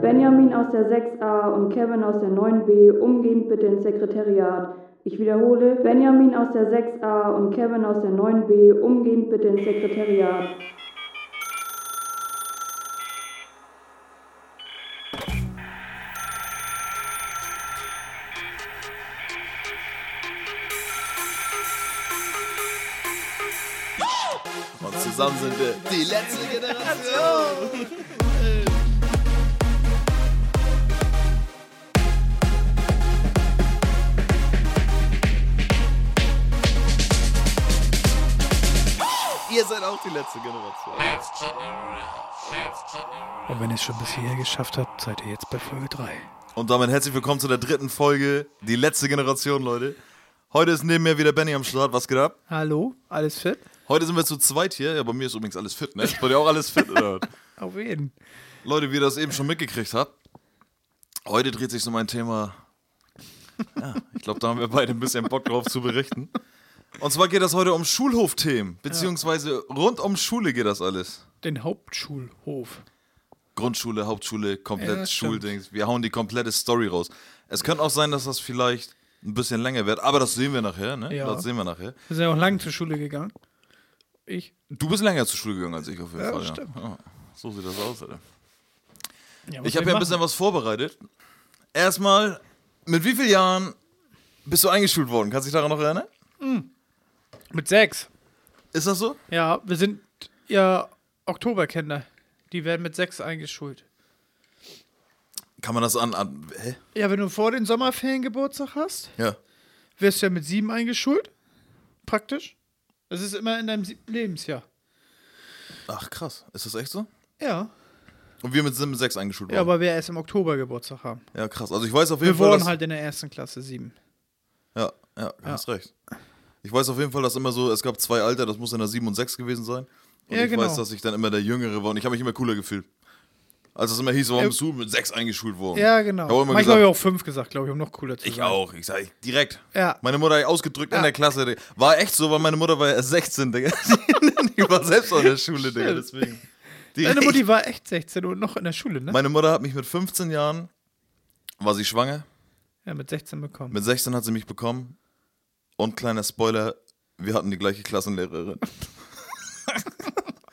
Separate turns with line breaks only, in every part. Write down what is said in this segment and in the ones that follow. Benjamin aus der 6a und Kevin aus der 9b umgehend bitte ins Sekretariat. Ich wiederhole, Benjamin aus der 6a und Kevin aus der 9b umgehend bitte ins Sekretariat.
Und zusammen sind wir die letzte Generation. Ihr seid auch die letzte Generation.
Und wenn ihr es schon bis hierher geschafft habt, seid ihr jetzt bei Folge 3.
Und damit herzlich willkommen zu der dritten Folge, die letzte Generation, Leute. Heute ist neben mir wieder Benny am Start. Was geht ab?
Hallo, alles fit?
Heute sind wir zu zweit hier. Ja, bei mir ist übrigens alles fit, ne? Ist bei dir auch alles fit, oder? was?
Auf jeden.
Leute, wie ihr das eben schon mitgekriegt habt, heute dreht sich um ein Thema. Ja, ich glaube, da haben wir beide ein bisschen Bock drauf zu berichten. Und zwar geht das heute um Schulhofthemen, beziehungsweise rund um Schule geht das alles.
Den Hauptschulhof.
Grundschule, Hauptschule, komplett
Ja, stimmt.
Schuldings. Wir hauen die komplette Story raus. Es könnte auch sein, dass das vielleicht ein bisschen länger wird, aber das sehen wir nachher, ne?
Ja.
Das sehen wir nachher.
Wir sind ja auch lang zur Schule gegangen. Ich.
Du bist länger zur Schule gegangen als ich auf jeden
Ja,
Fall. Ja.
stimmt.
Ja, so sieht das aus, Alter.
Ja, was
Ich habe
soll
ja ein
machen?
bisschen was vorbereitet. Erstmal, mit wie vielen Jahren bist du eingeschult worden? Kannst du dich daran noch erinnern?
Mit sechs.
Ist das so?
Ja, wir sind ja Oktoberkinder. Die werden mit sechs eingeschult.
Kann man das an. an hä?
Ja, wenn du vor den Sommerferien Geburtstag hast,
Ja.
wirst du ja mit sieben eingeschult. Praktisch. Das ist immer in deinem siebten Lebensjahr.
Ach krass. Ist das echt so?
Ja.
Und wir mit, sind mit sechs eingeschult worden.
Ja, aber wir erst im Oktober Geburtstag haben.
Ja, krass. Also ich weiß auf jeden
Wir
Fall.
wurden
dass,
halt in der ersten Klasse sieben.
Ja, ja, du hast recht. Ich weiß auf jeden Fall, dass immer so, es gab zwei Alter, das muss in der 7 und 6 gewesen sein. Und
Ja,
ich
genau.
weiß, dass ich dann immer der Jüngere war und ich habe mich immer cooler gefühlt. Als es immer hieß, warum
Ja.
bist du mit sechs eingeschult worden?
Ja, genau.
Ich habe immer
Manchmal habe ich
gesagt,
auch fünf gesagt, glaube ich, um noch cooler zu
ich
sein.
auch. Ich sage direkt.
Ja.
Meine Mutter hat ausgedrückt in der Klasse. Digga. War echt so, weil meine Mutter war ja 16, Digga. Die war selbst an der Schule, Digga,
Stimmt.
deswegen. Die-
Deine Mutti war echt 16 und noch in der Schule, ne?
meine Mutter hat mich mit 15 Jahren, war sie schwanger.
Ja, mit 16 bekommen.
Mit 16 hat sie mich bekommen. Und kleiner Spoiler, wir hatten die gleiche Klassenlehrerin.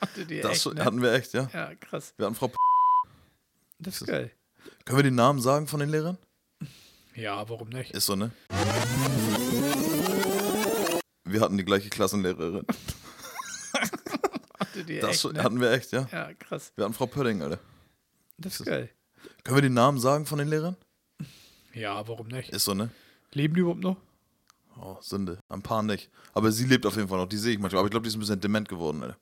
Hatte die
Das
echt,
schon-
ne?
hatten wir echt, ja.
Ja, krass.
Wir hatten Frau P
Das ist geil.
Können wir den Namen sagen von den Lehrern?
Ja, warum nicht?
Ist so, ne? Wir hatten die gleiche Klassenlehrerin.
Hatte die
Das
echt,
schon-
ne?
hatten wir echt, ja.
Ja, krass.
Wir hatten Frau Pötting, Alter.
Das ist geil.
Können wir den Namen sagen von den Lehrern?
Ja, warum nicht?
Ist so, ne?
Leben die überhaupt noch?
Oh, Sünde. Ein paar nicht. Aber sie lebt auf jeden Fall noch. Die sehe ich manchmal. Aber ich glaube, die ist ein bisschen dement geworden, Alter.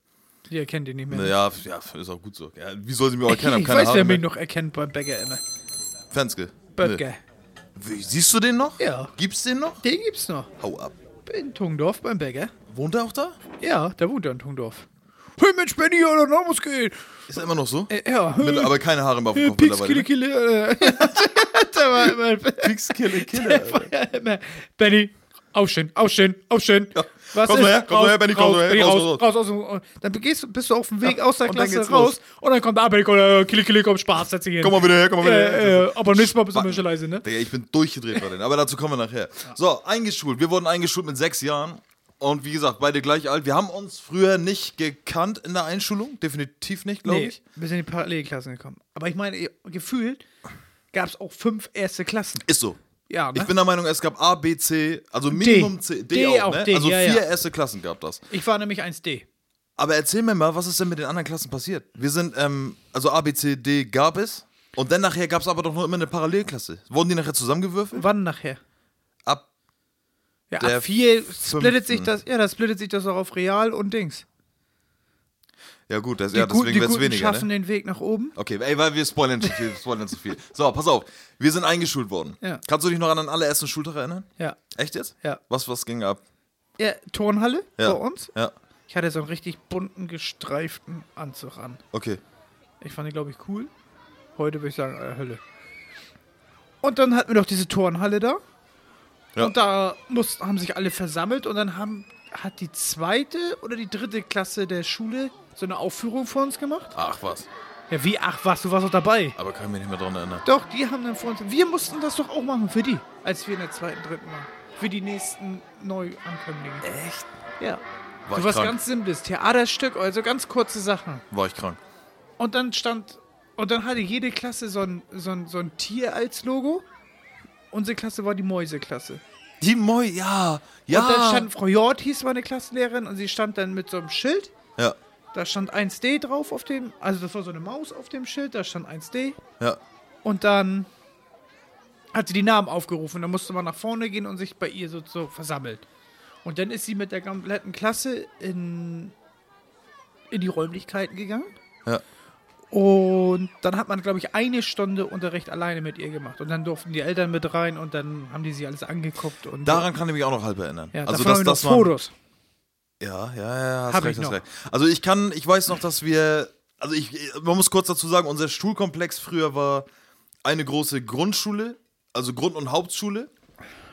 Die erkennt die nicht mehr.
Naja, f- ja, f- ist auch gut so. Ja, wie soll sie mich auch
ich
erkennen? Hab keine
weiß, wer
Haare
mich
mehr.
noch erkennt beim Bäcker immer.
Fenske.
Böttger.
Nee. Wie, Siehst du den noch?
Ja.
Gibt's den noch?
Den gibt's noch.
Hau ab.
In Tungdorf beim Bäcker.
Wohnt er auch da?
Ja, der wohnt ja in Tungdorf. Hey Mensch, Benny, oder noch muss gehen.
Ist er immer noch so?
Äh, ja,
Mit, aber keine Haare mehr auf dem Kopf
Pieks,
mittlerweile.
Kille,
ne?
Kille. äh, Der war immer.
Pieks, Kille, Kille. Alter.
Ja, immer. Benny, aufstehen, aufstehen, aufstehen.
kommst du her, kommst du her, Benny, kommst du her,
raus,
raus,
raus, raus, aus dem- Dann gehst, bist du auf dem Weg aus der
und dann
Klasse
geht's
raus und dann kommt der Benny, komm, äh, Kili, Kili, komm, Spaß, setz dich hin.
Komm mal wieder her, komm mal wieder her.
äh, äh, aber nächstes Mal bist du ein
Backen.
bisschen leise, ne?
Digga, ich bin durchgedreht bei denen. Aber dazu kommen wir nachher. So, eingeschult. Wir wurden eingeschult mit sechs Jahren. Und wie gesagt, beide gleich alt. Wir haben uns früher nicht gekannt in der Einschulung. Definitiv nicht, glaube
Nee,
ich.
wir sind in die Parallelklassen gekommen. Aber ich meine, eh, gefühlt gab es auch fünf erste Klassen.
Ist so.
Ja, ne?
Ich bin der Meinung, es gab A, B, C, also Minimum C, D,
D
auch,
auch,
ne?
D,
also
ja,
vier
ja.
erste Klassen gab das.
Ich war nämlich 1D.
Aber erzähl mir mal, was ist denn mit den anderen Klassen passiert? Wir sind, ähm, also A, B, C, D gab es. Und dann nachher gab es aber doch noch immer eine Parallelklasse. Wurden die nachher zusammengewürfelt?
Wann nachher?
Ab
Ja,
Der
ab 4 splittet sich
fünften.
das, ja, da splittet sich das auch auf Real und Dings.
ja gut, das,
Die,
ja,
Gu- die
deswegen wird es
Guten
weniger. Ne?
schaffen den Weg nach oben.
Okay, ey, weil wir spoilern zu viel, wir spoilern zu viel. So, pass auf. Wir sind eingeschult worden.
Ja.
Kannst du dich noch an den allerersten Schultag erinnern?
Ja.
Echt jetzt?
Ja.
Was, was ging ab?
ja Turnhalle
Ja.
bei uns.
Ja.
Ich hatte so einen richtig bunten, gestreiften Anzug an.
Okay.
Ich fand ihn, glaube ich, cool. Heute würde ich sagen, äh, Hölle. Und dann hatten wir doch diese Turnhalle da.
Ja.
Und da mussten, haben sich alle versammelt und dann haben hat die zweite oder die dritte Klasse der Schule so eine Aufführung vor uns gemacht.
Ach was,
Ja, wie? Ach was, du warst doch dabei.
aber kann ich mich nicht mehr dran erinnern.
Doch, die haben dann vor uns. Wir mussten das doch auch machen für die, als wir in der zweiten, dritten waren. Für die nächsten Neuankömmlinge.
Echt?
Ja.
War
so
ich
was
krank?
ganz Simples. Theaterstück, also ganz kurze Sachen.
War ich krank.
Und dann stand. Und dann hatte jede Klasse so ein, so ein, so ein Tier als Logo. Unsere Klasse war die Mäuseklasse.
Die Moi, ja, ja.
Und dann stand Frau Jort, hieß meine Klassenlehrerin, und sie stand dann mit so einem Schild.
ja,
Da stand 1D drauf auf dem. Also, das war so eine Maus auf dem Schild, da stand 1D.
ja.
Und dann hat sie die Namen aufgerufen. Dann musste man nach vorne gehen und sich bei ihr so, so versammelt. Und dann ist sie mit der kompletten Klasse in, in die Räumlichkeiten gegangen.
Ja.
Und dann hat man, glaube ich, eine Stunde Unterricht alleine mit ihr gemacht. Und dann durften die Eltern mit rein und dann haben die sie alles angeguckt. Und
Daran kann ich mich auch noch halb erinnern.
ja,
also
davon haben
dass
wir
das
noch
waren,
Fotos.
Ja, ja, ja, hast
Hab
recht,
ich
hast
noch.
recht. Also ich kann, ich weiß noch, dass wir, also ich, man muss kurz dazu sagen, unser Schulkomplex früher war eine große Grundschule, also Grund- und Hauptschule.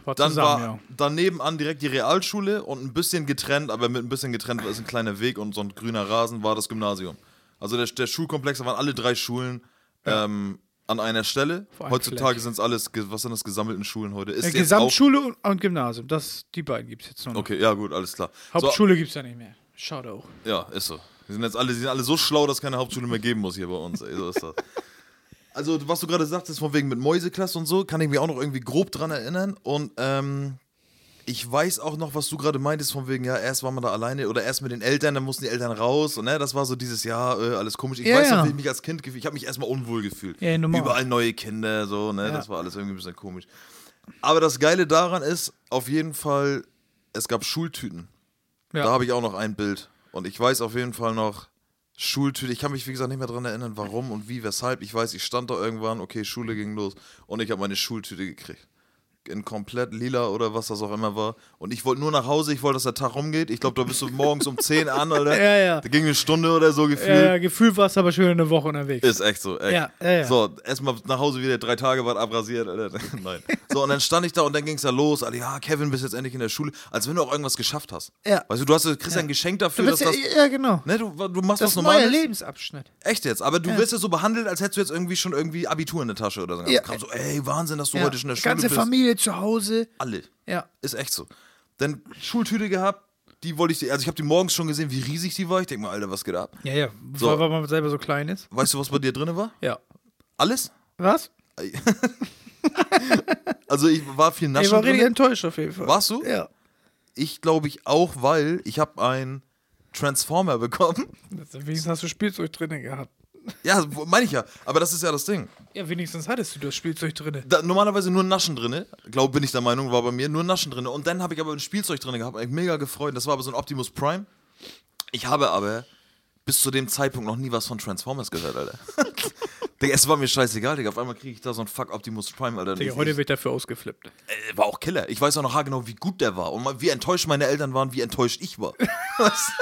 War
Dann
zusammen,
war
ja.
daneben an direkt die Realschule und ein bisschen getrennt, aber mit ein bisschen getrennt ist ein kleiner Weg und so ein grüner Rasen war das Gymnasium. Also der, der Schulkomplex, da waren alle drei Schulen ähm, an einer Stelle.
Vor einem
Heutzutage
Fleck.
sind es alles, ge- was sind das, gesammelten Schulen heute? Ist
Ja,
jetzt auch-
Äh, Gesamtschule und, und Gymnasium. Das, die beiden gibt es jetzt nur noch.
Okay, ja gut, alles klar. So,
Hauptschule gibt's gibt es ja nicht mehr. Schade auch.
Ja, ist so. Die sind jetzt alle, die sind alle so schlau, dass es keine Hauptschule mehr geben muss hier bei uns. Ey, so ist das. Also, was du gerade sagtest, von wegen mit Mäuseklasse und so, kann ich mich auch noch irgendwie grob dran erinnern. Und ähm, ich weiß auch noch, was du gerade meintest, von wegen, ja, erst war man da alleine oder erst mit den Eltern, dann mussten die Eltern raus. Und ne, das war so dieses Jahr, äh, alles komisch. Ich
Ja,
weiß
ja.
noch, wie ich mich als Kind gefühlt Ich habe mich erstmal unwohl gefühlt.
Ja, normal.
Überall neue Kinder, so, ne,
Ja.
das war alles irgendwie ein bisschen komisch. Aber das Geile daran ist, auf jeden Fall, es gab Schultüten.
Ja.
Da habe ich auch noch ein Bild. Und ich weiß auf jeden Fall noch, Schultüte, ich kann mich wie gesagt nicht mehr dran erinnern, warum und wie, weshalb. Ich weiß, ich stand da irgendwann, okay, Schule ging los und ich habe meine Schultüte gekriegt. In komplett lila oder was das auch immer war. Und ich wollte nur nach Hause, ich wollte, dass der Tag rumgeht. Ich glaube, da bist du morgens um 10 an, oder?
Ja, ja.
Da ging eine Stunde oder so gefühlt.
Ja, ja, gefühlt warst du aber schön eine Woche unterwegs.
Ist echt so, echt.
Ja, ja, ja.
So, erstmal nach Hause wieder drei Tage was abrasiert. Alter. Nein. So, und dann stand ich da und dann ging es da los. Alter, ja, Kevin, bist jetzt endlich in der Schule. Als wenn du auch irgendwas geschafft hast.
Ja.
Weißt du, du hast, du kriegst ein Geschenk dafür,
Du
dass
bist ja,
das.
ja, genau.
Ne, du, du machst
Das
was
ist ein neuer
Normales.
Lebensabschnitt.
Echt jetzt, aber du wirst ja so behandelt, als hättest du jetzt irgendwie schon irgendwie Abitur in der Tasche oder so.
Ja.
Kam so, ey, Wahnsinn, dass du heute schon in der Schule
Ganze
bist.
Familie zu Hause.
Alle.
Ja.
Ist echt so. Denn Schultüte gehabt, die wollte ich, also ich habe die morgens schon gesehen, wie riesig die war. Ich denke mal, Alter, was geht ab?
Ja, ja.
So.
Weil, weil man selber so klein ist.
Weißt du, was bei dir drin war?
Ja.
Alles?
Was?
Also ich war viel
Ich
Naschen
war richtig
drin.
enttäuscht auf jeden Fall.
Warst du?
Ja.
Ich glaube ich auch, weil ich habe einen Transformer bekommen.
Das- Wenigstens hast du Spielzeug drin gehabt.
Ja, meine ich ja. Aber das ist ja das Ding.
Ja, wenigstens hattest du das Spielzeug drin.
da, normalerweise nur Naschen drinne, glaube bin ich der Meinung, war bei mir nur Naschen drinne. Und dann habe ich aber ein Spielzeug drinne gehabt, mich mega gefreut. Das war aber so ein Optimus Prime. Ich habe aber bis zu dem Zeitpunkt noch nie was von Transformers gehört, Alter. Digga, es war mir scheißegal, Digga. Auf einmal kriege ich da so ein Fuck Optimus Prime, Alter.
Digga,
Ich-
heute
ich-
wird dafür ausgeflippt.
äh, war auch Killer. Ich weiß auch noch haargenau, wie gut der war. Und mal- wie enttäuscht meine Eltern waren, wie enttäuscht ich war. Was?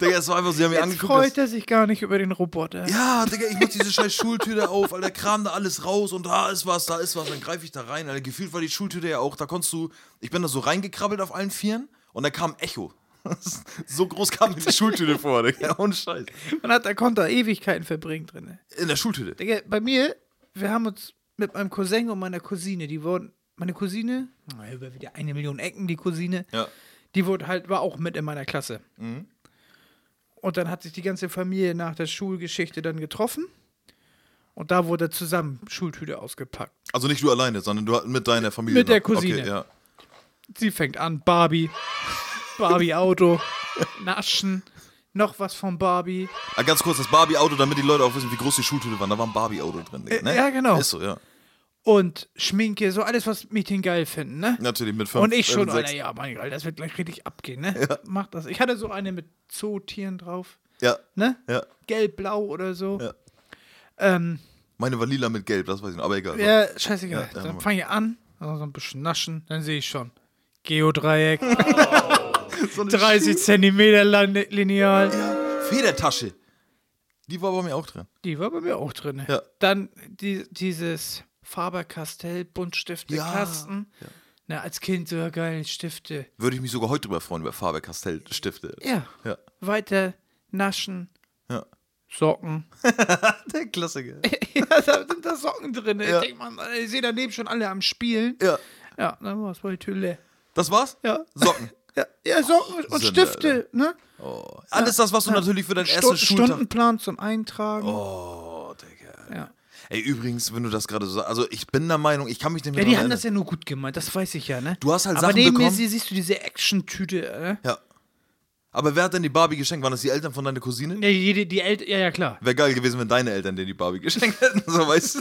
Digga, es war einfach, sie haben mir
Jetzt
angeguckt. dass-
freut er sich gar nicht über den Roboter.
ja, Digga, ich mach diese scheiß Schultüte auf, Alter, kram da alles raus und da ist was, da ist was, dann greife ich da rein. Alter, gefühlt war die Schultüte ja auch, da konntest du, ich bin da so reingekrabbelt auf allen Vieren und da kam Echo. so groß kam mir die Schultüte vor, Digga, ohne Scheiß.
Man hat, er konnte da Ewigkeiten verbringen drin.
In der Schultüte.
Digga, bei mir, wir haben uns mit meinem Cousin und meiner Cousine, die wurden, meine Cousine, na, über wieder eine Million Ecken, die Cousine,
Ja.
die wurde halt, war auch mit in meiner Klasse. Und dann hat sich die ganze Familie nach der Schulgeschichte dann getroffen. Und da wurde zusammen Schultüte ausgepackt.
Also nicht du alleine, sondern du mit deiner Familie.
Mit der
noch.
Cousine.
Okay, ja.
Sie fängt an, Barbie, Barbie-Auto, Naschen, noch was von Barbie.
Ah, ganz kurz, das Barbie-Auto, damit die Leute auch wissen, wie groß die Schultüte war. Da war ein Barbie-Auto drin, Digga.
Äh,
Ne?
ja, genau.
Ist so, ja.
Und Schminke, so alles, was Mädchen geil finden, ne?
Natürlich mit fünf.
Und ich schon,
äh, sechs.
Alter, ja, mein Gott, das wird gleich richtig abgehen, ne? Mach das. Ich hatte so eine mit Zootieren drauf,
Ja.
ne?
Ja.
Gelb-blau oder so.
Ja.
Ähm,
Meine war lila mit gelb, das weiß ich noch, aber egal.
ja, scheißegal.
Ja, ja,
dann
mach.
fange ich an, also so ein bisschen naschen, dann sehe ich schon. Geodreieck,
Oh, So eine
30 Zentimeter Lan- Lineal.
Federtasche. Die war bei mir auch drin.
Die war bei mir auch drin.
Ja.
Dann die, dieses Faber-Castell, Buntstifte,
Ja.
Kasten. Na, als Kind so ja, geil, Stifte.
Würde ich mich sogar heute drüber freuen, über Faber-Castell-Stifte.
Ja.
Ja.
Weiter naschen,
ja.
Socken.
Der Klassiker.
ja, da sind da Socken drin.
Ja.
Ich, denk, man, ich sehe daneben schon alle am Spielen.
Ja.
Ja, dann war es wohl die Tülle.
Das war's?
Ja.
Socken.
Ja, ja Socken und
Sünde,
Stifte, ne?
Oh. Alles das, was du natürlich für deinen ersten
Stunden,
Schultag
Stundenplan zum Eintragen.
Oh, Digga.
Ja.
Ey, übrigens, wenn du das gerade so sagst, also ich bin der Meinung, ich kann mich nicht
ja,
mehr
die
dran
haben das
erinnern.
ja nur gut gemeint, das weiß ich ja, ne?
Du hast halt
Aber
Sachen
neben mir
bekommen.
sie- siehst du diese Action-Tüte, äh?
ja. Aber wer hat denn die Barbie geschenkt? Waren das die Eltern von deiner Cousine?
Ja, jede, die Eltern, ja, ja, klar.
Wäre geil gewesen, wenn deine Eltern dir die Barbie geschenkt hätten, so weißt du.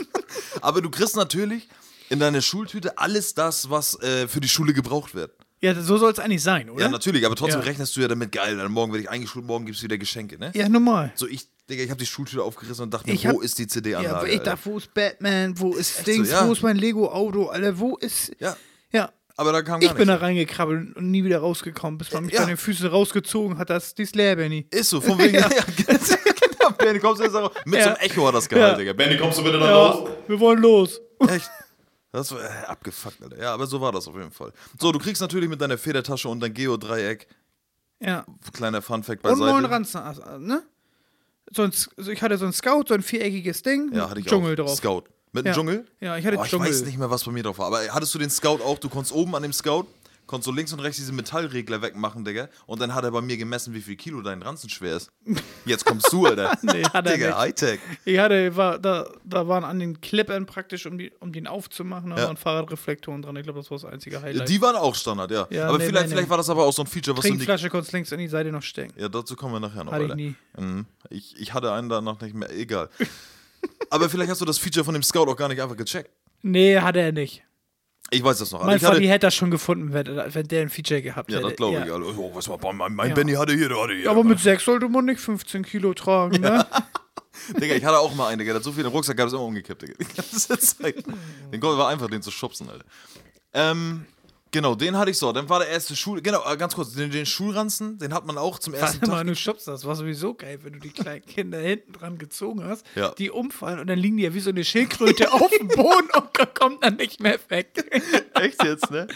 Aber du kriegst natürlich in deine Schultüte alles das, was äh, für die Schule gebraucht wird.
Ja, so soll es eigentlich sein, oder?
Ja, natürlich, aber trotzdem
Ja.
rechnest du ja damit, geil, dann morgen werde ich eingeschult, morgen gibt es wieder Geschenke, ne?
Ja, normal.
So, ich, Digga, ich habe die Schultüte aufgerissen und dachte mir,
Ich
wo
hab-
ist die
Ja, aber
CD-Anlage?
ich
Alter?
dachte, wo ist Batman, wo ist
echt so,
Dings,
ja.
wo ist mein Lego-Auto, Alter, wo ist...
ja,
Ja,
aber da kam gar
ich bin da
nichts.
reingekrabbelt und nie wieder rausgekommen, bis man mich
Ja.
von den Füßen rausgezogen hat, das dies Leben nie.
Ist so, von wegen. ja. genau, Benny, kommst du jetzt auch, Mit
Ja.
so einem Echo hat das gehalten,
Ja.
Digga. Benny, kommst du bitte da
Ja, wir wollen los.
Echt? Das war äh, abgefuckt, Alter. Ja, aber so war das auf jeden Fall. So, du kriegst natürlich mit deiner Federtasche und dein Geodreieck,
Ja.
kleiner Funfact
Und
beiseite.
neun Ranzen, also, ne? So ein, S- so ich hatte so ein Scout, so ein viereckiges Ding.
ja,
mit
hatte ich
Dschungel
auch.
drauf.
Scout. Mit dem
Ja.
Dschungel?
Ja, ich hatte
Boah, ich
Dschungel.
weiß nicht mehr, was bei mir drauf war. Aber hattest du den Scout auch? Du konntest oben an dem Scout, konntest du links und rechts diese Metallregler wegmachen, Digga. Und dann hat er bei mir gemessen, wie viel Kilo dein Ranzen schwer ist. Jetzt kommst du, Alter.
Nee, hat er
Digga,
nicht.
Hightech.
Ich hatte, war, da, da waren an den Clippern praktisch, um, die, um den aufzumachen, da
Ja.
waren Fahrradreflektoren dran. Ich glaube, das war das einzige Highlight.
Die waren auch Standard, ja.
Ja,
aber
nee,
vielleicht,
nee,
vielleicht
nee.
war das aber auch so ein Feature, was du nicht
Trinkflasche konntest links an die Seite noch stecken.
Ja, dazu kommen wir nachher noch.
Hatte ich
Alter.
nie.
Mhm. Ich, ich hatte einen danach nicht mehr, egal. Aber vielleicht hast du das Feature von dem Scout auch gar nicht einfach gecheckt.
Nee, hatte er nicht.
Ich weiß das noch. Alter.
Mein
Ah, Ich hatte,
Vati hätte das schon gefunden, wenn, wenn der ein Feature gehabt
ja,
hätte.
das glaube ich. Alter. Oh, was war bei mein, mein
Ja.
Benny hatte hier, der hatte hier.
Aber mit sechs sollte man nicht 15 Kilo tragen, ne?
Digga, ich hatte auch mal einen, Digga. Der hat so viel im Rucksack gehabt, ist immer umgekippt, Digga. Die ganze Zeit. Den Gott war einfach, den zu schubsen, Alter. Ähm, genau, den hatte ich so. Dann war der erste Schul... Genau, äh, ganz kurz, den, den Schulranzen, den hat man auch zum ersten
Warte
Tag.
mal, du schubst das. War sowieso geil, wenn du die kleinen Kinder hinten dran gezogen hast,
Ja.
die umfallen und dann liegen die ja wie so eine Schildkröte auf dem Boden und kommen dann nicht mehr weg.
Echt jetzt, ne?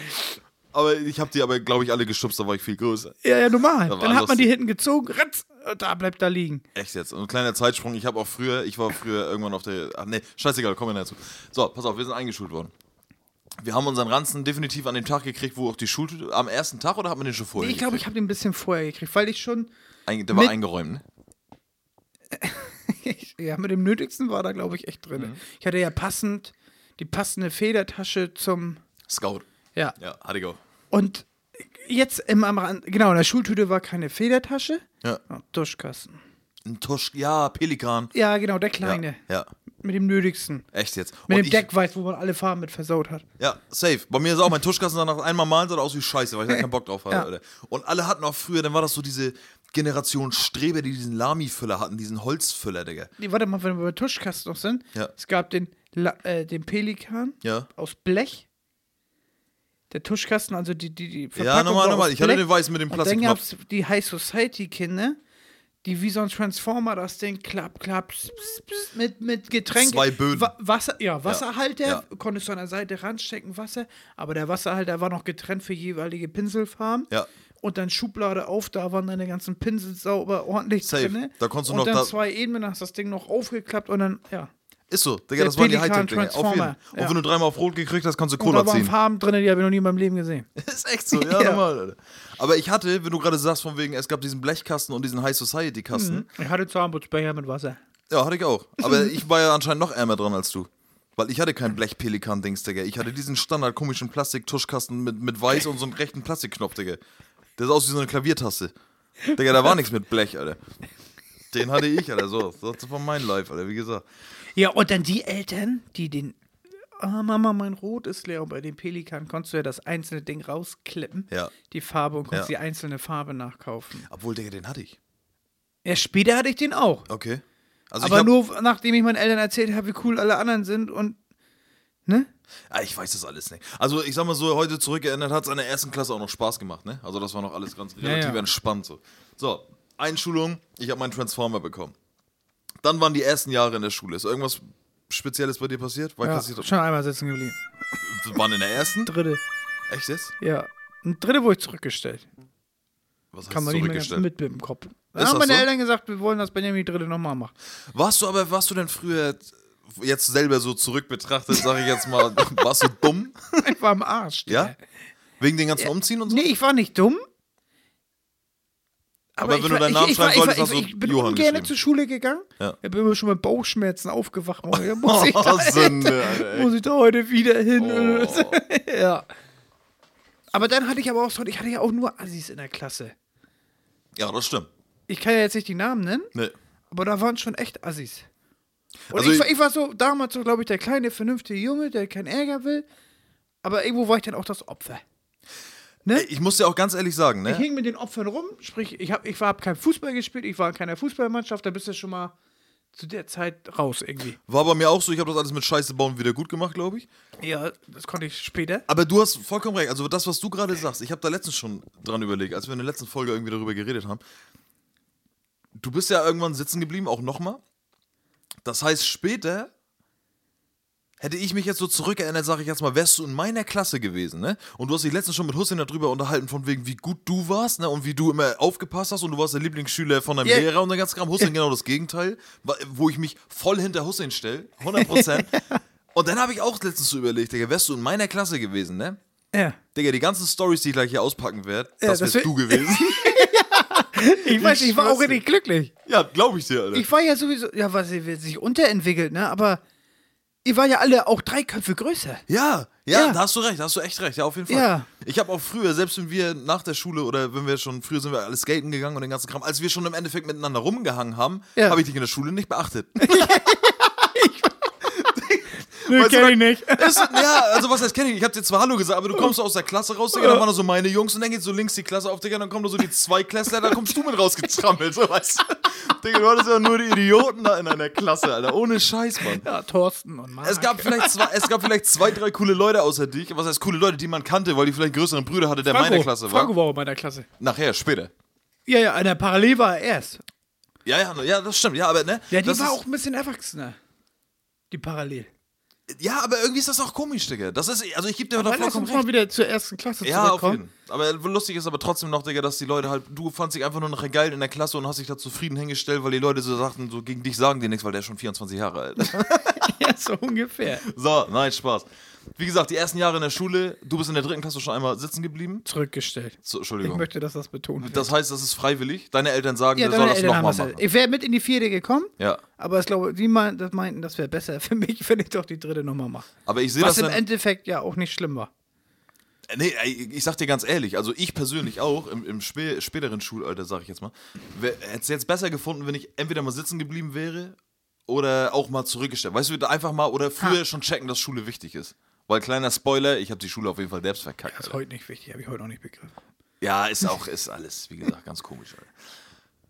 Aber ich habe die aber, glaube ich, alle geschubst, da war ich viel größer.
ja, ja, normal.
war
Dann hat man
lustig.
die hinten gezogen, ratz, und da bleibt da liegen.
Echt jetzt? Und ein kleiner Zeitsprung. Ich habe auch früher, ich war früher irgendwann auf der. Ach nee, scheißegal, kommen wir dazu. So, pass auf, wir sind eingeschult worden. Wir haben unseren Ranzen definitiv an dem Tag gekriegt, wo auch die Schultüte. Am ersten Tag oder hat man den schon vorher?
Nee, ich glaube, ich habe den ein bisschen vorher gekriegt, weil ich schon,
gekriegt? Ein, der war
mit-
eingeräumt, ne?
ja, mit dem Nötigsten war da, glaube ich, echt drin.
Mhm.
Ich hatte ja passend, die passende Federtasche zum,
Scout.
ja.
Ja, hatte ich auch.
Und jetzt im am Rand, genau, in der Schultüte war keine Federtasche.
Ja.
Oh, Duschkasten.
Ein Tusch. Ja, Pelikan.
Ja, genau, der kleine.
Ja, ja.
Mit dem Nötigsten.
Echt jetzt. Und
Mit dem
ich-
Deck weiß, wo man alle Farben mit versaut hat.
Ja, safe. Bei mir ist auch mein Tuschkasten danach einmal malen sah aus wie Scheiße, weil ich da keinen Bock drauf hatte.
Ja.
Alter. Und alle hatten auch früher, dann war das so diese Generation Streber, die diesen Lami-Füller hatten, diesen Holzfüller, Digga.
Nee, warte mal, wenn wir bei Tuschkasten noch sind.
Ja.
Es gab den, La äh, den Pelikan
Ja.
aus Blech. Der Tuschkasten, also die, die, die Verpackung
Ja, nochmal,
war
nochmal.
aus
Ich hatte
Blech.
den weißen mit dem
Und dann
Plastikknopf.
gab's die High Society-Kinder, die wie so ein Transformer das Ding klapp, klapp, pss, pss, pss, mit, mit Getränken.
Zwei Böden.
Wa Wasser, ja, Wasserhalter,
ja.
konntest du an der Seite ranstecken, Wasser. Aber der Wasserhalter war noch getrennt für jeweilige Pinselfarben.
Ja.
Und dann Schublade auf, da waren deine ganzen Pinsel sauber, ordentlich
Safe.
drin.
Da konntest du
ne? und
noch
dann
da-
zwei Ebenen, hast das Ding noch aufgeklappt und dann, ja.
Ist so, Digga,
Der
das waren die
Pelikan
Hightech-Dinger. Auf jeden.
Transformer,
Und
ja.
wenn du dreimal auf Rot gekriegt hast, kannst du
Und
Cola
da waren
ziehen.
Farben drin, die habe ich noch nie in meinem Leben gesehen.
ist echt so, ja,
Ja.
normal, Alter. Aber ich hatte, wenn du gerade sagst, von wegen, es gab diesen Blechkasten und diesen High Society-Kasten.
Ich hatte Zahnputzbecher mit Wasser.
Ja, hatte ich auch. Aber ich war ja anscheinend noch ärmer dran als du. Weil ich hatte kein Blechpelikan-Dings, Digga. Ich hatte diesen standard komischen Plastiktuschkasten mit, mit weiß und so einem rechten Plastikknopf, Digga. Der sah aus wie so eine Klaviertaste. Digga, da war nichts mit Blech, Alter. Den hatte ich, Alter. So, das war mein Life, Alter, wie gesagt.
Ja, und dann die Eltern, die den. Ah, Mama, mein Rot ist leer. Und bei dem Pelikan konntest du ja das einzelne Ding rausklippen,
Ja.
die Farbe, und konntest
Ja.
die einzelne Farbe nachkaufen.
Obwohl, Digga, den hatte ich.
Ja, später hatte ich den auch.
Okay. Also ich
aber
hab-
nur, nachdem ich meinen Eltern erzählt habe, wie cool alle anderen sind und. Ne?
Ah, ich weiß das alles nicht. Also ich sag mal so, heute zurückgeändert hat es an der ersten Klasse auch noch Spaß gemacht, ne? Also das war noch alles ganz relativ
ja.
entspannt so. So, Einschulung, ich habe meinen Transformer bekommen. Dann waren die ersten Jahre in der Schule. Ist irgendwas Spezielles bei dir passiert? War
Ja,
passiert?
schon einmal sitzen geblieben.
Waren in der ersten?
Dritte.
Echt jetzt?
Ja. Ein Dritte wurde ich zurückgestellt.
Was heißt
Kann man nicht mehr ganz
zurückgestellt?
mit mit dem Kopf. Dann
Ist
haben
das
meine
so?
Eltern gesagt, wir wollen, dass Benjamin die Dritte nochmal macht.
Warst du aber, warst du denn früher jetzt selber so zurück betrachtet, sage ich jetzt mal, warst du dumm?
Ich war am Arsch.
Ja? Wegen den ganzen Umziehen und so?
Nee, ich war nicht dumm.
Aber wenn
ich
du
war-
deinen
ich-
Namen
ich war-
schreiben
ich war-
solltest,
ich-
hast du
Ich bin
Johann
ungern
geschrieben.
zur Schule gegangen.
Ja.
Ich bin immer schon mit Bauchschmerzen aufgewacht. morgen. Da muss, ich da,
Oh, Sünde, Alter, ey.
muss ich da heute wieder hin?
Oh.
ja. Aber dann hatte ich aber auch so, ich hatte ja auch nur Assis in der Klasse.
Ja, das stimmt.
Ich kann ja jetzt nicht die Namen nennen,
Nee.
aber da waren schon echt Assis. Und
Also
ich,
ich-
war- ich war so damals so, glaube ich, der kleine, vernünftige Junge, der keinen Ärger will. Aber irgendwo war ich dann auch das Opfer.
Ey, Ich muss dir auch ganz ehrlich sagen, ne?
Ich hing mit den Opfern rum, sprich, ich habe ich hab kein Fußball gespielt, ich war in keiner Fußballmannschaft, da bist du schon mal zu der Zeit raus irgendwie.
War bei mir auch so, ich habe das alles mit Scheiße bauen wieder gut gemacht, glaube ich.
Ja, das konnte ich später.
Aber du hast vollkommen recht. Also das, was du gerade sagst, ich habe da letztens schon dran überlegt, als wir in der letzten Folge irgendwie darüber geredet haben. Du bist ja irgendwann sitzen geblieben, auch nochmal. Das heißt, später hätte ich mich jetzt so zurückerinnert, sage ich jetzt mal, wärst du in meiner Klasse gewesen, ne? Und du hast dich letztens schon mit Hussein darüber unterhalten, von wegen, wie gut du warst, ne? Und wie du immer aufgepasst hast und du warst der Lieblingsschüler von deinem
Ja.
Lehrer und der ganze Kram. Hussein genau das Gegenteil, wa- wo ich mich voll hinter Hussein stelle, 100 Prozent. und dann habe ich auch letztens so überlegt, Digga, wärst du in meiner Klasse gewesen, ne?
Ja.
Digga, die ganzen Stories, die ich gleich hier auspacken werde,
Ja,
das
das
wärst
wär-
du gewesen.
Ich weiß, ich war auch
schwör's dir.
richtig glücklich.
ja, glaube ich dir, Alter.
Ich war ja sowieso, ja, was ihr wird sich unterentwickelt, ne? Aber ihr war ja alle auch drei Köpfe größer.
Ja, ja,
Ja.
da hast du recht, da hast du echt recht, ja, auf jeden Fall.
Ja.
Ich habe auch früher, selbst wenn wir nach der Schule oder wenn wir schon früher sind wir alle skaten gegangen und den ganzen Kram, als wir schon im Endeffekt miteinander rumgehangen haben,
Ja.
habe ich dich in der Schule nicht beachtet.
Nö,
Weißt du, dann-
nicht.
Ist, ja, also was heißt kenne ich? Ich habe dir zwar Hallo gesagt, aber du kommst aus der Klasse raus, Digga, dann waren da so meine Jungs und dann geht so links die Klasse auf, Digga, dann kommen da so die Zweiklässler, dann kommst du mit rausgetrammelt, so weißt du. Digga, du hattest ja nur die Idioten da in einer Klasse, Alter, ohne Scheiß, Mann.
Ja, Thorsten und Marc.
Es gab, vielleicht zwei, es gab vielleicht zwei, drei coole Leute außer dich. Was heißt coole Leute, die man kannte, weil die vielleicht größeren Brüder hatte, der
Franco,
meiner Klasse war.
Franco war auch in meiner Klasse.
Nachher, später.
Ja, ja, einer Parallel war er erst.
Ja, ja, ja, das stimmt. Ja, aber ne?
Ja, die
das
war
ist,
auch ein bisschen erwachsener. Die Parallel.
Ja, aber irgendwie ist das auch komisch, Digga. Das ist, also ich gebe dir da
Aber lass
vollkommen
uns
recht.
mal wieder zur ersten Klasse
Ja, auf
zurückkommen.
jeden Fall. Aber lustig ist aber trotzdem noch, Digga, dass die Leute halt, du fandst dich einfach nur nachher geil in der Klasse und hast dich da zufrieden hingestellt, weil die Leute so sagten, so gegen dich sagen die nichts, weil der ist schon 24 Jahre alt.
Ja, so ungefähr.
so, nein, Spaß. Wie gesagt, die ersten Jahre in der Schule, du bist in der dritten Klasse schon einmal sitzen geblieben.
Zurückgestellt.
So,
Ich
Entschuldigung.
möchte, dass das betont wird.
Das heißt, das ist freiwillig. Deine Eltern sagen,
ja,
wir sollen
deine
das
Eltern haben
nochmal
das
machen.
halt. Ich wäre mit in die vierte gekommen,
Ja.
aber ich glaube, die mein, das meinten, das wäre besser für mich, wenn ich doch die dritte nochmal mache.
Aber ich sehe das
Was im
dann,
Endeffekt ja auch nicht schlimm war.
Nee, ey, ich sag dir ganz ehrlich, also ich persönlich auch, im, im spä späteren Schulalter, sag ich jetzt mal, hätte es jetzt besser gefunden, wenn ich entweder mal sitzen geblieben wäre oder auch mal zurückgestellt. Weißt du, da einfach mal oder früher schon checken, dass Schule wichtig ist. Weil kleiner Spoiler, ich habe die Schule auf jeden Fall selbst verkackt.
Das ist
Alter.
heute nicht wichtig, habe ich heute noch nicht begriffen.
Ja, ist auch, ist alles, wie gesagt, ganz komisch. Alter.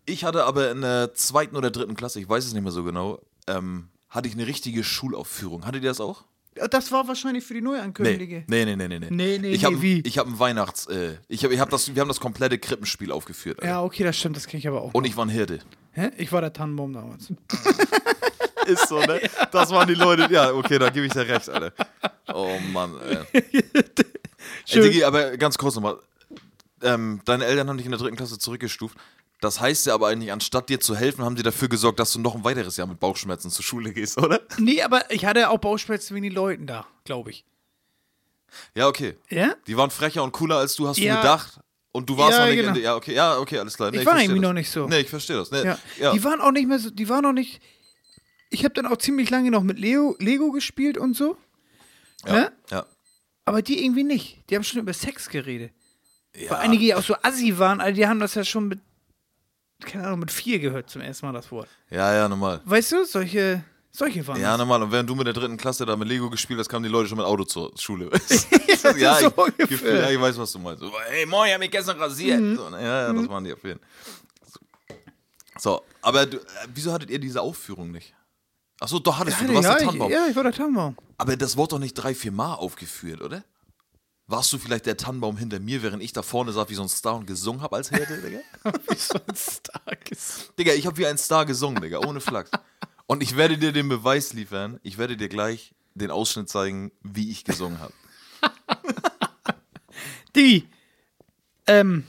Ich hatte aber in der zweiten oder dritten Klasse, ich weiß es nicht mehr so genau, ähm, hatte ich eine richtige Schulaufführung. Hattet ihr das auch?
Ja, Das war wahrscheinlich für die Neuankömmlinge.
Nee, nee, nee, nee, nee.
Nee, nee,
ich hab
nee,
ein-
wie?
Ich habe ein Weihnachts... Äh, ich hab, ich hab das, wir haben das komplette Krippenspiel aufgeführt. Alter.
Ja, okay, das stimmt, das kenne ich aber auch.
Und ich war ein Hirte.
Hä? Ich war der Tannenbaum damals.
Ist so, ne? Das waren die Leute. Ja, okay, da gebe ich dir recht, Alter. Oh Mann, ey. ey
Schön.
Digi, aber ganz kurz nochmal. Ähm, deine Eltern haben dich in der dritten Klasse zurückgestuft. Das heißt ja aber eigentlich, anstatt dir zu helfen, haben sie dafür gesorgt, dass du noch ein weiteres Jahr mit Bauchschmerzen zur Schule gehst, oder?
nee, aber ich hatte auch Bauchschmerzen wegen den Leuten da, glaube ich.
Ja, okay.
Ja?
Die waren frecher und cooler als du, hast
Ja.
du gedacht. Und du warst
Ja,
noch nicht in
genau.
der. Ja, okay, ja, okay, alles klar. Nee,
Ich war
versteh
irgendwie
das.
noch nicht so.
Nee, ich verstehe das. Nee,
Ja.
ja.
Die waren auch nicht mehr so, die waren auch nicht. Ich habe dann auch ziemlich lange noch mit Leo, Lego gespielt und so. Ne?
Ja.
Aber die irgendwie nicht. Die haben schon über Sex geredet. Weil einige ja auch so assi waren, also die haben das ja schon mit, keine Ahnung, mit vier gehört zum ersten Mal das Wort.
Ja, ja, normal.
Weißt du, solche, solche waren
Ja,
das.
normal. Und während du mit der dritten Klasse da mit Lego gespielt hast, kamen die Leute schon mit Auto zur Schule.
so ungefähr. Mhm.
ich, Gefühl, ja, ich weiß, was du meinst. So, hey, moin, ich hab mich gestern rasiert. So, na, ja, ja, das waren die auf jeden Fall. So, aber du, äh, wieso hattet ihr diese Aufführung nicht? Achso, doch, hattest du. Du warst
ja,
der
ich,
Tannenbaum.
ja, ich war der Tannenbaum.
Aber das wurde doch nicht drei, vier Mal aufgeführt, oder? Warst du vielleicht der Tannenbaum hinter mir, während ich da vorne saß wie so ein Star und gesungen habe als Hirte, Digga?
Wie so ein starkes.
Digga, ich habe wie ein Star gesungen, Digga, ohne Flachs. Und ich werde dir den Beweis liefern. Ich werde dir gleich den Ausschnitt zeigen, wie ich gesungen habe.
Digi, ähm,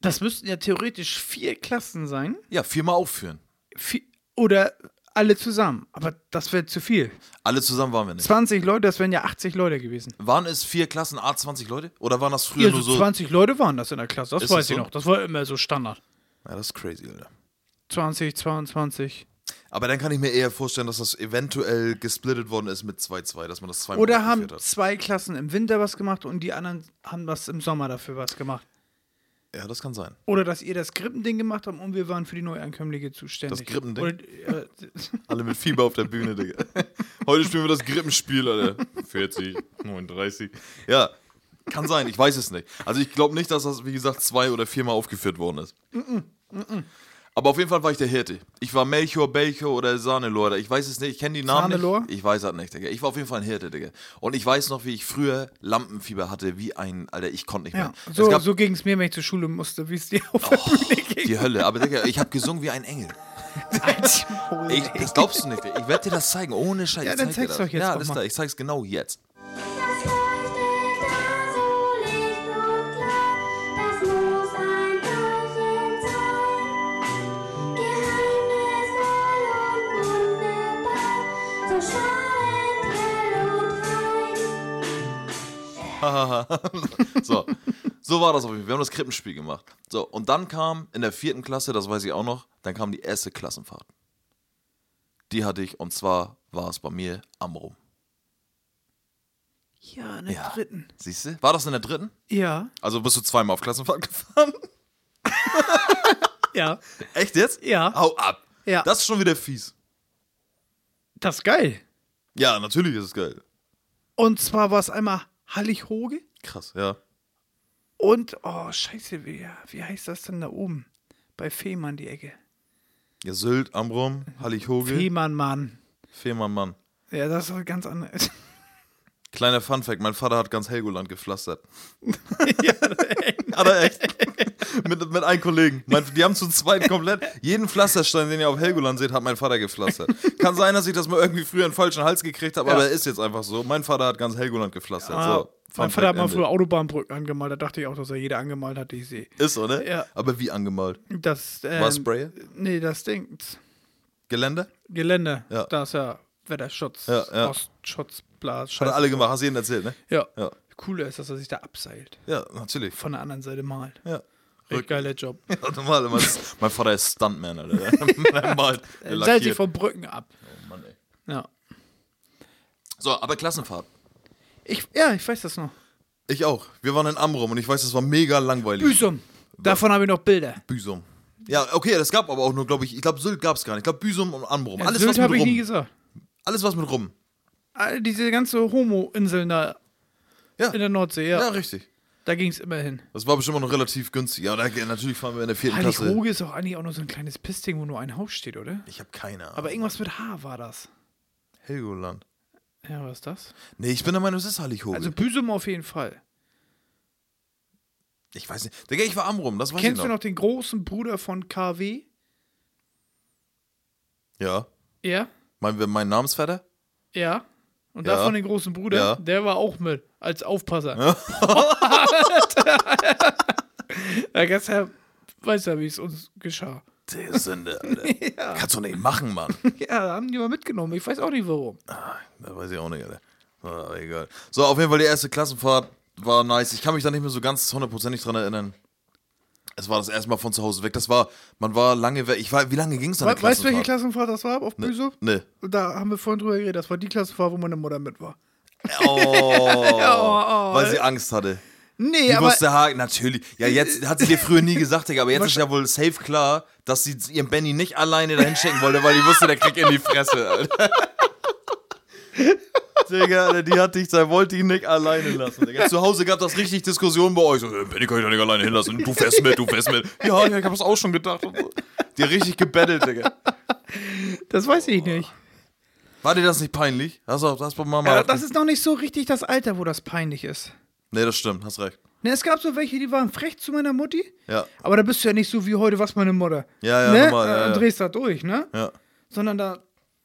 das müssten ja theoretisch vier Klassen sein.
Ja, viermal aufführen.
Vier, oder alle zusammen. Aber das wäre zu viel.
Alle zusammen waren wir nicht.
20 Leute, das wären ja 80 Leute gewesen.
Waren es vier Klassen A20 Leute? Oder waren das früher
Ja,
nur
so
so?
20 Leute waren das in der Klasse. Das
Ist
weiß
das
ich
so?
noch. Das war immer so Standard.
Ja, das ist crazy, Alter.
20, 22.
Aber dann kann ich mir eher vorstellen, dass das eventuell gesplittet worden ist mit 2-2, dass man das zweimal
Oder haben
aufgeführt hat.
zwei Klassen im Winter was gemacht und die anderen haben was im Sommer dafür was gemacht.
Ja, das kann sein.
Oder dass ihr das Krippending gemacht habt und wir waren für die Neuankömmlinge zuständig.
Das Krippending?
Oder, äh,
Alle mit Fieber auf der Bühne, Digga. Heute spielen wir das Grippenspiel, Alter. 40, 39. Ja, kann sein, ich weiß es nicht. Also ich glaube nicht, dass das, wie gesagt, zwei oder viermal aufgeführt worden ist. Aber auf jeden Fall war ich der Hirte. Ich war Melchior, Belchior oder Sahnelor. Ich weiß es nicht, ich kenne die Namen
Sahnelor?
nicht. Ich weiß das nicht, Digga. Ich war auf jeden Fall ein Hirte, Digga. Und ich weiß noch, wie ich früher Lampenfieber hatte, wie ein, Alter, ich konnte nicht
ja,
mehr.
so,
es gab
so ging es Oh, mir, wenn ich zur Schule musste, wie es dir auf der Bühne ging.
die Hölle, aber Digga, ich habe gesungen wie ein Engel. Ich, das glaubst du nicht. Ich werde dir das zeigen, ohne Scheiß.
Ja,
Ich
dann
zeig dir
zeig's
das.
doch jetzt
Ja,
auch
alles
mal.
klar, ich zeig's genau jetzt.
Das leuchtet da so licht und klar, das muss ein Zeichen sein. Geheimnisvoll und wunderbar, so strahlend hell und rein.
So, so war das auf jeden Fall. Wir haben das Krippenspiel gemacht. So, und dann kam in der vierten Klasse, das weiß ich auch noch, dann kam die erste Klassenfahrt. Die hatte ich und zwar war es bei mir Amrum.
Ja, in der
Ja.
dritten.
Siehst du? War das in der dritten?
Ja.
Also bist du zweimal auf Klassenfahrt gefahren?
Ja.
Echt jetzt?
Ja.
Hau ab.
Ja.
Das ist schon wieder fies.
Das ist geil.
Ja, natürlich ist es geil.
Und zwar war es einmal Hallig-Hoge
Krass, ja.
und, oh, scheiße, wie, wie heißt das denn da oben? Bei Fehmarn die Ecke.
Ja, Sylt, Amrum, Hallig-Hoge,
Fehmarn, Mann.
Fehmarn, Mann.
Ja, das ist ganz anders.
Kleiner Funfact, mein Vater hat ganz Helgoland gepflastert. Hat er echt. mit, mit einem Kollegen. Mein, die haben zu zweit komplett. Jeden Pflasterstein, den ihr auf Helgoland seht, hat mein Vater gepflastert. Kann sein, dass ich das mal irgendwie früher einen falschen Hals gekriegt habe, aber ist jetzt einfach so. Mein Vater hat ganz Helgoland gepflastert.
Ah,
so, Fun
mein Vater
Fact
hat mal
Ende.
früher Autobahnbrücken angemalt. Da dachte ich auch, dass er jede angemalt hat, die ich sehe.
Ist so, ne?
Ja.
Aber wie angemalt?
Das, ähm,
War Sprayer?
Nee, das Ding.
Geländer?
Gelände.
Ja.
Da ist ja Wetterschutz.
Ja, ja.
Rostschutz, Blas,
Hat
Scheiße.
er alle gemacht, hast jeden erzählt, ne?
Ja.
Ja.
Cooler ist, dass er sich da abseilt.
Ja, natürlich.
Von der anderen Seite malt.
Ja.
Richtig geiler Job.
Warte mal, mein, mein Vater ist Stuntman, Alter. Der malt, der
Seilt sich
lackiert.
von Brücken ab.
Mann, ey.
Ja.
So, aber Klassenfahrt.
Ich, ja, ich weiß das noch.
Ich auch. Wir waren in Amrum und ich weiß, das war mega langweilig.
Büsum. Davon habe ich noch Bilder.
Büsum. Ja, okay, das gab aber auch nur, glaube ich, ich glaube, Sylt gab es gar nicht. Ich glaube, Büsum und Amrum.
Ja,
alles,
Sylt
was mit
habe ich nie
rum.
gesagt.
alles, was mit rum.
All diese ganze Homo-Inseln da
Ja.
in der Nordsee,
Ja,
ja.
richtig.
da ging es immer hin.
Das war bestimmt auch noch relativ günstig. Ja, da, natürlich fahren wir in der vierten Klasse.
Heilig-Roge ist doch eigentlich auch nur so ein kleines Pissding, wo nur ein Haus steht, oder?
Ich habe keine Ahnung.
Aber irgendwas mit H war das.
Helgoland.
Ja, was ist das?
Nee, ich bin der Meinung, es ist Heilighoge.
Also Büsum auf jeden Fall.
ich weiß nicht. Digga, ich war Amrum, das weiß
Kennst
ich
du
noch.
noch den großen Bruder von KW?
Ja.
Ja,
Mein, mein Namensvetter?
ja. Und
Ja.
davon den großen Bruder,
Ja.
der war auch mit, als Aufpasser. da kannst du ja, weißt ja, wie es uns geschah.
Der Sünde, Alter. Kannst du nicht machen, Mann.
Ja, da haben die mal mitgenommen. Ich weiß auch nicht warum.
Das weiß ich auch nicht, Alter. Ah, egal. So, auf jeden Fall die erste Klassenfahrt war nice. Ich kann mich da nicht mehr so ganz hundertprozentig dran erinnern. Es war das erste Mal von zu Hause weg. Das war, man war lange weg. Ich war, wie lange ging es dann?
We weißt du, welche Klassenfahrt das war
Ne,
auf Büsum?
Nee.
Da haben wir vorhin drüber geredet. Das war die Klassenfahrt, wo meine Mutter mit war.
Oh,
oh.
weil sie Angst hatte.
Nee,
Die
aber
wusste Hagen, natürlich. Ja, jetzt hat sie dir früher nie gesagt, Digga, aber jetzt ist ja wohl safe klar, dass sie ihren Benny nicht alleine dahin schicken wollte, weil die wusste, der kriegt in die Fresse, Alter. Digga, Alter, die hat dich, da wollte ihn nicht alleine lassen, Digga. Zu Hause gab das richtig Diskussionen bei euch. So, äh, Benny kann ich doch nicht alleine hinlassen. Du fährst mit, du fährst mit. Ja, ja, ich hab das auch schon gedacht. Und so. Die hat richtig gebettelt, Digga.
das weiß ich nicht.
Oh, War dir das nicht peinlich? Hast du auch das bei Mama?
Ja, das ist noch nicht so richtig das Alter, wo das peinlich ist.
nee, das stimmt, hast recht.
Ne, es gab so welche, die waren frech zu meiner Mutti.
Ja.
Aber da bist du ja nicht so wie heute, was meine Mutter.
Ja, ja,
ne?
normal, ja,
Äh, und
ja.
drehst da durch, ne?
Ja.
Sondern da,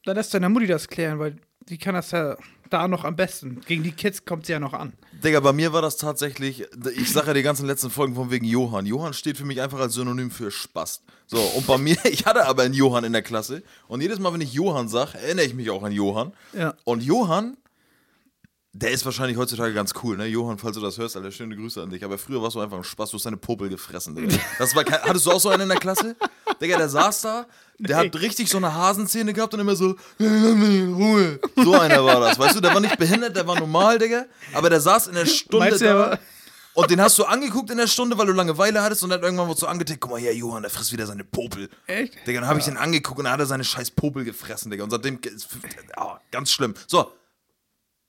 da lässt deine Mutti das klären, weil die kann das ja da noch am besten. Gegen die Kids kommt sie ja noch an.
Digga, bei mir war das tatsächlich, ich sage ja die ganzen letzten Folgen von wegen Johann. Johann steht für mich einfach als Synonym für Spaß. So, und bei mir, ich hatte aber einen Johann in der Klasse. Und jedes Mal, wenn ich Johann sage, erinnere ich mich auch an Johann.
Ja.
Und Johann, der ist wahrscheinlich heutzutage ganz cool, ne? Johann, falls du das hörst, alle schöne Grüße an dich. Aber früher warst du einfach ein Spaß, du hast deine Popel gefressen, Digga. Das war kein, hattest du auch so einen in der Klasse? Digga, der saß da, der hat richtig so eine Hasenzähne gehabt und immer so, "Lass mich in Ruhe. So einer war das, weißt du? Der war nicht behindert, der war normal, Digga. Aber der saß in der Stunde
Meinst du,
da.
der war-
Und den hast du angeguckt in der Stunde, weil du Langeweile hattest und dann irgendwann wurdest du angetickt, guck mal hier, Johann, der frisst wieder seine Popel.
Echt?
Digga, dann habe ich den angeguckt und dann hat er seine scheiß Popel gefressen, Digga. Und seitdem, ge- ist- ah, ganz schlimm. So,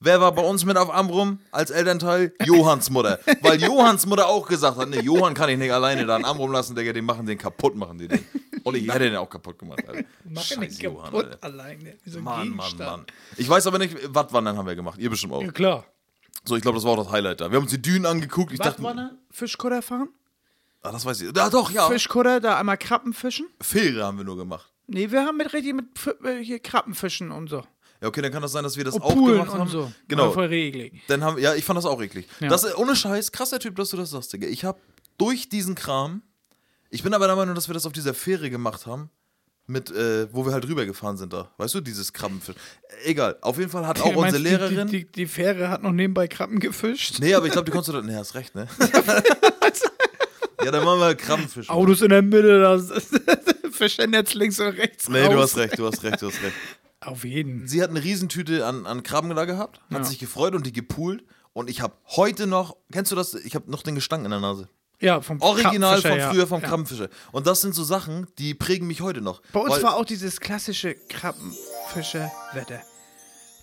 Wer war bei uns mit auf Amrum als Elternteil? Johanns Mutter. Weil Johanns Mutter auch gesagt hat, ne, Johann kann ich nicht alleine da an Amrum lassen, Digga, den machen den kaputt, machen die den. Und ich hätte den auch kaputt gemacht, Alter.
Mach
Scheiß
nicht
Johann,
kaputt ne?
Alter.
alleine. Wie so ein
Mann, Mann,
Gegenstand.
Mann. Ich weiß aber nicht, Wattwandern haben wir gemacht. Ihr bestimmt auch.
Ja, klar.
So, ich glaube, das war auch das Highlight da. Wir haben uns die Dünen angeguckt. Ich dachte,
Wattwanne, Fischkutter fahren?
ah, das weiß ich. Ja, doch, ja.
Fischkutter, da einmal Krabben fischen?
Fähre haben wir nur gemacht.
Nee, wir haben mit richtig mit F- äh, hier Krabben fischen und so.
Ja, okay, dann kann das sein, dass wir das
Und
auch
Poolen
gemacht haben.
Oh, und so.
Genau.
War Voll regelig.
Dann haben, ja, ich fand das auch eklig.
Ja.
Das, ist- ohne Scheiß, krasser Typ, dass du das sagst, Digga. Ich habe durch diesen Kram, ich bin aber der Meinung, dass wir das auf dieser Fähre gemacht haben, mit, äh, wo wir halt rübergefahren sind da. Weißt du, dieses Krabbenfisch. Äh, Egal, auf jeden Fall hat auch
Meinst
unsere
du,
Lehrerin.
Die, die, die Fähre hat noch nebenbei Krabben gefischt.
nee, aber ich glaube, die konntest du da. Nee, hast recht, ne? ja, dann machen wir halt Krabbenfisch.
Autos in der Mitte, das Fischernetz links und rechts.
Nee, du
raus.
hast recht, du hast recht, du hast recht.
Auf jeden.
Sie hat eine Riesentüte an, an Krabben da gehabt, hat
Ja.
sich gefreut und die gepoolt. Und ich habe heute noch, kennst du das? Ich habe noch den Gestank in der Nase.
Ja, vom
Original von
Krabbenfischer,
früher vom
ja.
Krabbenfischer. Und das sind so Sachen, die prägen mich heute noch.
Bei uns
Weil-
war auch dieses klassische Krabbenfischer-Wetter.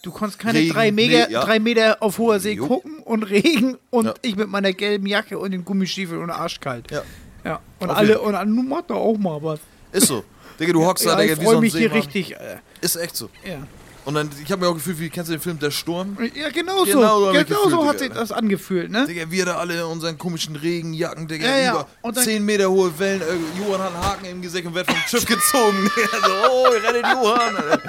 Du konntest keine
Regen,
drei, Meter,
nee, ja.
drei Meter auf hoher See
Jo.
gucken und Regen und
Ja.
ich mit meiner gelben Jacke und den Gummistiefeln und arschkalt.
Ja.
ja. Und
Auf
alle,
jeden-
und an, du machst doch auch mal was.
Ist so. Digga, du hockst
Ja,
da,
ich
Digga, wie so
freue
ein
mich hier
Seemann.
richtig. Äh,
Ist echt so.
ja.
Und dann, ich habe mir auch gefühlt, wie kennst du den Film Der Sturm?
ja, genau so.
Genau so
Genau,
hab ich
so
gefühlt,
hat
Digga.
sich das angefühlt, ne?
Digga, wir da alle in unseren komischen Regenjacken, Digga,
Ja, ja.
über
Und dann-
10 Meter hohe Wellen. Äh, Johann hat einen Haken im Gesicht und wird vom Schiff gezogen. Digga, so, oh, rettet Johann. Alter.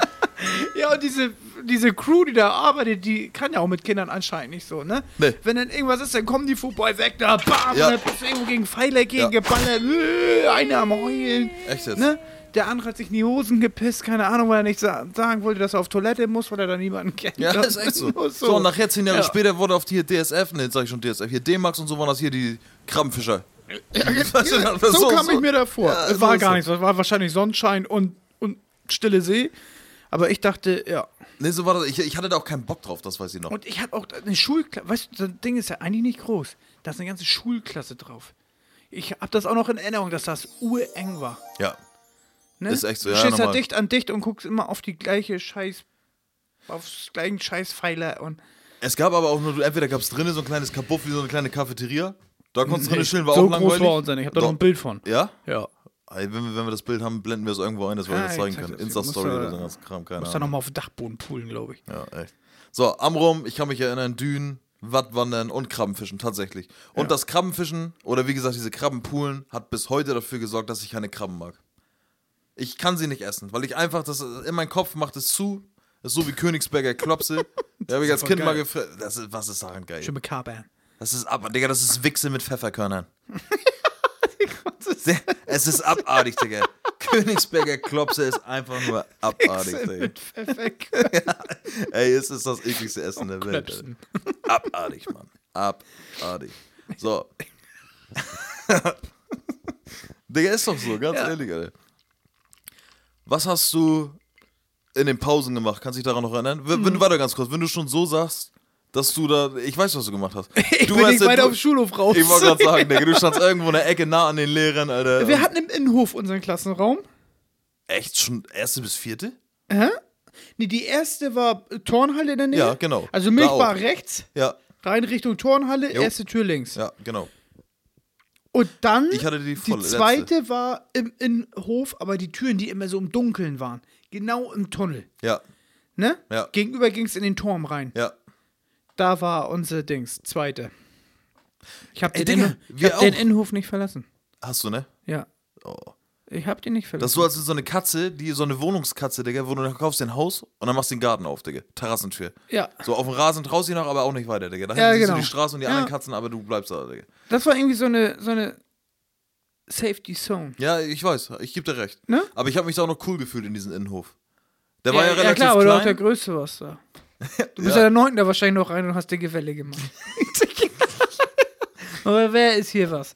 Ja, und diese, diese Crew, die da arbeitet, die kann ja auch mit Kindern anscheinend nicht so, ne?
Nee.
Wenn dann irgendwas ist, dann kommen die vorbei, weg da, bam,
Ja.
und dann bist du irgendwo gegen Pfeiler gegen
Ja.
geballert, äh, einer am Heulen.
Echt jetzt?
Ne? Der andere hat sich in die Hosen gepisst, keine Ahnung, weil er nicht sa sagen wollte, dass er auf Toilette muss, weil er da niemanden kennt.
Ja,
Das
ist echt so.
nur
So, und nachher, zehn Jahre
Ja.
später, wurde auf die DSF, ne, sag ich schon DSF, hier D-Max und so waren das hier die Krabbenfischer. Weißt du, das war
So, kam ich mir da vor.
Ja,
es
so
war
ist
gar
das.
nichts, es war wahrscheinlich Sonnenschein und, und stille See. Aber ich dachte, ja.
Nee, so war das. Ich, ich hatte da auch keinen Bock drauf, das weiß ich noch.
Und ich habe auch eine Schulklasse, weißt du, das Ding ist ja eigentlich nicht groß. Da ist eine ganze Schulklasse drauf. Ich habe das auch noch in Erinnerung, dass das ureng war.
ja.
Ne?
Ist echt so,
du
ja,
stehst da
normal.
dicht an dicht und guckst immer auf die gleiche Scheiß, aufs gleichen Scheißpfeiler und
Es gab aber auch nur, entweder gab es drinnen so ein kleines Kabuff wie so eine kleine Cafeteria. Da konntest du
Nee,
drinnen chillen, war
so
auch langweilig.
groß war unser nicht. Ich habe da noch ein Bild von.
Ja?
Ja.
Ey, wenn, wir, wenn wir das Bild haben, blenden wir es irgendwo ein, dass wir
Ah,
das zeigen
exakt,
können.
das-
Insta-Story
muss da-
oder so ein ganzen Kram, keine
Muss dann
Ahnung.
nochmal auf den Dachboden poolen, glaube ich.
Ja, echt. So, Amrum, ich kann mich erinnern, Dünen, Wattwandern und Krabbenfischen, tatsächlich. Und das Krabbenfischen, oder wie gesagt, diese Krabbenpoolen, hat bis heute dafür gesorgt, dass ich keine Krabben mag. Ich kann sie nicht essen, weil ich einfach, das in meinem Kopf macht es zu. Das ist so wie Königsberger Klopse. Da habe ich als
voll
Kind mal
geil.
gefressen. Das ist, was ist daran geil?
Schön mit Kabern.
Das ist ab, Digga, das ist Wichse mit Pfefferkörnern. Sehr- es ist abartig, Digga. Königsberger Klopse ist einfach nur abartig, Digga.
Perfekt.
Ey, es ist das ekligste Essen der Welt.
Klöpsen.
Alter. Abartig, Mann. Abartig. So. Digga, ist doch so, ganz
Ja.
ehrlich, Alter. Was hast du in den Pausen gemacht? Kannst du dich daran noch erinnern?
Hm.
Wenn, wenn, warte ganz kurz, wenn du schon so sagst, dass du da. Ich weiß, was du gemacht hast.
Ich
du
bin
hast
nicht
ja-
weiter
du-
auf den Schulhof raus.
Ich wollte gerade sagen, Digga, du standst irgendwo in der Ecke nah an den Lehrern, Alter.
Wir
Und-
hatten im Innenhof unseren Klassenraum.
Echt schon erste bis vierte?
Nee, die erste war äh, Turnhalle in der Nähe.
Ja, genau.
Also Milch
Da auch.
war rechts,
Ja,
rein Richtung Turnhalle,
Jo.
erste Tür links.
ja, genau.
Und dann
Ich hatte die voll-
zweite war im Innenhof, aber die Türen, die immer so im Dunkeln waren. Genau im Tunnel.
Ja,
Ne?
Ja.
Gegenüber ging es in den Turm rein.
ja.
Da war unser Dings, zweite. Ich habe
Ey,
den,
Digga,
Innen- ich
wir
hab den
auch.
Innenhof nicht verlassen.
Hast du, ne?
Ja.
Oh.
Ich hab die nicht
Das ist
verlassen.
so, als so eine Katze, die so eine Wohnungskatze, Digga, wo du dann kaufst dir ein Haus und dann machst du den Garten auf, Digga. Terrassentür.
ja,
So auf dem Rasen traust du dich noch, aber auch nicht weiter, Digga. Da
Ja,
siehst
genau.
du die Straße und die
Ja.
anderen Katzen, aber du bleibst da, Digga.
das war irgendwie so eine, so eine Safety Zone.
Ja, ich weiß, ich geb dir recht.
Ne?
Aber ich habe mich da auch noch cool gefühlt in diesem Innenhof. Der war ja relativ
klar, aber du auch der
klein.
Größte warst da. Du bist
Ja.
ja der Neunten da wahrscheinlich noch rein und hast dicke Welle gemacht. aber wer ist hier was?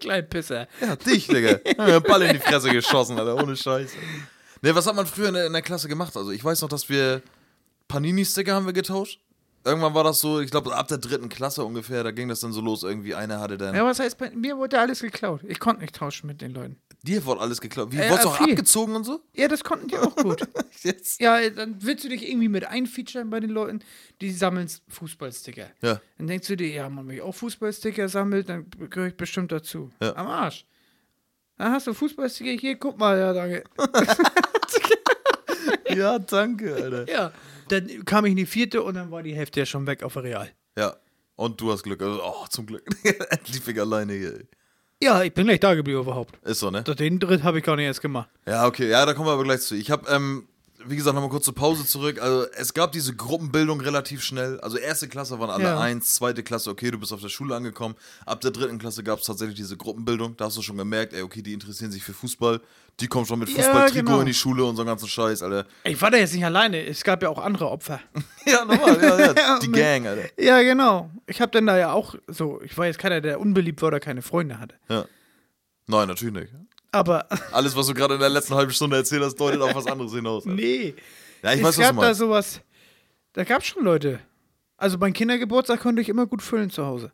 Klein Pisser.
Ja, dich, Digga. Hab mir einen Ball in die Fresse geschossen, Alter, ohne Scheiße. Ne, was hat man früher in der, in der Klasse gemacht? Also, ich weiß noch, dass wir Panini-Sticker haben wir getauscht. Irgendwann war das so, ich glaube, ab der dritten Klasse ungefähr, da ging das dann so los. Irgendwie einer hatte dann.
Ja, was heißt, bei mir wurde alles geklaut. Ich konnte nicht tauschen mit den Leuten.
Dir wurde alles geklaut. Wie,
Äh,
wurdest
äh,
du auch
viel.
abgezogen und so?
Ja, das konnten die auch gut.
Jetzt?
ja, dann willst du dich irgendwie mit einfeaturen bei den Leuten, die sammeln Fußballsticker.
Ja.
Dann denkst du dir, ja, man mich auch Fußballsticker sammelt, dann gehöre ich bestimmt dazu.
Ja.
Am Arsch. Dann hast du Fußballsticker hier, guck mal, ja, danke.
Ja, danke, Alter.
Ja. Dann kam ich in die vierte und dann war die Hälfte ja schon weg auf der Real.
Ja. Und du hast Glück. Also, oh, zum Glück. Endlich ich alleine hier. ey.
Ja, ich bin gleich da geblieben überhaupt. Also
Ist so, ne?
Den Dritt habe ich gar nicht erst gemacht.
Ja, okay, ja, da kommen wir aber gleich zu. Ich habe, ähm, wie gesagt, nochmal kurz zur Pause zurück. Also es gab diese Gruppenbildung relativ schnell. Also erste Klasse waren alle
Ja.
eins, zweite Klasse, okay, du bist auf der Schule angekommen. Ab der dritten Klasse gab es tatsächlich diese Gruppenbildung. Da hast du schon gemerkt, ey, okay, die interessieren sich für Fußball. Die kommen schon mit
Ja,
Fußballtrikot
genau.
in die Schule und so einen ganzen Scheiß, Alter.
Ich war da jetzt nicht alleine, es gab ja auch andere Opfer.
Ja, normal, ja, ja. Die
mit-
Gang, Alter.
ja, genau. Ich habe dann da ja auch so, ich war jetzt keiner, der unbeliebt war oder keine Freunde hatte.
Ja. Nein, natürlich nicht.
Aber
Alles, was du gerade in der letzten halben Stunde erzählt hast, deutet auf was anderes hinaus. Alter.
nee,
Ja, ich weiß,
es
was du
gab da
meinst.
sowas, da gab schon Leute. Also mein Kindergeburtstag konnte ich immer gut füllen zu Hause.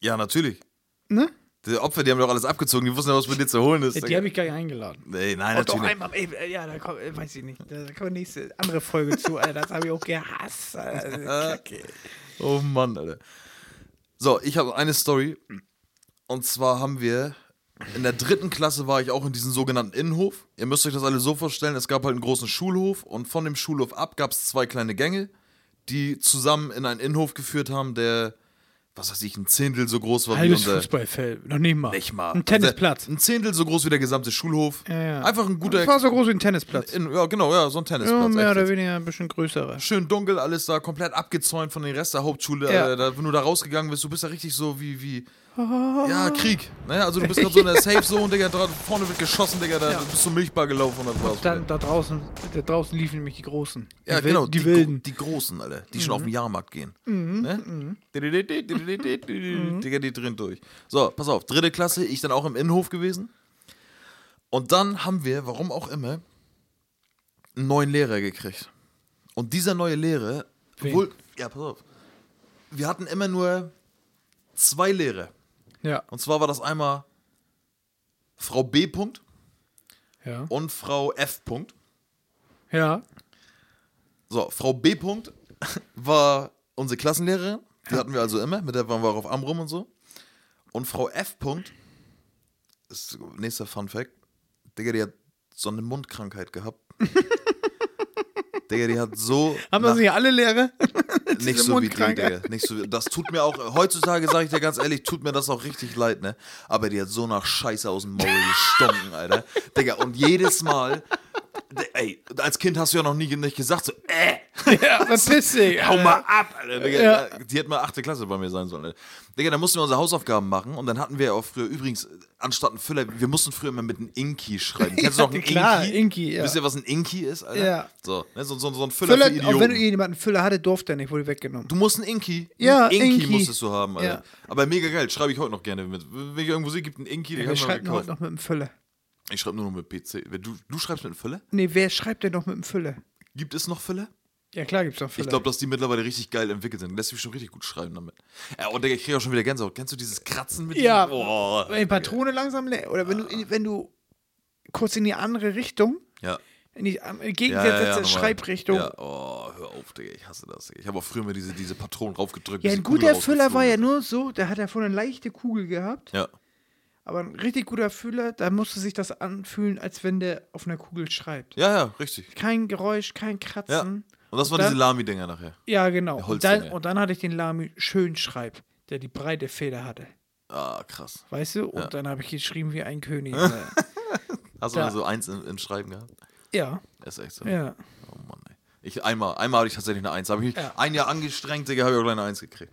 Ja, natürlich.
Ne?
Die Opfer, die haben doch alles abgezogen. Die wussten ja, was mit dir zu holen ist.
Die habe ich gar nicht eingeladen.
Nee, nein,
Und doch
natürlich. nicht.
einmal, ey, äh, ja, da kommt, äh, weiß ich nicht, da da kommt nächste andere Folge zu, Alter, das habe ich auch gehasst.
Äh,
Alter. Kacke.
Oh Mann, Alter. So, ich habe eine Story.
Hm.
Und zwar haben wir. In der dritten Klasse war ich auch in diesem sogenannten Innenhof. Ihr müsst euch das alle so vorstellen: Es gab halt einen großen Schulhof und von dem Schulhof ab gab es zwei kleine Gänge, die zusammen in einen Innenhof geführt haben, der, was weiß ich, ein Zehntel so groß war
Halbes
wie unser.
Fußballfeld, noch nicht mal.
Nicht mal. Also,
Ein Tennisplatz.
Ein Zehntel so groß wie der gesamte Schulhof.
Ja, ja.
Einfach ein guter.
Das war so groß wie ein Tennisplatz.
in, ja, genau, ja, so ein Tennisplatz.
ja, mehr
echt
oder
jetzt.
weniger ein bisschen größerer.
schön dunkel, alles da komplett abgezäunt von den Rest der Hauptschule.
Ja.
Alter, da, wenn du da rausgegangen bist, du bist ja richtig so wie, wie
Ah.
ja, Krieg. Ne? Also du bist gerade so in der Safe Zone, Digga, da vorne wird geschossen, Digga, da bist du Milchbar gelaufen und das war's.
Dann
Digga.
da draußen, da draußen liefen nämlich die Großen. Die
ja,
Wil-
genau,
Die,
Gro-
Wilden. Mhm.
Die Großen, alle, die schon auf den Jahrmarkt gehen. Ne? Digga, die drin durch. So, pass auf, dritte Klasse, ich dann auch im Innenhof gewesen. Und dann haben wir, warum auch immer, einen neuen Lehrer gekriegt. Und dieser neue Lehrer,
Wen?
wohl, ja, pass auf. Wir hatten immer nur zwei Lehrer.
ja,
Und zwar war das einmal Frau B. -Punkt
ja.
und Frau F. -Punkt.
Ja.
So, Frau B. -Punkt war unsere Klassenlehrerin. Die hatten wir also immer. Mit der waren wir auch auf Amrum und so. Und Frau F. -Punkt ist nächster Fun Fact. Digga, die hat so eine Mundkrankheit gehabt. Digga, die hat so.
Haben das nicht alle Lehrer?
nicht
diese
so wie die,
Mundkrankheit?
Digga. Nicht so, wie- das tut mir auch, heutzutage sage ich dir ganz ehrlich, tut mir das auch richtig leid, ne? Aber die hat so nach Scheiße aus dem Maul gestunken, Alter. Digga, und jedes Mal, d- ey, als Kind hast du ja noch nie nicht gesagt, so, äh,
ja, verpiss dich.
hau
Alter.
mal ab, Alter. Digga,
Ja.
Die hätte mal achte Klasse bei mir sein sollen, Alter. Digga, da mussten wir unsere Hausaufgaben machen und dann hatten wir ja auch früher, übrigens, äh, anstatt einen Füller, wir mussten früher immer mit einem Inki schreiben. Kennst du noch einen
klar,
Inki?
Inki, ja.
Wisst ihr, was ein Inki ist, Alter?
Ja.
So, ne? so, so, so ein Füller,
Füller,
für Idioten.
auch wenn du jemanden Füller hatte, durfte er nicht, wurde weggenommen.
Du musst einen Inki.
Ja,
einen Inki,
Inki.
musstest du haben, Alter.
Ja.
Aber mega geil, schreibe ich heute noch gerne mit. Wenn ich irgendwo sehe, gibt einen Inki, den kann
Wir
ich mir
schreiben heute
gekauft.
noch mit dem Füller.
Ich schreibe nur noch mit PC. Wenn Du, du schreibst mit einem Füller?
Nee, wer schreibt denn noch mit dem Füller?
Gibt es noch Füller?
Ja, klar gibt's noch Füller.
Ich glaube, dass die mittlerweile richtig geil entwickelt sind. Lässt sich schon richtig gut schreiben damit. Ja, und Digga, ich kriege auch schon wieder Gänsehaut. Kennst du dieses Kratzen mit
Ja.
diesem- Oh, Boah.
wenn die Patrone langsam leer, oder wenn du, in- wenn du kurz in die andere Richtung,
Ja.
in die am-
Ja,
Gegensätze
ja, ja,
der
nochmal.
Schreibrichtung.
Ja, oh, hör auf, Digga, ich hasse das. Digga. Ich habe auch früher mal diese, diese Patronen raufgedrückt.
Ja,
diese
ein
Kugel
guter Füller war ja
rausgezogen.
nur so, der hat ja vorne eine leichte Kugel gehabt,
Ja,
aber ein richtig guter Füller, da musste sich das anfühlen, als wenn der auf einer Kugel schreibt.
ja, ja, richtig.
Kein Geräusch, kein
Ja.
Kratzen.
Und das waren
Hm. dann-
diese Lami-Dinger nachher.
Ja, genau. Und
Holzdinger.
dann, und dann hatte ich den Lamy Schönschreib, der die breite Feder hatte.
Ah, krass.
weißt du? Und dann habe ich geschrieben wie ein König.
Hast du
Da-
da so eins in- ins Schreiben gehabt?
ja,
Das ist echt so.
ja.
Oh Mann, ey. Ich, einmal, einmal hatte ich tatsächlich eine Eins. Habe ich mich
Ja.
ein Jahr angestrengt, Digga, habe ich auch gleich eine Eins gekriegt.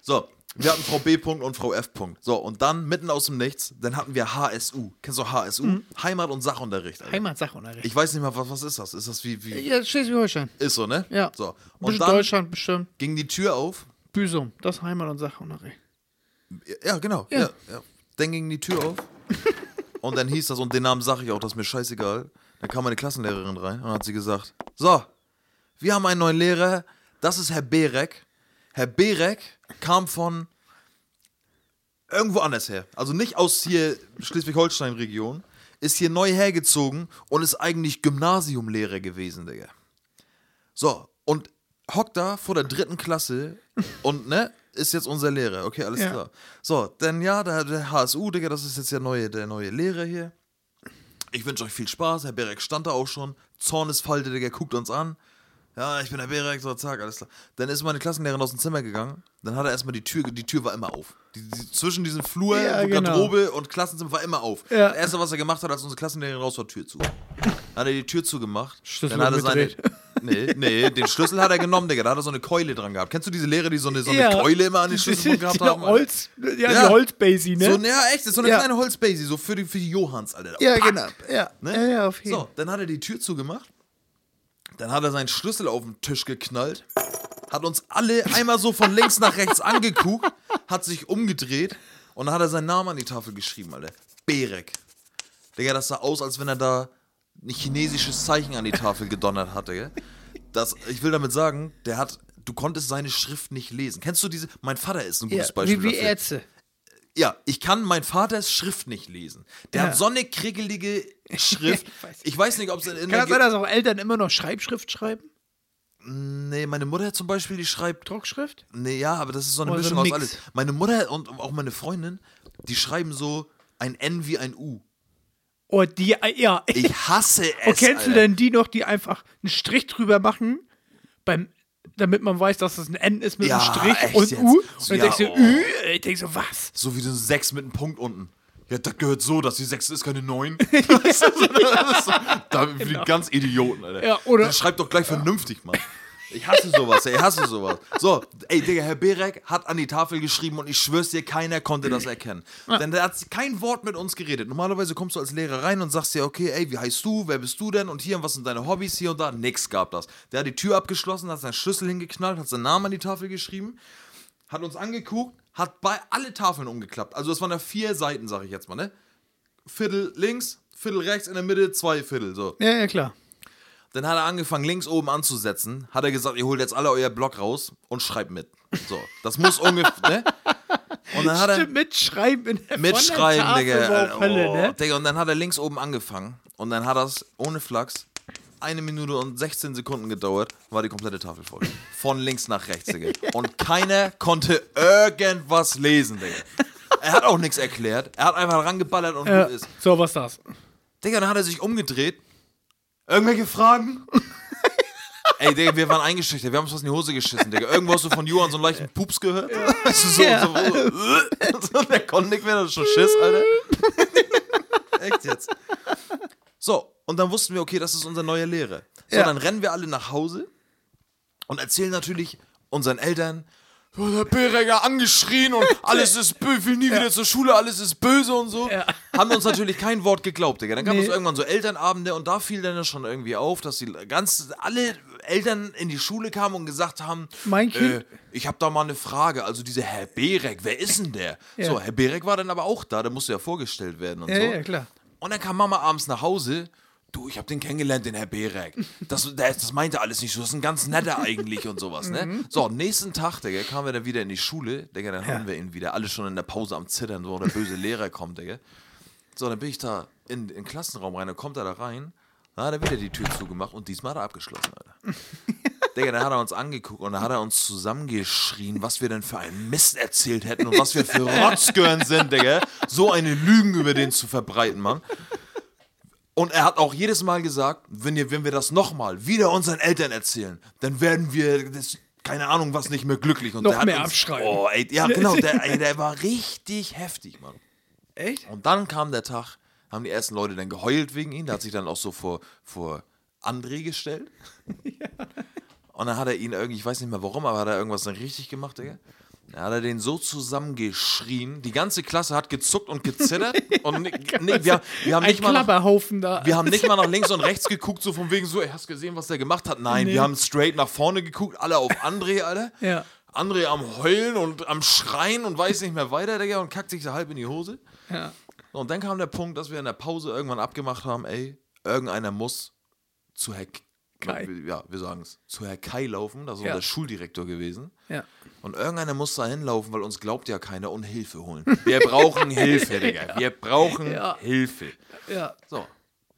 So, wir hatten Frau B. Punkt und Frau F. Punkt. So, und dann mitten aus dem Nichts, dann hatten wir HSU. Kennst du HSU?
Mhm.
Heimat- und Sachunterricht. Alter.
Heimatsachunterricht.
Ich weiß nicht mal, was, was ist das? Ist das wie, wie.
ja, Schleswig-Holstein.
Ist so, ne?
Ja.
So. Und
Bestimmt
dann
Deutschland, bestimmt.
ging die Tür auf.
Büsum, das ist Heimat und Sachunterricht.
Ja, genau. Ja.
Ja.
Ja, Dann ging die Tür auf. und dann hieß das, und den Namen sage ich auch, das ist mir scheißegal. Dann kam meine Klassenlehrerin rein und hat sie gesagt: So, wir haben einen neuen Lehrer, das ist Herr Berek. Herr Berek kam von irgendwo anders her. Also nicht aus hier Schleswig-Holstein-Region, ist hier neu hergezogen und ist eigentlich Gymnasiumlehrer gewesen, Digga. So, und hockt da vor der dritten Klasse und, ne, ist jetzt unser Lehrer. Okay, alles
Ja.
klar. So, dann ja, der, der HSU, Digga, das ist jetzt der neue, der neue Lehrer hier. Ich wünsche euch viel Spaß. Herr Berek stand da auch schon. Zornesfalte, Digga, guckt uns an. Ja, ich bin Herr Berek, so, zack, alles klar. Dann ist meine Klassenlehrerin aus dem Zimmer gegangen. Dann hat er erstmal die Tür, die Tür war immer auf. Die, die, zwischen diesem Flur,
Ja,
wo
genau.
Garderobe und Klassenzimmer war immer auf.
Ja.
Das Erste, was er gemacht hat, als unsere Klassenlehrerin raus war, Tür zu. Dann hat er die Tür zugemacht.
Schlüssel
dann hat er seine,
umgedreht.
nee, nee, den Schlüssel hat er genommen, Digga. Da hat er so eine Keule dran gehabt. Kennst du diese Lehrer, die so eine, so eine Keule immer an den Schlüssel gehabt
Die
haben? Alter?
Holz, ja,
Ja.
die Holzbasie, ne?
So, ja, echt, das ist so eine
Ja.
kleine Holzbasie, so für die, für die Johanns, Alter.
ja,
Pack.
genau. Ja,
Ne?
ja, ja, auf jeden Fall.
So, dann hat er die Tür zugemacht. Dann hat er seinen Schlüssel auf den Tisch geknallt. Hat uns alle einmal so von links nach rechts angeguckt. Hat sich umgedreht. Und dann hat er seinen Namen an die Tafel geschrieben, Alter. Berek. Digga, das sah aus, als wenn er da ein chinesisches Zeichen an die Tafel gedonnert hatte. Gell? Das, ich will damit sagen, der hat. Du konntest seine Schrift nicht lesen. Kennst du diese? Mein Vater ist ein gutes
Ja,
Beispiel.
wie, wie
dafür.
Ärzte.
Ja, ich kann mein Vaters Schrift nicht lesen. Der
Ja.
hat so eine krickelige Schrift.
Ich weiß.
ich weiß nicht, ob es in
Kann
der
das sein, dass auch Eltern immer noch Schreibschrift schreiben?
Nee, meine Mutter zum Beispiel, die schreibt.
Druckschrift?
Nee, ja, aber das ist so eine
Oder Oh, so
Mischung
ein
aus
Mix.
alles. Meine Mutter und auch meine Freundin, die schreiben so ein N wie ein U.
Oh, die, ja.
Ich hasse
Oh,
es.
kennst du
Alter.
denn die noch, die einfach einen Strich drüber machen, beim, damit man weiß, dass das ein N ist mit
Ja,
einem Strich
echt
und
jetzt?
U? Und dann
Ja,
denkst du,
oh.
Ü? Ich denk so, was?
So wie so ein 6 mit einem Punkt unten. Ja, das gehört so, dass die 6 ist keine ne, 9. da wie ganz Idioten, Alter.
Genau. Ja, oder-
Dann schreib doch gleich vernünftig, Mann. Ich hasse sowas, ey, ich hasse sowas. So, ey, Digga, Herr Berek hat an die Tafel geschrieben und ich schwör's dir, keiner konnte das erkennen. Denn der hat kein Wort mit uns geredet. Normalerweise kommst du als Lehrer rein und sagst dir, okay, ey, wie heißt du, wer bist du denn und hier, und was sind deine Hobbys hier und da? Nix gab das. Der hat die Tür abgeschlossen, hat seinen Schlüssel hingeknallt, hat seinen Namen an die Tafel geschrieben hat uns angeguckt, hat bei alle Tafeln umgeklappt. Also das waren da vier Seiten, sag ich jetzt mal, ne? Viertel links, Viertel rechts, in der Mitte zwei Viertel, so.
Ja, ja, klar.
Dann hat er angefangen, links oben anzusetzen, hat er gesagt, ihr holt jetzt alle euer Block raus und schreibt mit. So, das muss ungefähr, ne? Und dann hat er,
Stimmt, mitschreiben in der
mitschreiben,
von der Tafel war
Digga.
auch Hölle,
oh,
ne?
Digga. Und dann hat er links oben angefangen und dann hat das ohne Flachs eine Minute und 16 Sekunden gedauert, war die komplette Tafel voll. Von links nach rechts, Digga. Und keiner konnte irgendwas lesen, Digga. Er hat auch nichts erklärt. Er hat einfach rangeballert und
Ja,
gut ist.
Äh, so, was das?
Digga, dann hat er sich umgedreht. Irgendwelche Fragen? Ey, Digga, wir waren eingeschüchtert. Wir haben uns fast in die Hose geschissen, Digga. Irgendwo hast du von Johann so einen leichten Pups gehört. Weißt du, so,
Ja.
so, so, so, der konnte nicht mehr, das ist schon Schiss, Alter. Echt jetzt. So, und dann wussten wir, okay, das ist unser neuer Lehrer. So,
Ja.
dann rennen wir alle nach Hause und erzählen natürlich unseren Eltern, "Oh, der Berger angeschrien und alles ist böse, will nie wieder zur Schule, alles ist böse und so.
Ja.
Haben uns natürlich kein Wort geglaubt, Digga. Dann gab es
Nee.
irgendwann so Elternabende und da fiel dann schon irgendwie auf, dass die ganz alle Eltern in die Schule kamen und gesagt haben,
Mein
Äh,
Kind-
ich habe da mal eine Frage. Also dieser Herr Berek, wer ist denn der?
Ja.
So, Herr Berek war dann aber auch da, der musste ja vorgestellt werden und
Ja,
so.
ja, klar.
Und dann kam Mama abends nach Hause. Du, ich habe den kennengelernt, den Herr Berek. Das, der, das meinte alles nicht so. Das ist ein ganz netter eigentlich und sowas,
Mhm.
ne? So, am nächsten Tag, Digga, kamen wir dann wieder in die Schule. Digga, dann haben wir ihn wieder. Alle schon in der Pause am Zittern, so, der böse Lehrer kommt, Digga. So, dann bin ich da in, in den Klassenraum rein und kommt er da rein. Dann hat er wieder die Tür zugemacht und diesmal hat er abgeschlossen, Alter. Digga, dann hat er uns angeguckt und dann hat er uns zusammengeschrien, was wir denn für einen Mist erzählt hätten und was wir für Rotzgören sind, Digga. So eine Lügen über den zu verbreiten, Mann. Und er hat auch jedes Mal gesagt, wenn, ihr, wenn wir das nochmal wieder unseren Eltern erzählen, dann werden wir das keine Ahnung was nicht mehr glücklich. Und
Noch
der hat
mehr
uns,
abschreiben.
Oh, ey, ja, genau, der, ey, der war richtig heftig, Mann.
Echt?
Und dann kam der Tag, haben die ersten Leute dann geheult wegen ihm. Der hat sich dann auch so vor, vor André gestellt. Und dann hat er ihn irgendwie, ich weiß nicht mehr warum, aber hat er irgendwas dann richtig gemacht, Digga. Dann hat er den so zusammengeschrien. Die ganze Klasse hat gezuckt und gezittert. und ni- nee, wir, wir, haben
Ein
nicht mal nach,
Klapperhaufen da.
wir haben nicht mal nach links und rechts geguckt, so von wegen so, ey, hast gesehen, was der gemacht hat? Nein, wir haben straight nach vorne geguckt, alle auf André, Alter.
Ja.
André am Heulen und am Schreien und weiß nicht mehr weiter, Digga, und kackt sich da halb in die Hose.
ja.
So, Und dann kam der Punkt, dass wir in der Pause irgendwann abgemacht haben, ey, irgendeiner muss zu Herr K-
Kai.
Ja, wir sagen es. Zu Herr Kai laufen, das ist
Ja.
unser Schuldirektor gewesen.
ja.
Und irgendeiner muss da hinlaufen, weil uns glaubt ja keiner und Hilfe holen. Wir brauchen Hilfe, Digga. Wir brauchen
Ja.
Hilfe.
Ja.
So,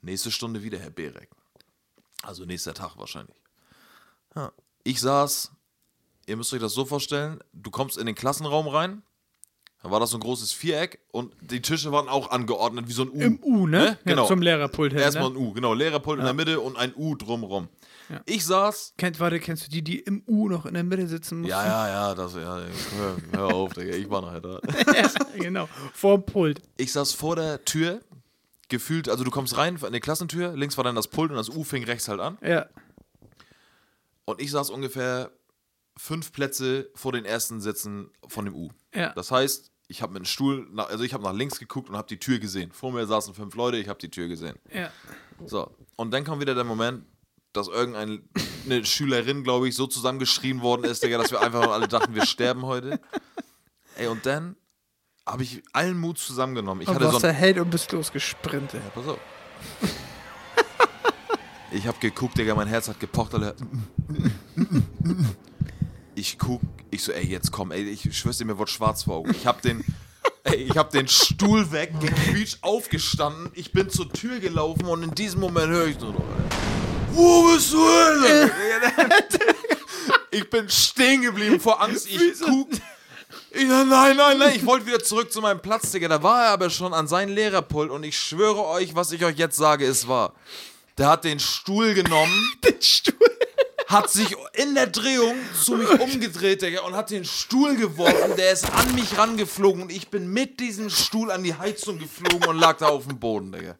nächste Stunde wieder, Herr Berek. Also nächster Tag wahrscheinlich. Ja. Ich saß, ihr müsst euch das so vorstellen, du kommst in den Klassenraum rein, da war das so ein großes Viereck und die Tische waren auch angeordnet wie so ein U.
Im U, ne? Ja,
Hm. Genau.
zum Lehrerpult hin.
Erstmal ein
Ne?
U, genau, Lehrerpult in der Mitte und ein U drumrum. Ich saß
Kennt, warte, kennst du die, die im U noch in der Mitte sitzen mussten?
ja, ja, ja, das, ja, hör, hör auf, Digga, ich war nachher da.
genau. Vorm Pult.
Ich saß vor der Tür, gefühlt, also du kommst rein in die Klassentür, links war dann das Pult und das U fing rechts halt an.
Ja.
Und ich saß ungefähr fünf Plätze vor den ersten Sitzen von dem U.
Ja.
Das heißt, ich habe mit dem Stuhl, nach, also ich habe nach links geguckt und habe die Tür gesehen. Vor mir saßen fünf Leute, ich habe die Tür gesehen.
Ja.
So, und dann kam wieder der Moment, dass irgendeine Schülerin, glaube ich, so zusammengeschrien worden ist, Digga, dass wir einfach alle dachten, wir sterben heute. Ey, und dann habe ich allen Mut zusammengenommen. Ich
Und
hatte so
warst der
ein,
Held und bist losgesprintet.
Ja, pass auf. Ich habe geguckt, Digga, mein Herz hat gepocht, alle. Ich guck, ich so, ey, jetzt komm, ey, ich schwör's dir, mir wird schwarz vor Augen. Ich hab den, ey, ich hab den Stuhl weg, gequietscht, aufgestanden, ich bin zur Tür gelaufen und in diesem Moment höre ich nur noch, wo bist du hin? Ich bin stehen geblieben vor Angst, ich guck. Ich, nein, nein, nein, ich wollte wieder zurück zu meinem Platz, Digga. Da war er aber schon an seinem Lehrerpult und ich schwöre euch, was ich euch jetzt sage, es war. Der hat den Stuhl genommen
Den Stuhl.
hat sich in der Drehung zu mich umgedreht, Digga, und hat den Stuhl geworfen. Der ist an mich rangeflogen und ich bin mit diesem Stuhl an die Heizung geflogen und lag da auf dem Boden, Digga.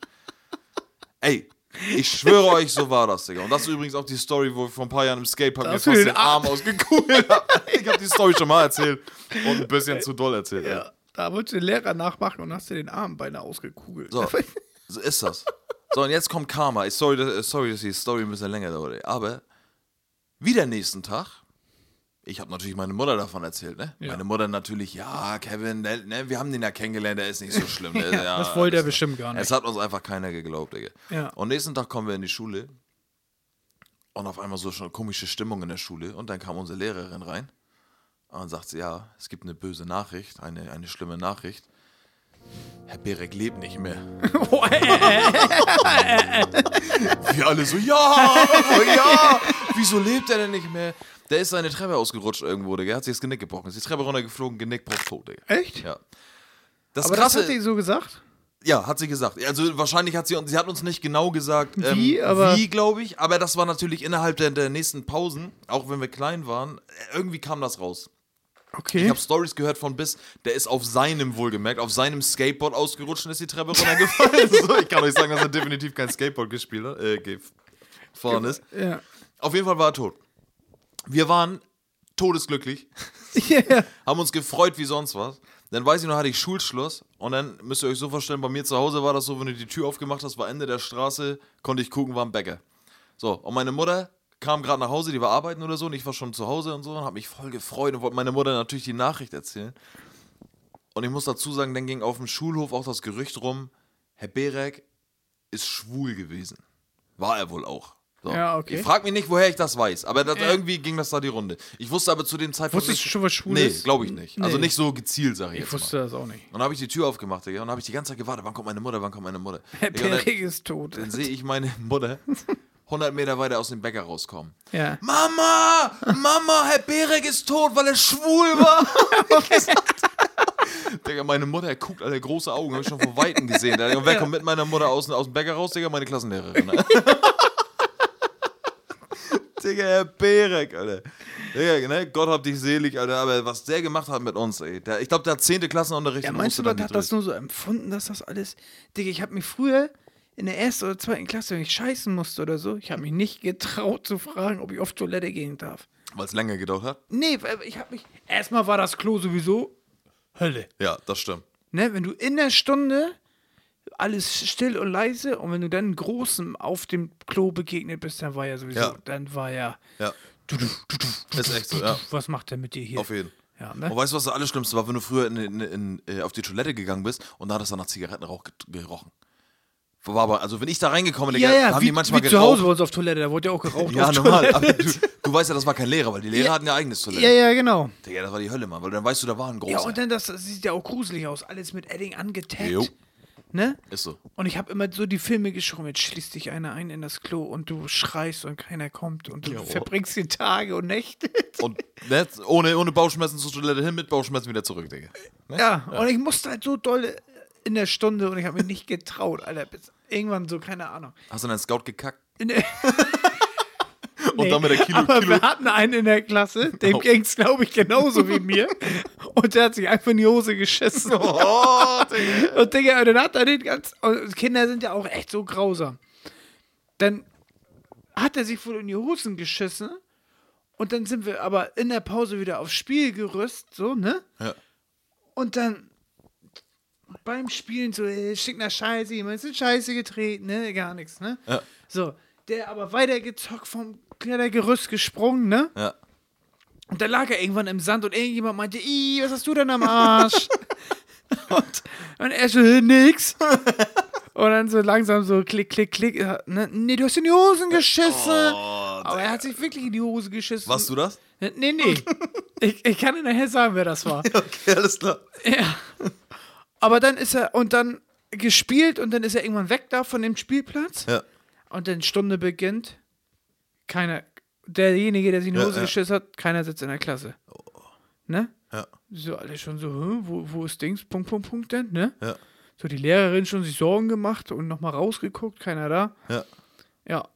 Ey, ich schwöre euch, so war das, Digga. Und das ist übrigens auch die Story, wo ich vor ein paar Jahren im Skatepark mir
Dass
fast
du
den
den
Arm ausgekugelt hab. Ich hab die Story schon mal erzählt und ein bisschen zu doll erzählt. ey.
Ja. Da wolltest du den Lehrer nachmachen und hast dir den Arm beinahe ausgekugelt.
So, so ist das. So, und jetzt kommt Karma. Ich sorry, dass- sorry, dass die Story ein bisschen länger dauert. ey. Aber wieder nächsten Tag. Ich habe natürlich meine Mutter davon erzählt, ne?
Ja.
Meine Mutter natürlich, ja, Kevin, der, ne, wir haben den ja kennengelernt, der ist nicht so schlimm. Der, ja,
das wollte er
alles-
bestimmt gar nicht.
Es hat uns einfach keiner geglaubt, Digga.
Ja.
Und nächsten Tag kommen wir in die Schule und auf einmal so schon komische Stimmung in der Schule. Und dann kam unsere Lehrerin rein und sagt sie, ja, es gibt eine böse Nachricht, eine, eine schlimme Nachricht. Herr Berek lebt nicht mehr.
Oh, ey, ey, ey.
Wir alle so, ja, oh ja. Wieso lebt er denn nicht mehr? Der ist seine Treppe ausgerutscht irgendwo, Digga. Hat sich das Genick gebrochen. Ist die Treppe runtergeflogen, Genick braucht tot, Digga.
Echt?
Ja. Das
Aber
Krasse,
das hat sie so gesagt?
ja, hat sie gesagt. Also wahrscheinlich hat sie, sie hat uns nicht genau gesagt, ähm,
Wie, aber-
wie glaube ich. Aber das war natürlich innerhalb der, der nächsten Pausen, auch wenn wir klein waren, irgendwie kam das raus.
Okay.
Ich habe Stories gehört von Biss, der ist auf seinem, wohlgemerkt, auf seinem Skateboard ausgerutscht und ist die Treppe runtergefallen. so, ich kann euch sagen, dass er definitiv kein Skateboard gespielt hat, äh,
Genau.
gefahren ist.
ja.
Auf jeden Fall war er tot. Wir waren todesglücklich,
ja.
haben uns gefreut wie sonst was. Dann weiß ich noch, hatte ich Schulschluss und dann müsst ihr euch so vorstellen, bei mir zu Hause war das so, wenn du die Tür aufgemacht hast, war Ende der Straße, konnte ich gucken, war ein Bäcker. So, und meine Mutter kam gerade nach Hause, die war arbeiten oder so und ich war schon zu Hause und so und habe mich voll gefreut und wollte meiner Mutter natürlich die Nachricht erzählen. Und ich muss dazu sagen, dann ging auf dem Schulhof auch das Gerücht rum, Herr Berek ist schwul gewesen. War er wohl auch. So.
Ja, okay.
Ich frag mich nicht, woher ich das weiß, aber das,
Äh.
irgendwie ging das da die Runde. Ich wusste aber zu dem Zeitpunkt.
Wusstest du
nicht-
schon was Schwules?
Nee, glaube ich nicht. Also
Nee.
nicht so gezielt, sage ich,
Ich
jetzt. Mal.
wusste das auch nicht.
Und dann habe ich die Tür aufgemacht, Digga, und habe ich die ganze Zeit gewartet, wann kommt meine Mutter, wann kommt meine Mutter.
Herr
Digga, und dann-
Perik ist tot.
dann sehe ich meine Mutter 100 Meter weiter aus dem Bäcker rauskommen.
Ja.
Mama! Mama, Herr Berek ist tot, weil er schwul war. Digga, meine Mutter guckt alle große Augen, habe ich schon vor Weitem gesehen. Digga, Und wer kommt mit meiner Mutter aus, aus dem Bäcker raus, Digga? Meine Klassenlehrerin. Digga, Digga, Herr Berek, Alter. Digga, ne? Gott hab dich selig, Alter. Aber was der gemacht hat mit uns, ey. Der, ich glaube, der hat 10. Klassenunterricht.
Ja,
und
meinst
musste
du, man
dann
hat
nicht
das nur so empfunden, dass das alles. Digga, ich habe mich früher in der ersten oder zweiten Klasse, wenn ich scheißen musste oder so, ich habe mich nicht getraut zu fragen, ob ich auf Toilette gehen darf.
durch. Weil es länger gedauert hat?
Nee, weil ich habe mich. Erstmal war das Klo sowieso Hölle.
Ja, das stimmt.
Ne, wenn du in der Stunde alles still und leise und wenn du dann Großen auf dem Klo begegnet bist, dann war ja sowieso,
Ja.
dann war ja.
Ja,
Du, du, du, du, du,
Ist echt so,
du,
ja.
du, Was macht der mit dir hier?
auf jeden Fall.
Ja, ne?
Und weißt du, was das Allerschlimmste war, wenn du früher in, in, in, äh, auf die Toilette gegangen bist und da hat es dann nach Zigarettenrauch get- gerochen? War aber, also wenn ich da reingekommen bin,
ja,
Digga,
ja,
haben
wie,
die manchmal
wie zu
geraucht.
Hause bei uns auf Toilette, da wurde ja auch geraucht.
ja,
auf
normal.
Toilette.
Aber du, du weißt ja, das war kein Lehrer, weil die Lehrer hatten ja eigenes Toilette.
Ja, ja, genau.
Digga, das war die Hölle, Mann, weil dann weißt du, da war ein großer.
Ja, und dann, das, das sieht ja auch gruselig aus. Alles mit Edding angetaggt.
Jo.
Ne?
Ist so.
Und ich habe immer so die Filme geschoben. Jetzt schließt dich einer ein in das Klo und du schreist und keiner kommt und du
Jo.
verbringst die Tage und Nächte.
Und ne, ohne, ohne Bauchschmerzen zur Toilette hin, mit Bauchschmerzen wieder zurück, Digga. Ne?
Ja, und ich musste halt so doll in der Stunde und ich habe mich nicht getraut, Alter. Bis irgendwann so, keine Ahnung.
Hast du dann einen Scout gekackt?
In,
Und dann mit der Kilo,
aber
Kilo Oh.
wir hatten einen in der Klasse, dem ging's glaube ich, genauso wie mir. Und der hat sich einfach in die Hose geschissen.
Oh, Digga.
Und Digga, und dann hat er den ganz. Und Kinder sind ja auch echt so grausam. Dann hat er sich wohl in die Hosen geschissen. Und dann sind wir aber in der Pause wieder aufs Spielgerüst, so, ne?
Ja.
Und dann beim Spielen so, äh, schick nach Scheiße, jemand ist in Scheiße getreten, ne? Gar nichts, ne?
Ja.
So, der aber weitergezockt vom Klettergerüst gesprungen, ne?
Ja.
Und da lag er irgendwann im Sand und irgendjemand meinte, Ih, was hast du denn am Arsch? und, und er so, "Äh, nix. und dann so langsam so klick, klick, klick. äh, Ne? Nee, du hast in die Hosen geschissen.
Oh,
Aber er hat sich wirklich in die Hose geschissen.
Warst du das?
Äh, Nee, nee. ich, ich kann dir nachher sagen, wer das war.
Okay, alles klar.
ja. Aber dann ist er, und dann gespielt und dann ist er irgendwann weg da von dem Spielplatz.
Ja.
Und dann Stunde beginnt. Keiner, derjenige, der sich in die
Ja,
Hose
ja.
geschissen hat, keiner sitzt in der Klasse. Ne?
Ja.
So alle schon so, "Hä, wo, wo ist Dings? Punkt, Punkt, Punkt denn, ne?
Ja.
So die Lehrerin schon sich Sorgen gemacht und nochmal rausgeguckt, keiner da.
Ja.
Ja.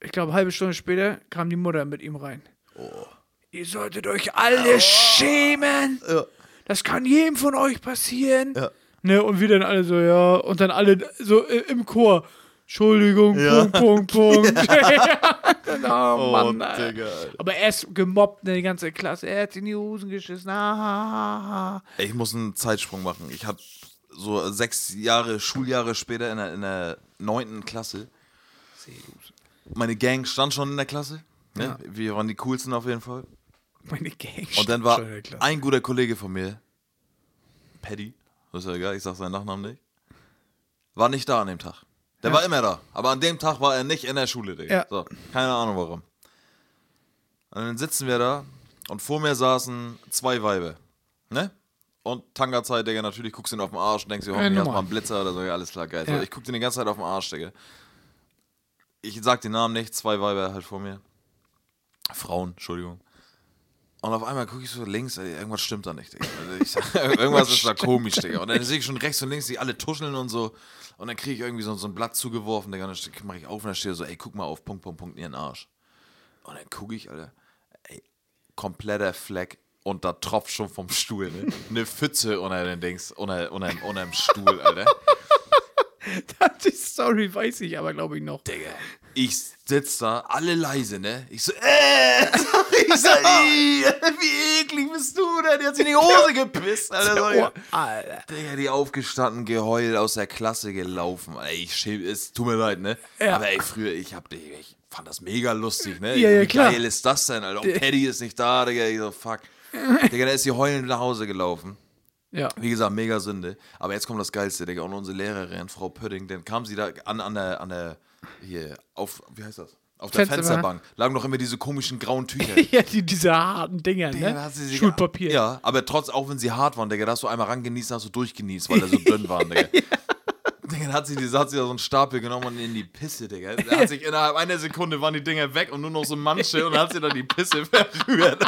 Ich glaube, halbe Stunde später kam die Mutter mit ihm rein.
Oh.
Ihr solltet euch alle schämen.
Ja.
Das kann jedem von euch passieren.
Ja.
Ne, und wir dann alle so, ja, und dann alle so i- im Chor. Entschuldigung, Punkt, Punkt, Punkt. Ja. oh, Mann, Alter.
Alter.
Aber er ist gemobbt, ne, die ganze Klasse. Er hat sich in die Hosen geschissen. Ah, ah, ah, ah.
Ey, ich muss einen Zeitsprung machen. Ich habe so sechs Jahre, Schuljahre später in der, in der neunten Klasse. Meine Gang stand schon in der Klasse. Ne? Wir waren die coolsten auf jeden Fall.
Meine Gang.
Und dann war
schon in der Klasse.
ein guter Kollege von mir, Paddy, das ist ja egal, ich sag seinen Nachnamen nicht, war nicht da an dem Tag. Der war immer da, aber an dem Tag war er nicht in der Schule, Digga.
Ja.
So, keine Ahnung warum. Und dann sitzen wir da und vor mir saßen zwei Weibe, ne? Und Tanga-Zeit, Digga, natürlich guckst du ihn auf den Arsch und denkst dir, hoffentlich hast du
normal.
mal einen Blitzer oder so, ja, alles klar, geil. So,
Ja.
ich guck den die ganze Zeit auf den Arsch, Digga. Ich sag den Namen nicht, zwei Weiber halt vor mir. Frauen, Entschuldigung. Und auf einmal gucke ich so links, ey, irgendwas stimmt da nicht, Digga. Also ich sag, irgendwas ist da komisch, Digga. Und dann sehe ich schon rechts und links, die alle tuscheln und so. Und dann kriege ich irgendwie so, so ein Blatt zugeworfen, Digga. Und dann mache ich auf und da steht so, ey, guck mal auf, Punkt, Punkt, Punkt, in ihren Arsch. Und dann gucke ich, Alter, ey, kompletter Fleck. Und da tropft schon vom Stuhl, ne? Eine Pfütze unter den Dings, unter, unter, unter dem Stuhl, Alter.
die Story weiß ich aber, glaube ich, noch.
Digga. Ich sitz da, alle leise, ne? Ich so, äh! Ich so, ey, wie eklig bist du denn? Die hat sich in die Hose gepisst, Alter. So, Oh, ja.
Oh, Alter.
Digga, die aufgestanden, geheult, aus der Klasse gelaufen. Ey, ich schäme, es tut mir leid, ne?
Ja.
Aber ey, früher, ich hab, Digga, ich fand das mega lustig, ne?
Ja, ja,
Wie
klar.
geil ist das denn, Alter? Und Paddy ist nicht da, Digga, ich so, fuck. Digga, da ist sie heulend nach Hause gelaufen.
Ja.
Wie gesagt, mega Sünde. Aber jetzt kommt das Geilste, Digga. Und unsere Lehrerin, Frau Pötting, dann kam sie da an, an der, an der, hier, auf, wie heißt das? Auf der
Fensterbank.
Fensterbank. Lagen noch immer diese komischen grauen Tücher.
Ja, die, diese harten Dinger,
Ja,
ne?
da hat sie sich-
Schulpapier.
Ja, aber trotz, auch wenn sie hart waren, Digga, da hast du einmal rangenießt, da hast du durchgenießt, weil da so dünn waren, Digga. Digga, dann hat sie, die- hat sie da so einen Stapel genommen und in die Pisse, Digga. Da hat sich innerhalb einer Sekunde waren die Dinger weg und nur noch so Manche und dann hat sie da die Pisse verrührt.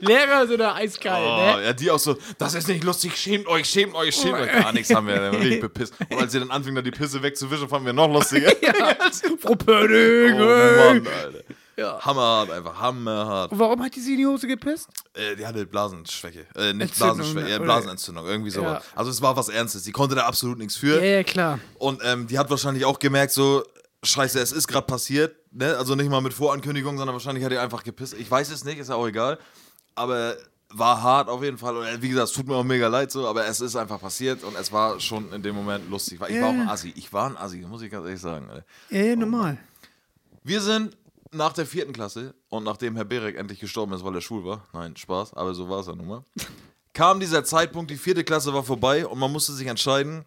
Lehrer sind da eiskalt,
Oh,
ne?
ja, die auch so, das ist nicht lustig, schämt euch, schämt euch, schämt euch. Gar nichts haben wir, dann richtig bepisst. Und als sie dann anfingen, da die Pisse wegzuwischen, fanden wir noch lustiger.
Ja. Frau Pöning,
Oh Mann, Alter.
Ja.
Hammerhart, einfach hammerhart.
Und warum hat die sie in die Hose gepisst?
Äh, die hatte Blasenschwäche. Äh, nicht
Entzündung,
Blasenschwäche,
ne?
ja,
Oder-
Blasenentzündung, irgendwie sowas. Also es war was Ernstes. Sie konnte da absolut nichts für.
Ja, ja, klar.
Und ähm, die hat wahrscheinlich auch gemerkt, so, scheiße, es ist gerade passiert. Ne? Also nicht mal mit Vorankündigung, sondern wahrscheinlich hat die einfach gepisst. Ich weiß es nicht, ist ja auch egal. Aber war hart auf jeden Fall. Und äh, wie gesagt, es tut mir auch mega leid so, aber es ist einfach passiert und es war schon in dem Moment lustig. Ich war auch ein Assi. Ich war ein Assi, muss ich ganz ehrlich sagen. Alter.
Ja, ja, normal.
Wir sind nach der vierten Klasse und nachdem Herr Berek endlich gestorben ist, weil er schwul war, nein, Spaß, aber so war es ja nun mal, kam dieser Zeitpunkt, die vierte Klasse war vorbei und man musste sich entscheiden,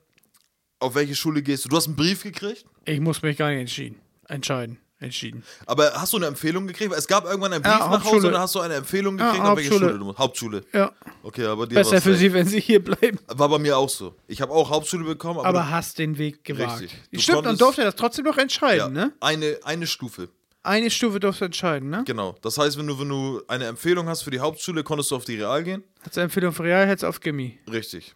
auf welche Schule gehst du. Du hast einen Brief gekriegt,
Ich muss mich gar nicht entschieden. entscheiden. Entschieden.
aber hast du eine Empfehlung gekriegt? Es gab irgendwann einen Brief
Ja,
nach Hause
Hauptschule.
und da hast du eine Empfehlung
Ja,
gekriegt, auf welche
Hauptschule.
Schule du musst. Hauptschule.
Ja.
Okay, aber dir
Besser
war's
für
safe.
sie, wenn sie hier bleiben.
War bei mir auch so. Ich habe auch Hauptschule bekommen, aber,
Aber hast den Weg gewagt.
Richtig. Du
Stimmt,
konntest-
und durfte das trotzdem noch entscheiden,
ja,
ne?
eine, eine Stufe.
Eine Stufe durfte entscheiden, ne?
Genau. Das heißt, wenn du, wenn du eine Empfehlung hast für die Hauptschule, konntest du auf die Real gehen.
Hat's Empfehlung für Real, hätt's auf Gimmi.
Richtig.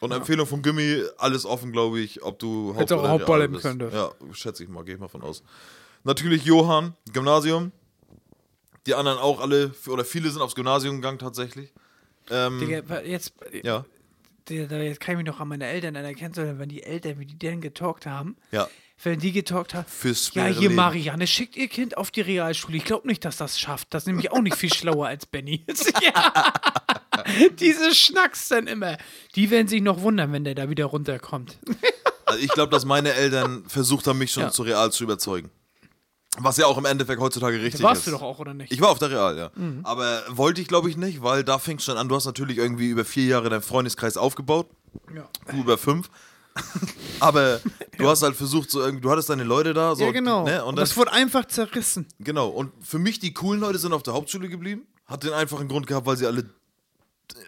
Und Empfehlung vom Gimmi, alles offen, glaube ich, ob du
Hätte auch
oder
Hauptball
Real
eben
bist.
können
Ja, schätze ich mal, gehe ich mal von aus. Natürlich Johann, Gymnasium. Die anderen auch alle, oder viele sind aufs Gymnasium gegangen tatsächlich. Ähm,
Digga, wa- jetzt,
ja,
Digga, da- jetzt kann ich mich noch an meine Eltern anerkennen, sondern wenn die Eltern, wie die denn getalkt haben,
ja.
wenn die getalkt haben,
Fürs
ja,
spätere
hier
Leben.
Marianne schickt ihr Kind auf die Realschule. Ich glaube nicht, dass das schafft. Das ist nämlich auch nicht viel schlauer als Benny. ja. Diese Schnacks dann immer. Die werden sich noch wundern, wenn der da wieder runterkommt.
Also ich glaube, dass meine Eltern versucht haben, mich schon
Ja.
zu Real zu überzeugen. Was ja auch im Endeffekt heutzutage richtig
Da warst
ist.
du doch auch, oder nicht? Mhm.
Ich war auf der Real, ja. Aber wollte ich, glaube ich, nicht, weil da fängt schon an, du hast natürlich irgendwie über vier Jahre deinen Freundeskreis aufgebaut.
ja.
du über fünf. Aber du hast halt versucht, so irgendwie, du hattest deine Leute da. So,
ja, genau.
Ne?
und
Und
das
dann,
wurde einfach zerrissen.
genau. Und für mich, die coolen Leute sind auf der Hauptschule geblieben. Hat den einfachen Grund gehabt, weil sie alle,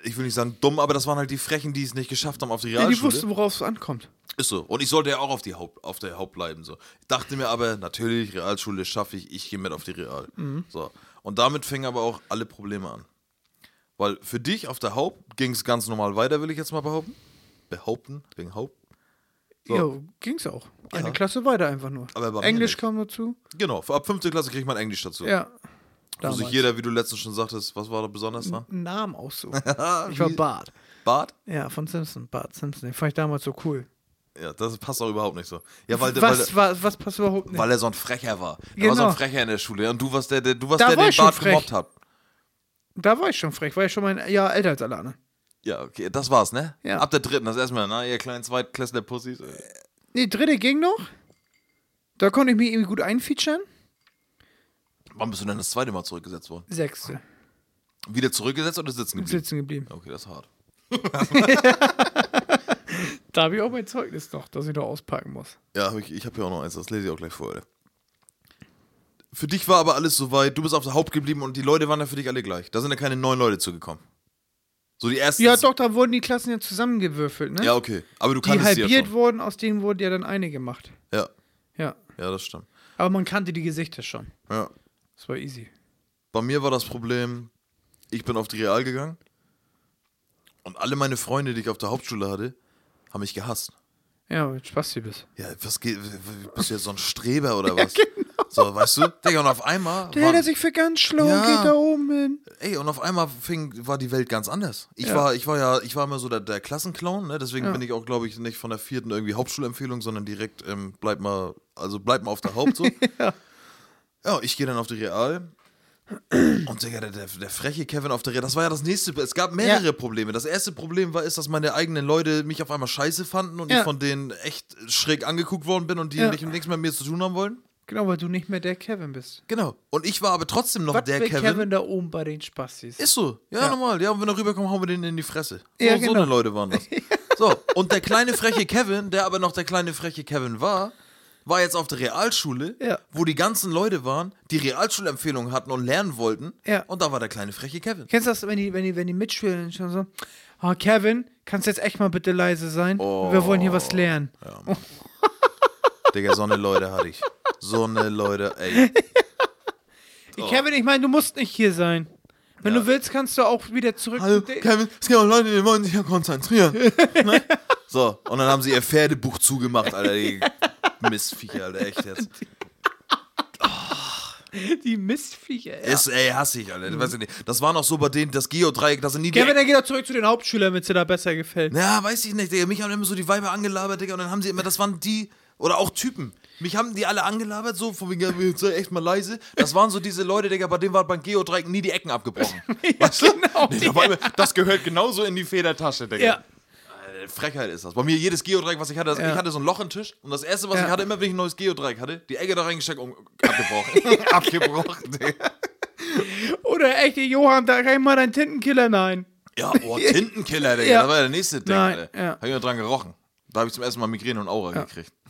ich will nicht sagen dumm, aber das waren halt die Frechen, die es nicht geschafft haben auf die
Ja,
Realschule.
die wussten, worauf es ankommt.
Ist so. Und ich sollte ja auch auf, die Haupt, auf der Haupt bleiben. So. Dachte mir aber, natürlich, Realschule schaffe ich, ich gehe mit auf die Real.
Mhm.
So. Und damit fingen aber auch alle Probleme an. Weil für dich auf der Haupt ging es ganz normal weiter, will ich jetzt mal behaupten. Behaupten, wegen Haupt. So.
Ja, ging's auch. Eine Klasse weiter einfach nur.
Aber bei mir
Englisch
nicht.
kam dazu.
Genau, ab fünfte Klasse kriegt man Englisch dazu.
Ja.
Wo sich jeder, wie du letztens schon sagtest, was war da besonders dran?
einen Namen aussuchen. ich war Bart.
Bart?
Ja, von Simpson. Bart Simpson. Den fand ich damals so cool.
Ja, das passt auch überhaupt nicht so. Ja, weil, der-
was,
weil,
war, was passt überhaupt
der-
nicht?
weil er so ein Frecher war. Er war
Genau.
so ein Frecher in der Schule. Und du warst der, der, du warst
Da
der,
war
der
ich schon
Bart
frech.
gemobbt hat.
Da war ich schon frech, war ich schon mal ein Jahr älter als alle anderen.
Ja, okay, das war's, ne?
Ja.
Ab der dritten, das erstmal, na, ihr kleinen Zweitklässler-Pussys. äh.
Nee, dritte ging noch. Da konnte ich mich irgendwie gut einfeaturen.
Wann bist du denn das zweite Mal zurückgesetzt worden?
Sechste.
Wieder zurückgesetzt oder sitzen geblieben?
Sitzen geblieben.
Okay, das ist hart.
Da habe ich auch mein Zeugnis noch, das ich noch auspacken muss.
Ja, hab ich, ich habe hier auch noch eins, das lese ich auch gleich vor, Alter. Für dich war aber alles soweit, du bist auf der Haupt geblieben und die Leute waren ja für dich alle gleich. Da sind ja keine neuen Leute zugekommen. So die ersten.
Ja, doch, da wurden die Klassen ja zusammengewürfelt, ne?
Ja, okay. Aber du
die
kanntest sie ja
halbiert
schon.
wurden, aus denen wurde ja dann eine gemacht.
Ja,
Ja.
ja, das stimmt.
Aber man kannte die Gesichter schon.
Ja.
Das war easy.
Bei mir war das Problem, ich bin auf die Real gegangen und alle meine Freunde, die ich auf der Hauptschule hatte, haben mich gehasst.
Ja, mit Spaß hier bist.
Ja, was geht? Bist du jetzt so ein Streber oder was? So, weißt du? Digga, und auf einmal.
Der
waren-
hält er sich für ganz schlau
Ja.
und geht da oben hin.
Ey, und auf einmal fing, war die Welt ganz anders. Ich
Ja.
war, ich war ja, ich war immer so der, der Klassenclown, ne? Deswegen bin ich auch, glaube ich, nicht von der vierten irgendwie Hauptschulempfehlung, sondern direkt, ähm, bleib mal, also bleib mal auf der Haupt so. ja. ich gehe dann auf die Real. Und Digga, der, der, der freche Kevin auf der Real, das war ja das nächste. Es gab mehrere Probleme. Das erste Problem war, ist, dass meine eigenen Leute mich auf einmal scheiße fanden und ich
Ja.
von denen echt schräg angeguckt worden bin und die
Ja.
nicht, nichts mehr mit mir zu tun haben wollen.
Genau, weil du nicht mehr der Kevin bist.
Genau. Und ich war aber trotzdem noch
Was
der
will
Kevin.
Kevin da oben bei den Spastis?
Ist so. Ja, normal. Ja, und wenn er rüberkommt, hauen wir den in die Fresse. So,
Ja,
so
genau.
eine Leute waren das. So, und der kleine freche Kevin, der aber noch der kleine freche Kevin war, war jetzt auf der Realschule,
Ja.
wo die ganzen Leute waren, die Realschulempfehlungen hatten und lernen wollten.
Ja.
Und da war der kleine freche Kevin.
Kennst du das, wenn die, wenn die, wenn die mitschülerinnen schon so, ah, Kevin, kannst jetzt echt mal bitte leise sein?
Oh.
Wir wollen hier was lernen.
Digga, so eine Leute hatte ich. So eine Leute, ey.
Ey, Kevin, ich meine, du musst nicht hier sein. Wenn du willst, kannst du auch wieder zurück.
Hallo,
zu de-
Kevin, es gibt auch Leute, die wollen sich ja konzentrieren. ne? So, und dann haben sie ihr Pferdebuch zugemacht, Alter. Die Mistviecher, Alter, echt jetzt.
Die Mistviecher. Ja.
Ist, ey, hasse ich, Alter. Weiß ich nicht. Das war noch so bei denen, das Geodreieck, das sind nie
Kevin,
die.
dann geh doch zurück zu den Hauptschülern, wenn es dir da besser gefällt.
Ja, weiß ich nicht, Digga. Mich haben immer so die Weiber angelabert, Digga. Und dann haben sie immer, das waren die, oder auch Typen. Mich haben die alle angelabert, so von wegen, ja, jetzt sei echt mal leise. Das waren so diese Leute, Digga, bei denen war beim Geodreieck nie die Ecken abgebrochen. weißt du?
genau,
nee, da war immer, das gehört genauso in die Federtasche, Digga.
Ja.
Alter, Frechheit ist das. Bei mir jedes Geodreieck, was ich hatte, das, ich hatte so ein Loch im Tisch und das erste, was
Ja.
ich hatte, immer wenn ich ein neues Geodreieck hatte, die Ecke da reingesteckt und abgebrochen. abgebrochen, Digga.
Oder echt, ey, Johann, da rein mal deinen Tintenkiller nein.
Ja, oh, Tintenkiller, Digga.
Ja.
Das war der nächste Ding,
Nein,
Alter.
ja.
Hab ich noch dran gerochen. Da habe ich zum ersten Mal Migräne und Aura gekriegt.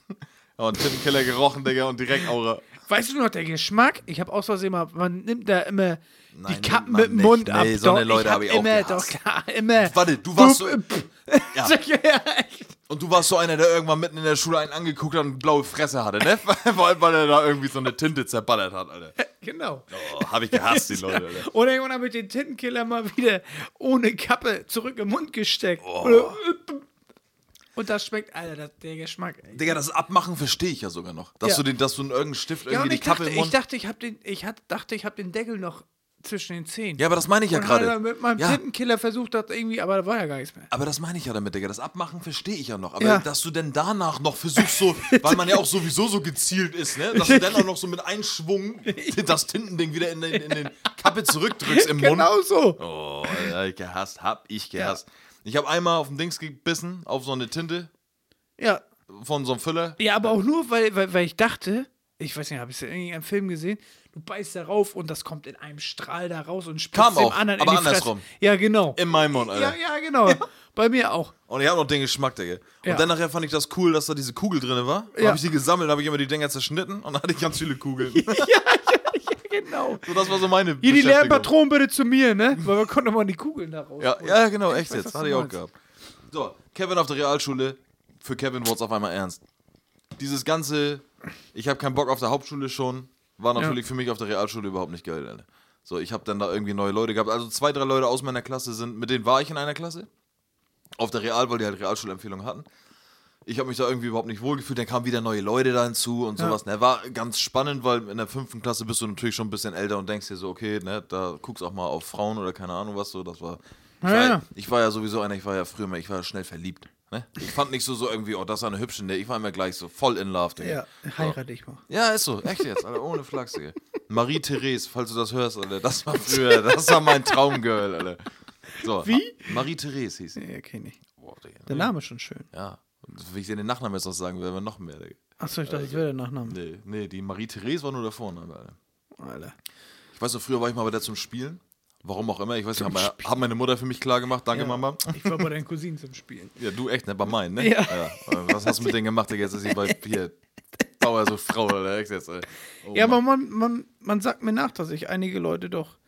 Ja, und Tintenkiller gerochen, Digga, und direkt Aura.
Weißt du noch, der Geschmack? Ich habe aus Versehen mal, man nimmt da immer die
nimmt
Kappen
man
mit dem
nicht.
Mund
Nee,
ab.
so eine
Doch,
Leute
ich
hab ich auch
immer, doch,
gehasst.
klar, immer.
Warte, du warst so-
ja.
Ja.
ja, echt.
Und du warst so einer, der irgendwann mitten in der Schule einen angeguckt hat und blaue Fresse hatte, ne? Vor allem, weil er da irgendwie so eine Tinte zerballert hat, Alter.
Genau.
Oh, hab ich gehasst, die Leute, Alter.
Oder irgendwann habe ich den Tintenkiller mal wieder ohne Kappe zurück im Mund gesteckt.
Oh.
Oder, äh, und das schmeckt, Alter, das, der Geschmack. Ey.
Digga, das Abmachen verstehe ich ja sogar noch. Dass
Ja.
du den, dass du in irgendeinem Stift
Ja,
irgendwie
und
die
ich
Kappe
dachte,
im
ich
Mund.
dachte, ich habe den, ich hat, dachte, ich habe den Deckel noch zwischen den Zähnen.
ja, aber das meine ich ja
Und habe
gerade.
dann mit meinem
Ja,
Tintenkiller versucht, das irgendwie, aber da war ja gar nichts mehr.
aber das meine ich ja damit, Digga. Das Abmachen verstehe ich ja noch. Aber
Ja.
dass du denn danach noch versuchst, so, weil man ja auch sowieso so gezielt ist, ne? Dass du dann auch noch so mit Einschwung das Tintending wieder in den, in den Kappe zurückdrückst im Mund.
Genau so.
Oh, Alter, hab ich gehasst, hab ich gehasst. Ich habe einmal auf dem Dings gebissen, auf so eine Tinte
Ja.
von so einem Füller.
ja, aber auch nur, weil, weil, weil ich dachte, ich weiß nicht, habe ich es in irgendeinem Film gesehen, du beißt da rauf und das kommt in einem Strahl da raus und spritzt
Kam
dem
auch,
anderen
aber
in die
andersrum.
Fresse. Ja, genau.
In meinem Mund, Alter.
Ja, ja, genau. Bei mir auch.
Und ich habe noch den Geschmack, Digga. Und
Ja.
dann nachher fand ich das cool, dass da diese Kugel drin war. Dann
Ja.
habe ich die gesammelt, habe ich immer die Dinger zerschnitten und dann hatte ich ganz viele Kugeln.
Genau.
so, das war so meine
Hier die
Beschäftigung.
leeren Patronen bitte zu mir, ne? Weil wir konnten mal die Kugeln da raus.
Ja, ja, genau, echt
weiß, was
jetzt.
du
Hatte ich auch
meinst.
gehabt. So, Kevin auf der Realschule. Für Kevin wurde es auf einmal ernst. Dieses ganze, ich habe keinen Bock auf der Hauptschule schon, war natürlich für mich auf der Realschule überhaupt nicht geil. Alter. So, ich habe dann da irgendwie neue Leute gehabt. Also zwei, drei Leute aus meiner Klasse sind, mit denen war ich in einer Klasse. Auf der Real, weil die halt Realschulempfehlungen hatten. Ich habe mich da irgendwie überhaupt nicht wohlgefühlt. Dann kamen wieder neue Leute da hinzu und sowas. Ne, war ganz spannend, weil in der fünften Klasse bist du natürlich schon ein bisschen älter und denkst dir so, okay, ne, da guckst auch mal auf Frauen oder keine Ahnung was so. Das war ich,
Ja,
war,
ja.
ich war ja sowieso einer, ich war ja früher mal, ich war ja schnell verliebt. Ne? Ich fand nicht so, so irgendwie, oh, das ist eine hübsche, ne? Ich war immer gleich so voll in love, Digga.
Ja, heirate ich mal.
Ja, ist so, echt jetzt, Alter, ohne Flachs, Digga. Marie-Therese, falls du das hörst, Alter, das war früher, das war mein Traumgirl, Alter. So,
Wie?
Marie-Therese hieß sie.
Nee, kenne ich.
Boah, Digga.
Der Name ist schon schön.
Ja, Und wenn ich dir den Nachnamen jetzt noch sagen würde, wäre noch mehr, Digga.
Achso, ich dachte, das wäre der Nachname.
Nee, nee, die Marie-Therese war nur der Vorname, Alter.
Alter.
Ich weiß noch, früher war ich mal bei der zum Spielen. Warum auch immer, ich weiß nicht, hat meine- hat meine Mutter für mich klar gemacht, danke Mama.
Ich war bei deinen Cousinen zum Spielen.
Ja, du echt, ne? Bei meinen, ne?
Ja.
Äh, Was hast du mit denen gemacht, Digga? Jetzt ist sie bei hier. Bauer so Frau, oder? Echt jetzt, ey. Oh,
ja,
Mann.
aber man, man, man sagt mir nach, dass ich einige Leute doch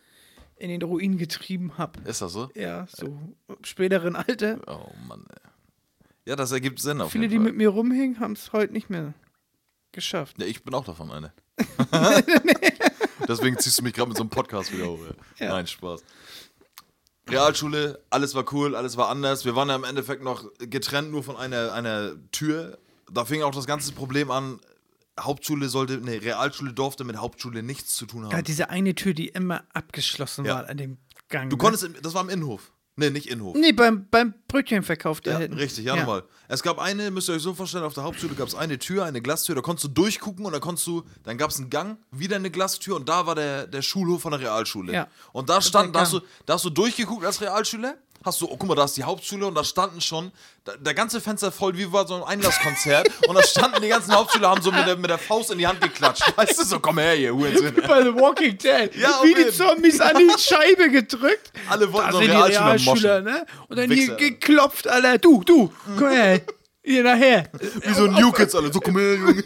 in den Ruin getrieben habe.
Ist das so? äh,
Ja, so im späteren Alter.
Oh Mann, ey. Ja, das ergibt Sinn auf
Viele, die
jeden Fall.
mit mir rumhingen, haben es heute nicht mehr geschafft.
ja, ich bin auch davon eine. Deswegen ziehst du mich gerade mit so einem Podcast wieder hoch. ey.
Ja.
Nein, Spaß. Realschule, alles war cool, alles war anders. Wir waren ja im Endeffekt noch getrennt nur von einer, einer Tür. Da fing auch das ganze Problem an. Hauptschule sollte, nee, Realschule durfte mit Hauptschule nichts zu tun haben.
Ja, diese eine Tür, die immer abgeschlossen
Ja.
war an dem Gang.
Du konntest, im, das war im Innenhof. Nee, nicht Innenhof.
Ne? Nee, beim, beim Brötchenverkauf da
Ja,
hinten.
richtig, ja, nochmal. Es gab eine, müsst ihr euch so vorstellen, auf der Hauptschule gab es eine Tür, eine Glastür, da konntest du durchgucken und da konntest du, dann gab es einen Gang, wieder eine Glastür und da war der, der Schulhof von der Realschule.
Ja.
Und da stand, da hast, du,
Gang.
da hast du durchgeguckt als Realschüler, hast du, oh guck mal, da ist die Hauptschule und da standen schon, da, der ganze Fenster voll, wie war so ein Einlasskonzert und da standen die ganzen Hauptschüler, haben so mit der, mit der Faust in die Hand geklatscht. Weißt du, so komm her hier, Hurensohn.
Bei The Walking
Ja,
Dead. Wie
auf
die
jeden.
Zombies an die Scheibe gedrückt.
Alle wollten
Da
so
sind die
Realschüler
Realschüler,
moschen.
ne? Und dann
Wichser. Mhm.
hier geklopft, Alter. Du, du, komm her. Hier nachher.
Wie so New Kids alle, so komm her, Junge.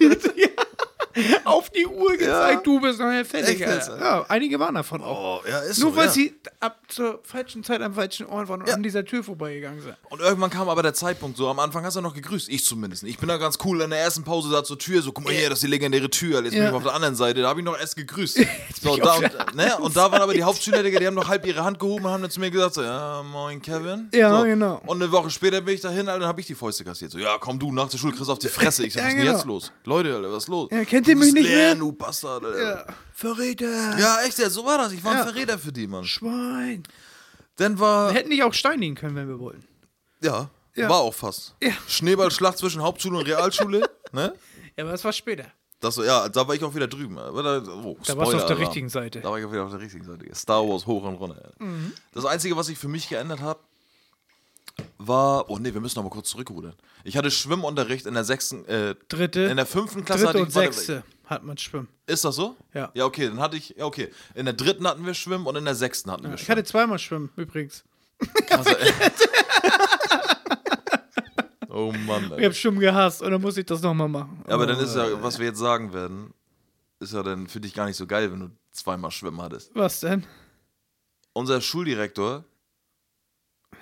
Auf die Uhr gezeigt, du bist nachher
Echt
fertig.
jetzt,
Alter. Ja, einige waren davon auch.
Oh, ja, ist
Nur
so,
weil
ja.
sie ab zur falschen Zeit am falschen Ort waren und an dieser Tür vorbeigegangen sind.
Und irgendwann kam aber der Zeitpunkt so, am Anfang hast du noch gegrüßt, ich zumindest. Ich bin da ganz cool in der ersten Pause da zur Tür, so, guck mal hier, das ist die legendäre Tür, jetzt bin
Ja.
ich mal auf der anderen Seite, da habe ich noch erst gegrüßt. So,
bin ich
da
auf
und, ne? und da waren aber die Hauptschüler, Digga, die haben noch halb ihre Hand gehoben und haben dann zu mir gesagt, so, ja, moin Kevin.
Ja,
so.
genau.
Und eine Woche später bin ich dahin, Alter, dann habe ich die Fäuste kassiert. So, ja, komm du, nach der Schule kriegst du auf die Fresse. Ich sag,
Ja,
was ist denn
genau.
jetzt los? Leute, Alter, was ist los?
Ja, kennt ihr
Du
mich
bist
nicht
Mann, du Bastard, Alter.
Verräter!
Ja, echt, ja, so war das. Ich war ein
Ja.
Verräter für die, Mann.
Schwein!
Dann war.
Wir hätten dich auch steinigen können, wenn wir wollten.
Ja,
Ja.
war auch fast.
Ja.
Schneeballschlacht zwischen Hauptschule und Realschule. ne?
Ja, aber das war später.
Das, so- ja, da war ich auch wieder drüben. Aber da, oh,
Da warst du auf der
Spoiler-Alarm.
richtigen Seite. Mhm.
Da war ich auch wieder auf der richtigen Seite. Star Wars hoch und runter. ey. Das Einzige, was ich für mich geändert habe, war. Oh nee, wir müssen noch mal kurz zurückrudern. Ich hatte Schwimmunterricht in der sechsten, äh,
Dritte,
in der fünften Klasse hatte
dritte
ich.
und
warte,
sechste hat man Schwimmen.
Ist das so?
Ja.
Ja, okay, dann hatte ich. Ja, okay. In der dritten hatten wir Schwimmen und in der sechsten hatten wir
Ich
Schwimmen.
hatte zweimal Schwimmen übrigens.
Krasser, ey. oh Mann.
Ich
Ey.
habe Schwimmen gehasst und dann muss ich das nochmal machen. Oh.
Ja, aber dann ist ja, was wir jetzt sagen werden, ist ja dann für dich gar nicht so geil, wenn du zweimal Schwimmen hattest.
Was denn?
Unser Schuldirektor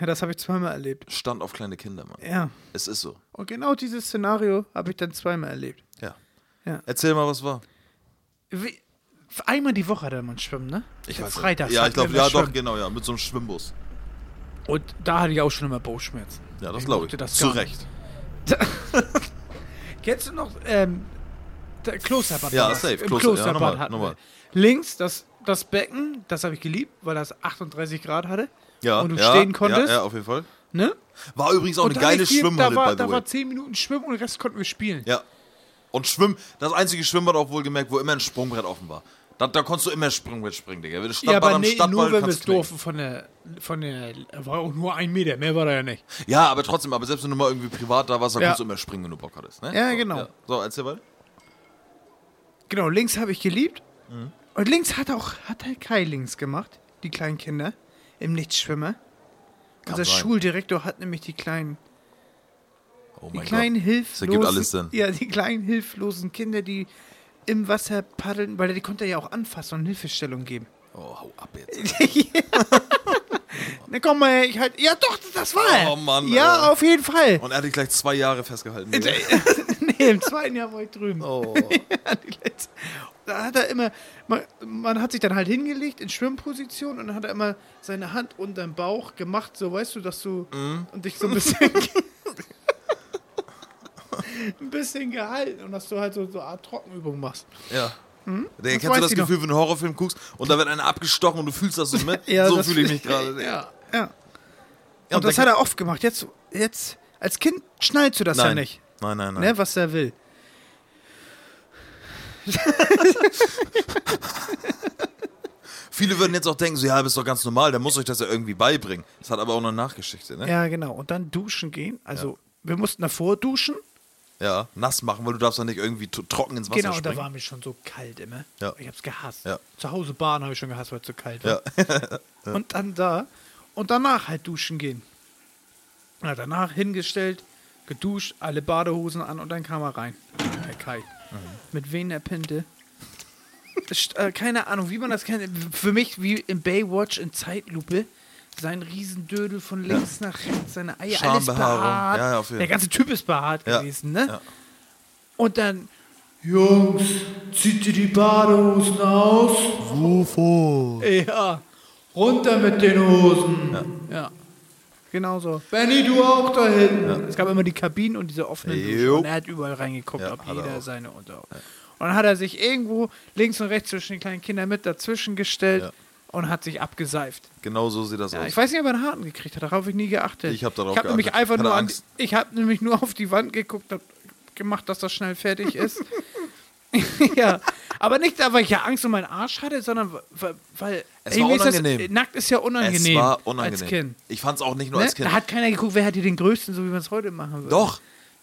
Ja, das habe ich zweimal erlebt.
stand auf kleine Kinder, Mann.
Ja.
Es ist so.
Und genau dieses Szenario habe ich dann zweimal erlebt.
Ja.
Ja.
Erzähl mal, was war.
Wie, einmal die Woche hatte man Schwimmen, ne?
weiß nicht.
Freitags.
Ja, ich
hatten wir
glaube, ja,
Schwimmen.
doch, genau, ja, mit so einem Schwimmbus.
Und da hatte ich auch schon immer Bauchschmerzen.
Ja, das glaube ich.
mochte Das
Zu
gar
Recht.
nicht. Kennst du noch ähm, der Klosterbad?
Ja,
war das.
safe,
Im
Kloster, ja,
Klosterbad
nochmal,
hatten
nochmal.
wir. Links das, das Becken, das habe ich geliebt, weil das 38 Grad hatte.
Ja,
Und du
ja,
stehen konntest.
Ja, ja, auf jeden Fall.
Ne?
War übrigens auch
Und
eine
da hatte
geile
ich viel-
Schwimmhalle,
da war,
by the
Da
way.
war 10 Minuten Schwimmen und den Rest konnten wir spielen.
Ja. Und Schwimmen, das einzige Schwimmbad auch wohlgemerkt, wo immer ein Sprungbrett offen war. Da, da konntest du immer Sprungbrett springen, Digga. Wenn du
Ja,
Stadtbahn
aber
am
nee,
Stadtball
nur wenn wir
kannst
es
knicken.
durften von der, von der, war auch nur ein Meter, mehr war da ja nicht.
Ja, aber trotzdem, aber selbst wenn du mal irgendwie privat da warst, dann
Ja.
kannst du immer springen, wenn du Bock hattest. Ne?
Ja,
so,
genau.
So, erzähl mal.
Genau, links habe ich geliebt.
Mhm.
Und links hat auch, hat halt Kai links gemacht, die kleinen Kinder, im Nichtschwimmer. Unser
sein.
Schuldirektor hat nämlich die kleinen,
Oh
die
mein
kleinen
Das
hilflosen,
ergibt alles Sinn.
ja, die kleinen hilflosen Kinder, die im Wasser paddeln, weil die konnte er ja auch anfassen und Hilfestellung geben.
Gott. Oh, hau ab jetzt.
Na komm mal, her, ich halt, ja doch, das war er.
Oh Mann,
Ja,
Alter. Oh.
auf jeden Fall.
Und er hat dich gleich zwei Jahre festgehalten. ne? Digga.
nee, im zweiten Jahr war ich drüben.
Oh.
Ja, die letzte. Da hat er immer, man, man hat sich dann halt hingelegt in Schwimmposition und dann hat er immer seine Hand unterm Bauch gemacht, so weißt du, dass du
Mhm.
und dich so ein bisschen ein bisschen gehalten und dass du halt so, so eine Art Trockenübung machst.
Ja. Digga,
Hm? weiß
kennst du das
ich noch.
Gefühl, wenn du einen Horrorfilm guckst und da wird einer abgestochen und du fühlst das so mit? so
das-
fühle ich mich gerade. Digga.
Ja, ja.
Ja,
Und, das
dann-
hat er oft gemacht. Jetzt, jetzt als Kind schnallst du das ja
Nein.
nicht,
Nein, nein, nein.
ne, was er will.
Viele würden jetzt auch denken, so, ja, das ist doch ganz normal, der muss euch das ja irgendwie beibringen. Das hat aber auch eine Nachgeschichte, ne?
Ja, genau. Und dann duschen gehen. Also wir mussten davor duschen.
Ja, nass machen, weil du darfst dann nicht irgendwie to- trocken ins Wasser
genau,
springen.
da war mir schon so kalt immer.
Ja.
Ich hab's gehasst.
Ja.
Zu Hause Bahn habe ich schon gehasst, weil es so kalt war.
Ja.
Und dann da und danach halt duschen gehen. Ja, danach hingestellt, geduscht, alle Badehosen an und dann kam er rein. Der Kai.
Mhm.
Mit wen er pinte. Das st- äh, keine Ahnung, wie man das kennt. Für mich wie im Baywatch in Zeitlupe. Sein Riesendödel von links nach rechts, seine Eier, alles
Schambehaarung.
behaart.
Ja, ja, auf jeden
Der ganze Typ ist behaart
Ja.
gewesen, ne?
Ja.
Und dann, Jungs, zieht ihr die Badehosen aus?
Wovor?
Ja, runter mit den Hosen. Ja. Genau so. Benny, du auch dahin. Es gab immer die Kabinen und diese offenen Duschen.
Jo.
Und er hat überall reingeguckt,
Ja,
ob
hat er
jeder
auch.
seine Unterhose. Und dann hat er sich irgendwo links und rechts zwischen den kleinen Kindern mit dazwischen gestellt
Ja.
und hat sich abgeseift.
Genau so sieht das
Ja,
aus.
ich weiß nicht, ob er einen Harten gekriegt hat. Darauf habe ich nie geachtet.
Ich habe darauf
ich hab nämlich
geachtet.
einfach
Hatte
nur an,
Angst.
Ich habe nämlich nur auf die Wand geguckt, hab gemacht, dass das schnell fertig ist. ja, aber nicht, da, weil ich ja Angst um meinen Arsch hatte, sondern weil, weil
Es
Ey,
war
mir ist Das,
unangenehm.
nackt ist ja unangenehm.
Es war unangenehm.
Als Kind.
Ich fand es auch nicht nur
Ne?
als Kind.
Da hat keiner geguckt, wer hat hier den größten, so wie man es heute machen würde.
Doch.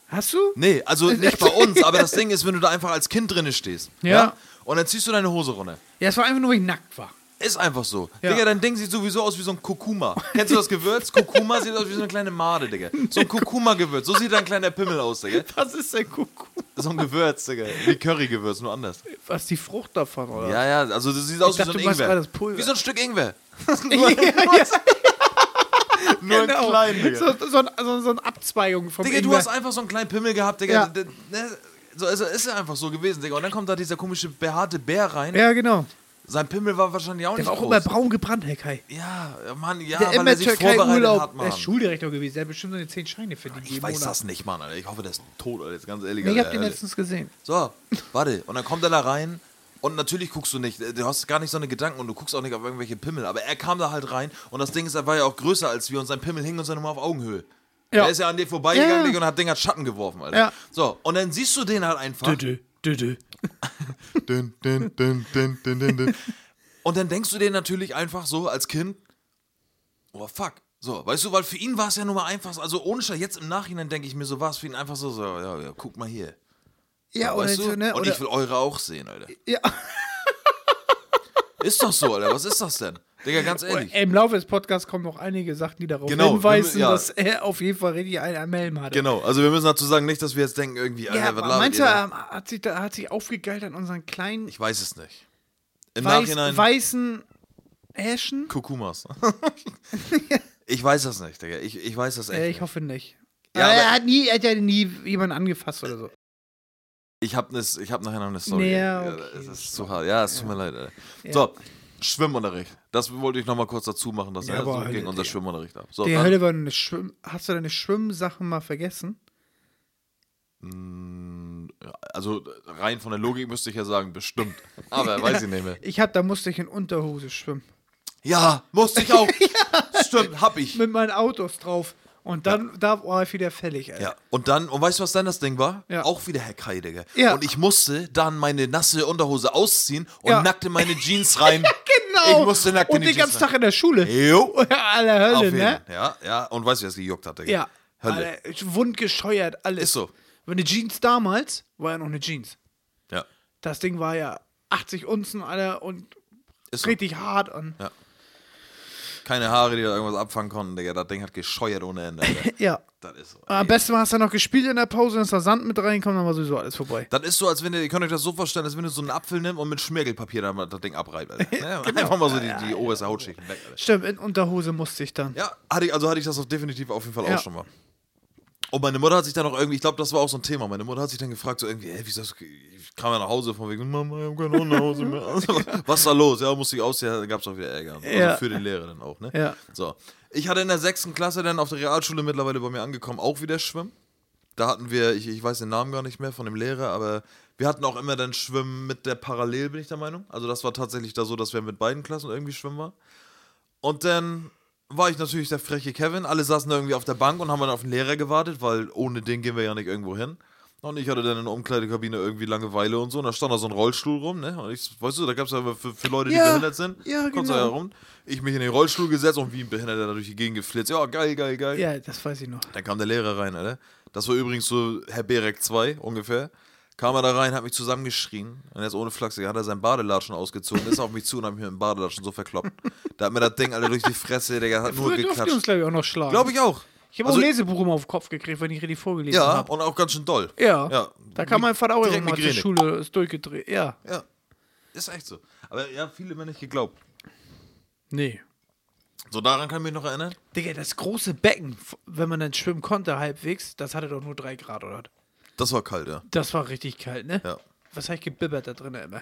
Hast du?
Nee, also nicht bei uns, aber das Ding ist, wenn du da einfach als Kind drinne stehst.
Ja.
Und dann ziehst du deine Hose runter.
Ja, es war einfach nur, weil ich nackt war.
Ist einfach so.
Ja.
Digga, dein Ding sieht sowieso aus wie so ein Kurkuma. Kennst du das Gewürz? Kurkuma sieht aus wie so eine kleine Made, Digga. So ein Kurkuma-Gewürz. So sieht dein kleiner Pimmel aus, Digga.
Was ist denn Kuckuck?
So ein Gewürz, Digga. Wie Currygewürz, nur anders.
Was die Frucht davon, oder?
Ja, ja, also du siehst aus
dachte,
wie so
du
ein
machst
Ingwer.
gerade das Pulver.
Wie so ein Stück Ingwer.
ja, ja.
Nur ein klein, Digga.
Genau. So, so, ein- so, so eine Abzweigung vom
Digga, du
Ingwer.
hast einfach so einen kleinen Pimmel gehabt, Digga.
Ja.
D- d- ne? So, also ist ja einfach so gewesen, Digga. Und dann kommt da dieser komische behaarte Bär rein.
Ja, genau.
Sein Pimmel war wahrscheinlich auch
Der
nicht
war auch immer
groß.
braun gebrannt, Herr Kai.
ja, Mann, ja,
Der
weil er sich vorbereitet hat,
Der
Mann. Ah,
ist Schuldirektor gewesen. Der hat bestimmt seine 10 Scheine verdient.
Ich
jeden
weiß
Monat.
das äh, nicht, Mann. Alter. Ich hoffe, der ist tot, Alter. Jetzt ganz ehrlich.
Nee, Ich
Alter,
hab den
Alter.
letztens gesehen.
So, warte. Und dann kommt er da rein. Und natürlich guckst du nicht, du hast gar nicht so eine Gedanken und du guckst auch nicht auf irgendwelche Pimmel. Aber er kam da halt rein und das Ding ist, er war ja auch größer als wir und sein Pimmel hing uns ja nur mal auf Augenhöhe.
Ja.
Er ist ja an dir vorbeigegangen
Ja.
Digga, und hat Ding hat Schatten geworfen, Alter.
Ja.
So, und dann siehst du den halt einfach.
Düdü, düdü.
Dün, dün, dün, dün, dün, dün, dün. Und dann denkst du dir natürlich einfach so als Kind, oh fuck. So, weißt du, weil für ihn war es ja nun mal einfach, also ohne Scheiß, jetzt im Nachhinein denke ich mir so, war es für ihn einfach so, so ja, ja, guck mal hier.
Ja, oder,
Weißt du?
so, ne?
Und
oder,
ich will eure auch sehen, Alter.
ja.
Ist doch so, Alter, was ist das denn? Digga, ganz ehrlich.
Im Laufe des Podcasts kommen noch einige Sachen, die darauf
Genau,
hinweisen,
wir- ja.
dass er auf jeden Fall richtig einen am Helm hatte.
Genau, also wir müssen dazu sagen, nicht, dass wir jetzt denken, irgendwie,
Ja,
Alter, Äh, was
aber
labert ihr
mancher
denn?
ähm, hat sich, da, hat sich aufgegeilt an unseren kleinen
Ich weiß es nicht. Im
weiß,
Nachhinein.
weißen Häschen.
Kukumas. ich weiß das nicht, Digga. Ich, ich weiß das echt.
Äh, ich
nicht.
hoffe nicht.
Ja,
aber
aber-
er hat nie, er hat ja nie jemanden angefasst oder so.
Ich habe ich hab nachher noch eine Story.
Nee,
Ja,
okay.
Es ist zu hart. Ja, es tut mir leid. Alter. So, Schwimmunterricht. Das wollte ich nochmal kurz dazu machen, dass
Ja,
ja, so
aber
ging
Hölle,
unser
Digga.
Schwimmunterricht ab. So,
Die
dann,
Hölle war eine Schwimm. Hast du deine Schwimmsachen mal vergessen?
also rein von der Logik müsste ich ja sagen, bestimmt. Aber weiß ich nicht mehr.
Ich hab, da musste ich in Unterhose schwimmen.
Ja, musste ich auch. Stimmt, hab ich.
Mit meinen Autos drauf. Und dann, da war ich wieder fällig, ey.
Ja, und dann, und weißt du, was dann das Ding war?
Ja.
Auch wieder Herr Kai, Digga.
Ja.
Und ich musste dann meine nasse Unterhose ausziehen und
Ja.
nackte meine Jeans rein.
Genau.
Ich musste nackt in
Und
die
den
Jeans
ganzen Tag in der Schule.
Jo.
Alle
Auf
Hölle,
jeden.
ne?
Ja, ja. Und weißt du, wie das gejuckt hat, Digga?
Ja.
Hölle.
Alle, wundgescheuert, alles.
Ist so.
Meine Jeans damals war ja noch eine Jeans.
Ja.
Das Ding war ja 80 Unzen, alle und
Ist so.
richtig hart. Und
Keine Haare, die da irgendwas abfangen konnten, Digga. Das Ding hat gescheuert ohne Ende. Alter.
ja.
das ist so.
Aber am besten hast du noch gespielt in der Pause, dann ist da Sand mit reingekommen, dann war sowieso alles vorbei.
Das ist so, als wenn ihr, ihr könnt euch das so vorstellen, als wenn ihr so einen Apfel nimmt und mit Schmirgelpapier da mal das Ding abreibt. Alter. Ja,
Genau.
Einfach mal so die, die oberste Hautschicht weg, Alter.
Stimmt, in Unterhose musste ich dann.
Ja, hatte ich, also hatte ich das auf definitiv auf jeden Fall
Ja.
auch schon mal. Und meine Mutter hat sich dann auch irgendwie, ich glaube, das war auch so ein Thema. Meine Mutter hat sich dann gefragt, so irgendwie, ey, wie ist das? Ich kam ja nach Hause von wegen, Mama, ich hab keine Unterhose mehr. Also, was ist da los? Ja, musste ich ausziehen, dann gab's auch wieder Ärger. Also
Ja.
für den Lehrer dann auch, ne?
Ja.
So. Ich hatte in der sechsten Klasse dann auf der Realschule mittlerweile bei mir angekommen, auch wieder Schwimmen. Da hatten wir, ich, ich weiß den Namen gar nicht mehr von dem Lehrer, aber wir hatten auch immer dann Schwimmen mit der Parallel, bin ich der Meinung. Also das war tatsächlich da so, dass wir mit beiden Klassen irgendwie schwimmen waren. Und dann war ich natürlich der freche Kevin. Alle saßen da irgendwie auf der Bank und haben dann auf den Lehrer gewartet, weil ohne den gehen wir ja nicht irgendwo hin. Und ich hatte dann in der Umkleidekabine irgendwie Langeweile und so. Und da stand da so ein Rollstuhl rum, ne? Und ich, weißt du, da gab es ja immer für, für Leute, die
Ja,
behindert sind.
ja,
konntest
genau.
du rum. Ich mich in den Rollstuhl gesetzt und wie ein Behinderter da durch die Gegend geflitzt. Ja, geil, geil, geil.
Ja, das weiß ich noch.
Dann kam der Lehrer rein, Alter. Das war übrigens so Herr Berek 2 ungefähr. Kam er da rein, hat mich zusammengeschrien. Und jetzt ohne Flachs, Digga, hat er seinen Badelatschen ausgezogen, ist auf mich zu und hat mich mit dem Badelatschen so verkloppt. Da hat mir das Ding alle durch die Fresse, Digga, hat nur
Früher durften die
geklatscht.
uns, glaube ich, auch noch schlagen.
Glaube ich auch.
ich habe
also-
auch ein Lesebuch immer auf den Kopf gekriegt, wenn ich richtig vorgelesen
Ja,
habe.
und auch ganz schön doll.
Ja.
ja.
Da kam mein Vater auch
Direkt
immer mal zur
Migräne.
Schule, ist durchgedreht. Ja.
Ja. Ist echt so. Aber ja, viele mir nicht geglaubt.
Nee.
So, daran kann ich mich noch erinnern.
Digga, das große Becken, f- wenn man dann schwimmen konnte halbwegs, das hatte doch nur 3 Grad, oder?
Das war kalt, ja.
Das war richtig kalt, ne?
Ja.
Was habe ich gebibbert da drin immer?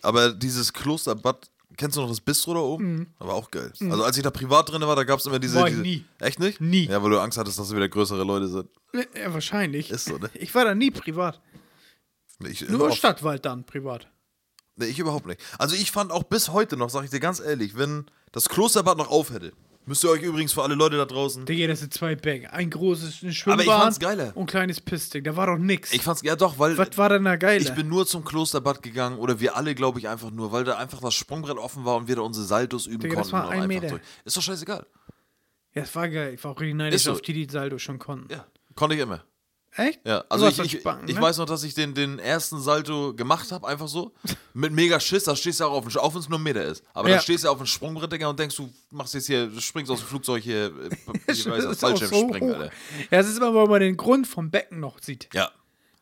Aber dieses Klosterbad, kennst du noch das Bistro da oben? Das war auch geil. Also als ich da privat drin war, da gab es immer diese,
Mhm. War ich
diese.
nie.
Echt nicht?
Nie.
Ja, weil du Angst hattest, dass da wieder größere Leute sind.
Ne, Ja, wahrscheinlich.
Ist so, ne?
Ich war da nie privat.
Ich,
Nur
überhaupt-
Stadtwald dann privat.
nee, ich überhaupt nicht. Also ich fand auch bis heute noch, sag ich dir ganz ehrlich, wenn das Klosterbad noch auf hätte, müsst ihr euch übrigens für alle Leute da draußen.
Digga, das sind zwei Becken. Ein großes ein Schwimmbad
Aber ich fand's geiler.
und ein kleines Pissding. Da war doch nix.
Ich fand's, ja doch, weil
Was war denn da geil?
ich bin nur zum Klosterbad gegangen oder wir alle, glaube ich, einfach nur, weil da einfach das Sprungbrett offen war und wir da unsere Saltos üben
Digga, das
konnten.
war
und
ein
einfach
Meter.
durch. Ist doch scheißegal.
ja, das war geil. Ich war auch richtig neidisch
Ist so.
auf die, die Saldo schon konnten.
Ja. Konnte ich immer.
Echt?
Ja,
Du
also
hast
ich,
das
ich,
Backen,
ich
ne?
weiß noch, dass ich den, den ersten Salto gemacht habe, einfach so. Mit mega Schiss, da stehst du auch auf dem Sch- auch wenn es nur ein Meter ist. Aber
Ja.
da stehst du auf dem Sprungbrett, Digga, und denkst, du machst jetzt hier, du springst aus dem Flugzeug hier, äh, ich weiß, das
ist auch
Fallschirm
so
springen,
hoch.
Alter.
Ja, es ist immer, weil man den Grund vom Becken noch sieht.
Ja,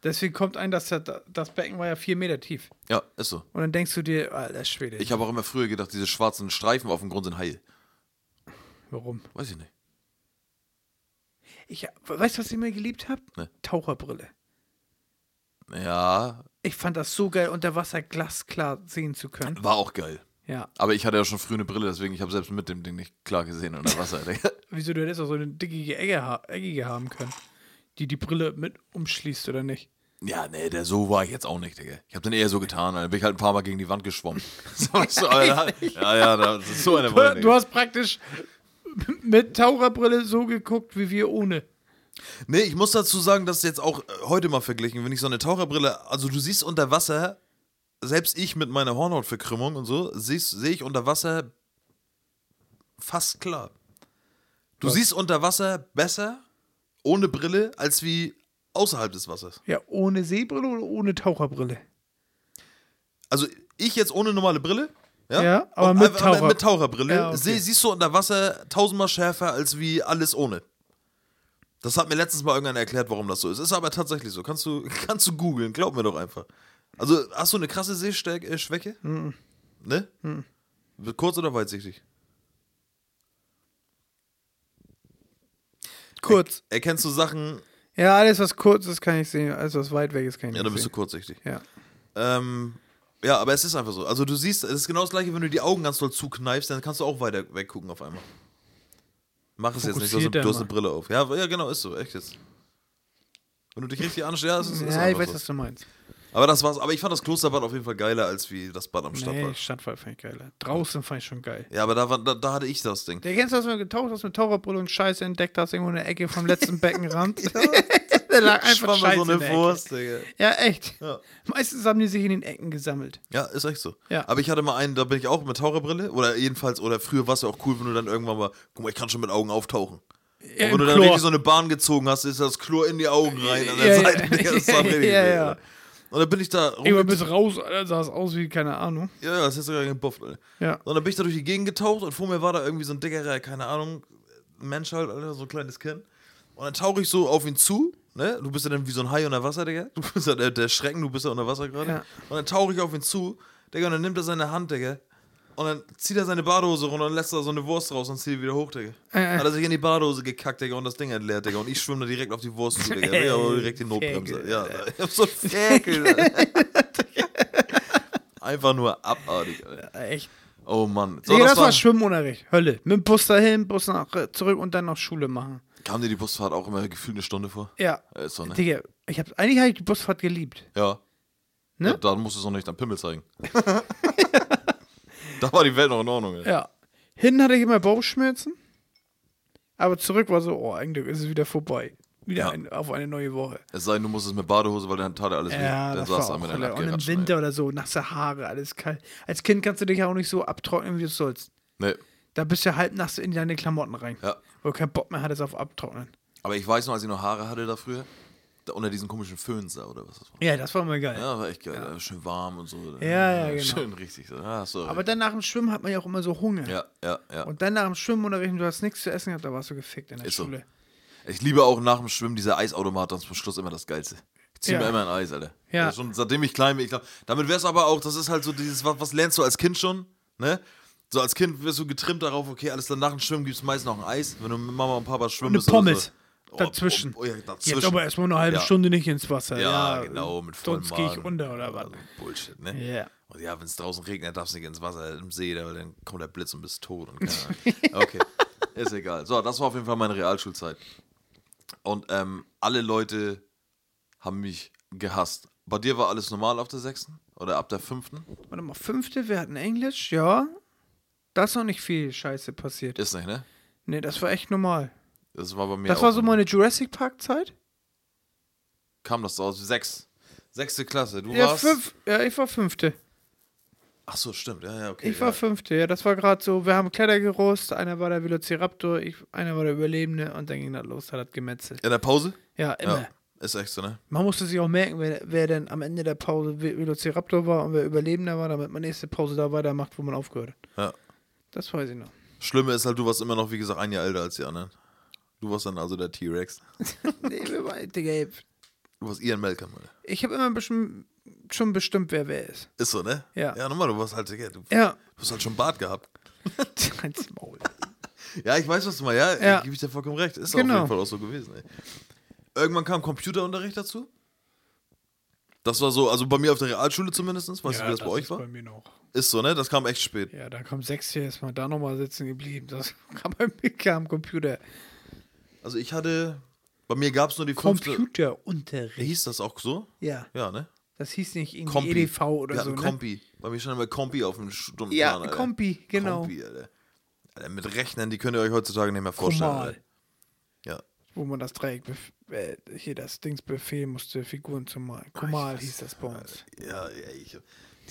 Deswegen kommt ein, dass der, das Becken war ja vier Meter tief.
ja, ist so.
Und dann denkst du dir, alter Schwede,
Ich habe auch immer früher gedacht, diese schwarzen Streifen auf dem Grund sind heil.
warum?
Weiß ich nicht.
Ich, weißt du, was ich immer geliebt habe?
Ne.
Taucherbrille.
Ja,
Ich fand das so geil, unter Wasser glasklar sehen zu können.
war auch geil.
Ja.
Aber ich hatte ja schon früh eine Brille, deswegen ich habe selbst mit dem Ding nicht klar gesehen unter Wasser. Digga.
Wieso du hättest auch so eine dickige Ecke, ha Eckige haben können, die die Brille mit umschließt, oder nicht?
ja, nee, der so war ich jetzt auch nicht, Digga. Ich habe dann eher so getan, Alter. bin ich halt ein paar Mal gegen die Wand geschwommen. so, so, Alter. Ja, ja, da- das ist so eine Wolle,
Du
Digga.
hast praktisch mit Taucherbrille so geguckt, wie wir ohne.
Nee, ich muss dazu sagen, dass jetzt auch äh, heute mal verglichen, wenn ich so eine Taucherbrille, also du siehst unter Wasser, selbst ich mit meiner Hornhautverkrümmung und so, sehe seh ich unter Wasser fast klar. Du siehst unter Wasser besser ohne Brille als wie außerhalb des Wassers.
Ja, ohne Seebrille oder ohne Taucherbrille?
also ich jetzt ohne normale Brille, ja,
Ja, aber
Und
mit
einfach
Taucher-
mit Taucherbrille,
Ja, okay.
seh, siehst du unter Wasser tausendmal schärfer als wie alles ohne. Das hat mir letztens mal irgendeiner erklärt, warum das so ist. Ist aber tatsächlich so. Kannst du, kannst du googeln, glaub mir doch einfach. Also hast du eine krasse Sehschwäche? Äh, Schwäche? Ne? Wird Kurz oder weitsichtig?
Kurz.
Erkennst du Sachen?
Ja, alles, was kurz ist, kann ich sehen. Alles, was weit weg ist, kann ich
Ja, dann
nicht
bist du
sehen.
kurzsichtig.
Ja.
Ähm, ja, aber es ist einfach so. Also du siehst, es ist genau das gleiche, wenn du die Augen ganz doll zukneifst, dann kannst du auch weiter weggucken auf einmal. Mach es jetzt nicht, du hast,
Fokussiert
eine- du hast
einmal.
eine Brille auf. Ja, ja, genau, ist so, echt jetzt. Wenn du dich richtig anstellst, ja, es ist, ist
Ja, ich
einfach
weiß,
so.
was du meinst.
Aber das war's. Aber ich fand das Klosterbad auf jeden Fall geiler als wie das Bad am
Nee,
Stadtwald.
Stadtwald fand ich geiler. Draußen fand ich schon geil.
Ja, aber da, war, da, da hatte ich das Ding.
Der kennst du, dass du getaucht hast mit Taucherbrille und Scheiße entdeckt hast, irgendwo in der Ecke vom letzten Beckenrand. da lag einfach
Genau. Schwamm war
Scheiße
so
in
eine
der Ecke.
Wurst, Digga.
Ja, echt.
Ja.
Meistens haben die sich in den Ecken gesammelt.
Ja, ist echt so.
Ja.
Aber ich hatte mal einen, da bin ich auch mit Taucherbrille. Oder jedenfalls, oder früher war es ja auch cool, wenn du dann irgendwann mal, guck mal, ich kann schon mit Augen auftauchen.
Ja,
Wo
im
du dann
Chlor.
richtig so eine Bahn gezogen hast, ist das Chlor in die Augen rein an der
Ja, ja.
Seite. Digga, das war richtig
Ja,
wild,
ja.
Alter. Und dann bin ich da rum.
Irgendwann bist du raus, Alter, sah es aus wie, keine Ahnung.
Ja, ja, das ist sogar gebufft, Alter.
Ja.
Und dann bin ich da durch die Gegend getaucht und vor mir war da irgendwie so ein dickerer, keine Ahnung, Mensch halt, Alter, so ein kleines Kind. Und dann tauche ich so auf ihn zu, ne? Du bist ja dann wie so ein Hai unter Wasser, Digga. Du bist ja der, der Schrecken, du bist ja unter Wasser gerade.
Ja.
Und dann tauche ich auf ihn zu, Digga, und dann nimmt er seine Hand, Digga. Und dann zieht er seine Badehose runter und lässt da so eine Wurst raus und zieht die wieder hoch, Digga.
Äh, äh.
Hat er sich in die Badehose gekackt, Digga, und das Ding entleert, Digga. Und ich schwimme da direkt auf die Wurst zu, Digga. Digga, aber direkt die Notbremse.
Ferkel,
Ja, ich hab so ein Ferkel, Alter. Einfach nur abartig, Alter.
Äh, Echt.
Oh Mann. So,
Digga,
das,
das war
war,
Schwimmunterricht. Hölle. Mit dem Bus dahin, Bus nach, äh, zurück und dann noch Schule machen.
Kam dir die Busfahrt auch immer gefühlt eine Stunde vor?
Ja.
Äh, Ist so, ne?
Digga, ich hab, eigentlich habe ich die Busfahrt geliebt.
Ja.
Ne?
ja. Da musst du es noch nicht am Pimmel zeigen. da war die Welt noch in Ordnung. Ey.
Ja. Hin hatte ich immer Bauchschmerzen. Aber zurück war so, oh, eigentlich ist es wieder vorbei. Wieder
Ja.
ein, auf eine neue Woche.
Es sei denn, du musst es mit Badehose, weil dann tat er alles
Ja,
weh. Dann
das
saß
war
er
auch
mit
Hölle.
deinem
Und im Winter oder so, nasse Haare, alles kalt. Als Kind kannst du dich ja auch nicht so abtrocknen, wie du sollst.
Nee.
Da bist du halbnass in deine Klamotten rein.
Ja.
Wo du keinen Bock mehr hattest auf Abtrocknen.
Aber ich weiß noch, als ich noch Haare hatte da früher, da unter diesen komischen Föhn sah oder was das war.
Ja, das war mal geil.
Ja, war echt geil. äh, Schön warm und so.
Ja, ja, genau.
Schön richtig. So. Ja, so.
Aber dann nach dem Schwimmen hat man ja auch immer so Hunger.
ja, ja, ja.
Und dann nach dem Schwimmunterricht, du hast nichts zu essen gehabt, da warst du gefickt in der
Ist so.
Schule.
Ich liebe auch nach dem Schwimmen dieser Eisautomat, dann ist zum Schluss immer das Geilste. Ich ziehe
Ja.
mir immer ein Eis, Alter.
Ja.
Das ist Schon seitdem ich klein bin, ich glaube, damit wär's aber auch, das ist halt so dieses, was, was lernst du als Kind schon, ne? So als Kind wirst du getrimmt darauf, okay, alles dann nach dem Schwimmen gibt's meist noch ein Eis, wenn du mit Mama und Papa schwimmen
Eine
bist oder
Pommes.
so. Oh,
Dazwischen.
Oh, oh, ja, dazwischen.
Jetzt aber erstmal eine halbe
Ja.
Stunde nicht ins Wasser.
Ja, genau, mit vollem
Sonst gehe ich
Magen.
unter oder was.
Bullshit, ne?
Ja.
Und ja, wenn es draußen regnet, darfst du nicht ins Wasser im See, da- dann kommt der Blitz und bist tot. Und keine Ahnung. okay, ist egal. So, das war auf jeden Fall meine Realschulzeit. Und ähm, alle Leute haben mich gehasst. Bei dir war alles normal auf der sechsten oder ab der fünften?
Warte mal, fünfte, wir hatten Englisch, ja. Da ist noch nicht viel Scheiße passiert.
Ist nicht, ne?
Nee, das war echt normal.
Das war bei mir.
Das
auch
war so meine Jurassic Park-Zeit.
Kam das so aus? Sechs. Sechste Klasse. Du
Ja,
warst.
fünf, ja, ich war fünfte.
Ach so, stimmt. Ja, ja, okay.
Ich war
ja.
fünfte, ja. Das war gerade so, wir haben Klettergerüst, einer war der Velociraptor, ich, einer war der Überlebende und dann ging das los, hat das gemetzelt.
In der Pause?
Ja, immer.
Ja. Ist echt so, ne?
Man musste sich auch merken, wer, wer denn am Ende der Pause Ve- Velociraptor war und wer Überlebender war, damit man nächste Pause da weitermacht, wo man aufgehört hat.
Ja.
Das weiß ich noch.
Schlimme ist halt, du warst immer noch, wie gesagt, ein Jahr älter als die anderen. Du warst dann also der T-Rex.
Nee, wer war, Digga,
Du warst Ian Malcolm, Alter.
ich habe immer ein bisschen, schon bestimmt, wer wer ist.
Ist so, ne?
Ja.
Ja, nochmal, du warst halt, Digga, du,
Ja.
du hast halt schon Bart gehabt.
Halt's Maul.
Ja, ich weiß, was du mal, ja,
Ja.
gebe ich dir vollkommen recht. Ist auf
Genau.
jeden Fall auch so gewesen, ey. Irgendwann kam Computerunterricht dazu. Das war so, also bei mir auf der Realschule zumindest, weißt du, wie das, bei euch
ist
war?
Bei mir noch.
Ist so, ne? Das kam echt spät.
Ja, da kommt sechs hier erstmal da nochmal sitzen geblieben. Das kam bei mir kam Computer.
Also ich hatte, bei mir gab es nur die fünfte.
Computerunterricht.
Hieß das auch so?
Ja.
Ja, ne?
Das hieß nicht irgendwie
Kompi.
EDV oder
Wir
so.
hatten
Ne?
Kompi. Bei mir stand immer Kompi auf dem Stundenplan.
ja,
Alter.
Kompi, genau.
Kompi, Alter. ne? Alter, mit Rechnern, die könnt ihr euch heutzutage nicht mehr vorstellen.
Formal.
Alter. Ja.
Wo man das Dreieck, bef- äh, hier das Dings befehlen musste, Figuren zu malen. Komal hieß das bei uns.
Ah, Ja, ja, ich,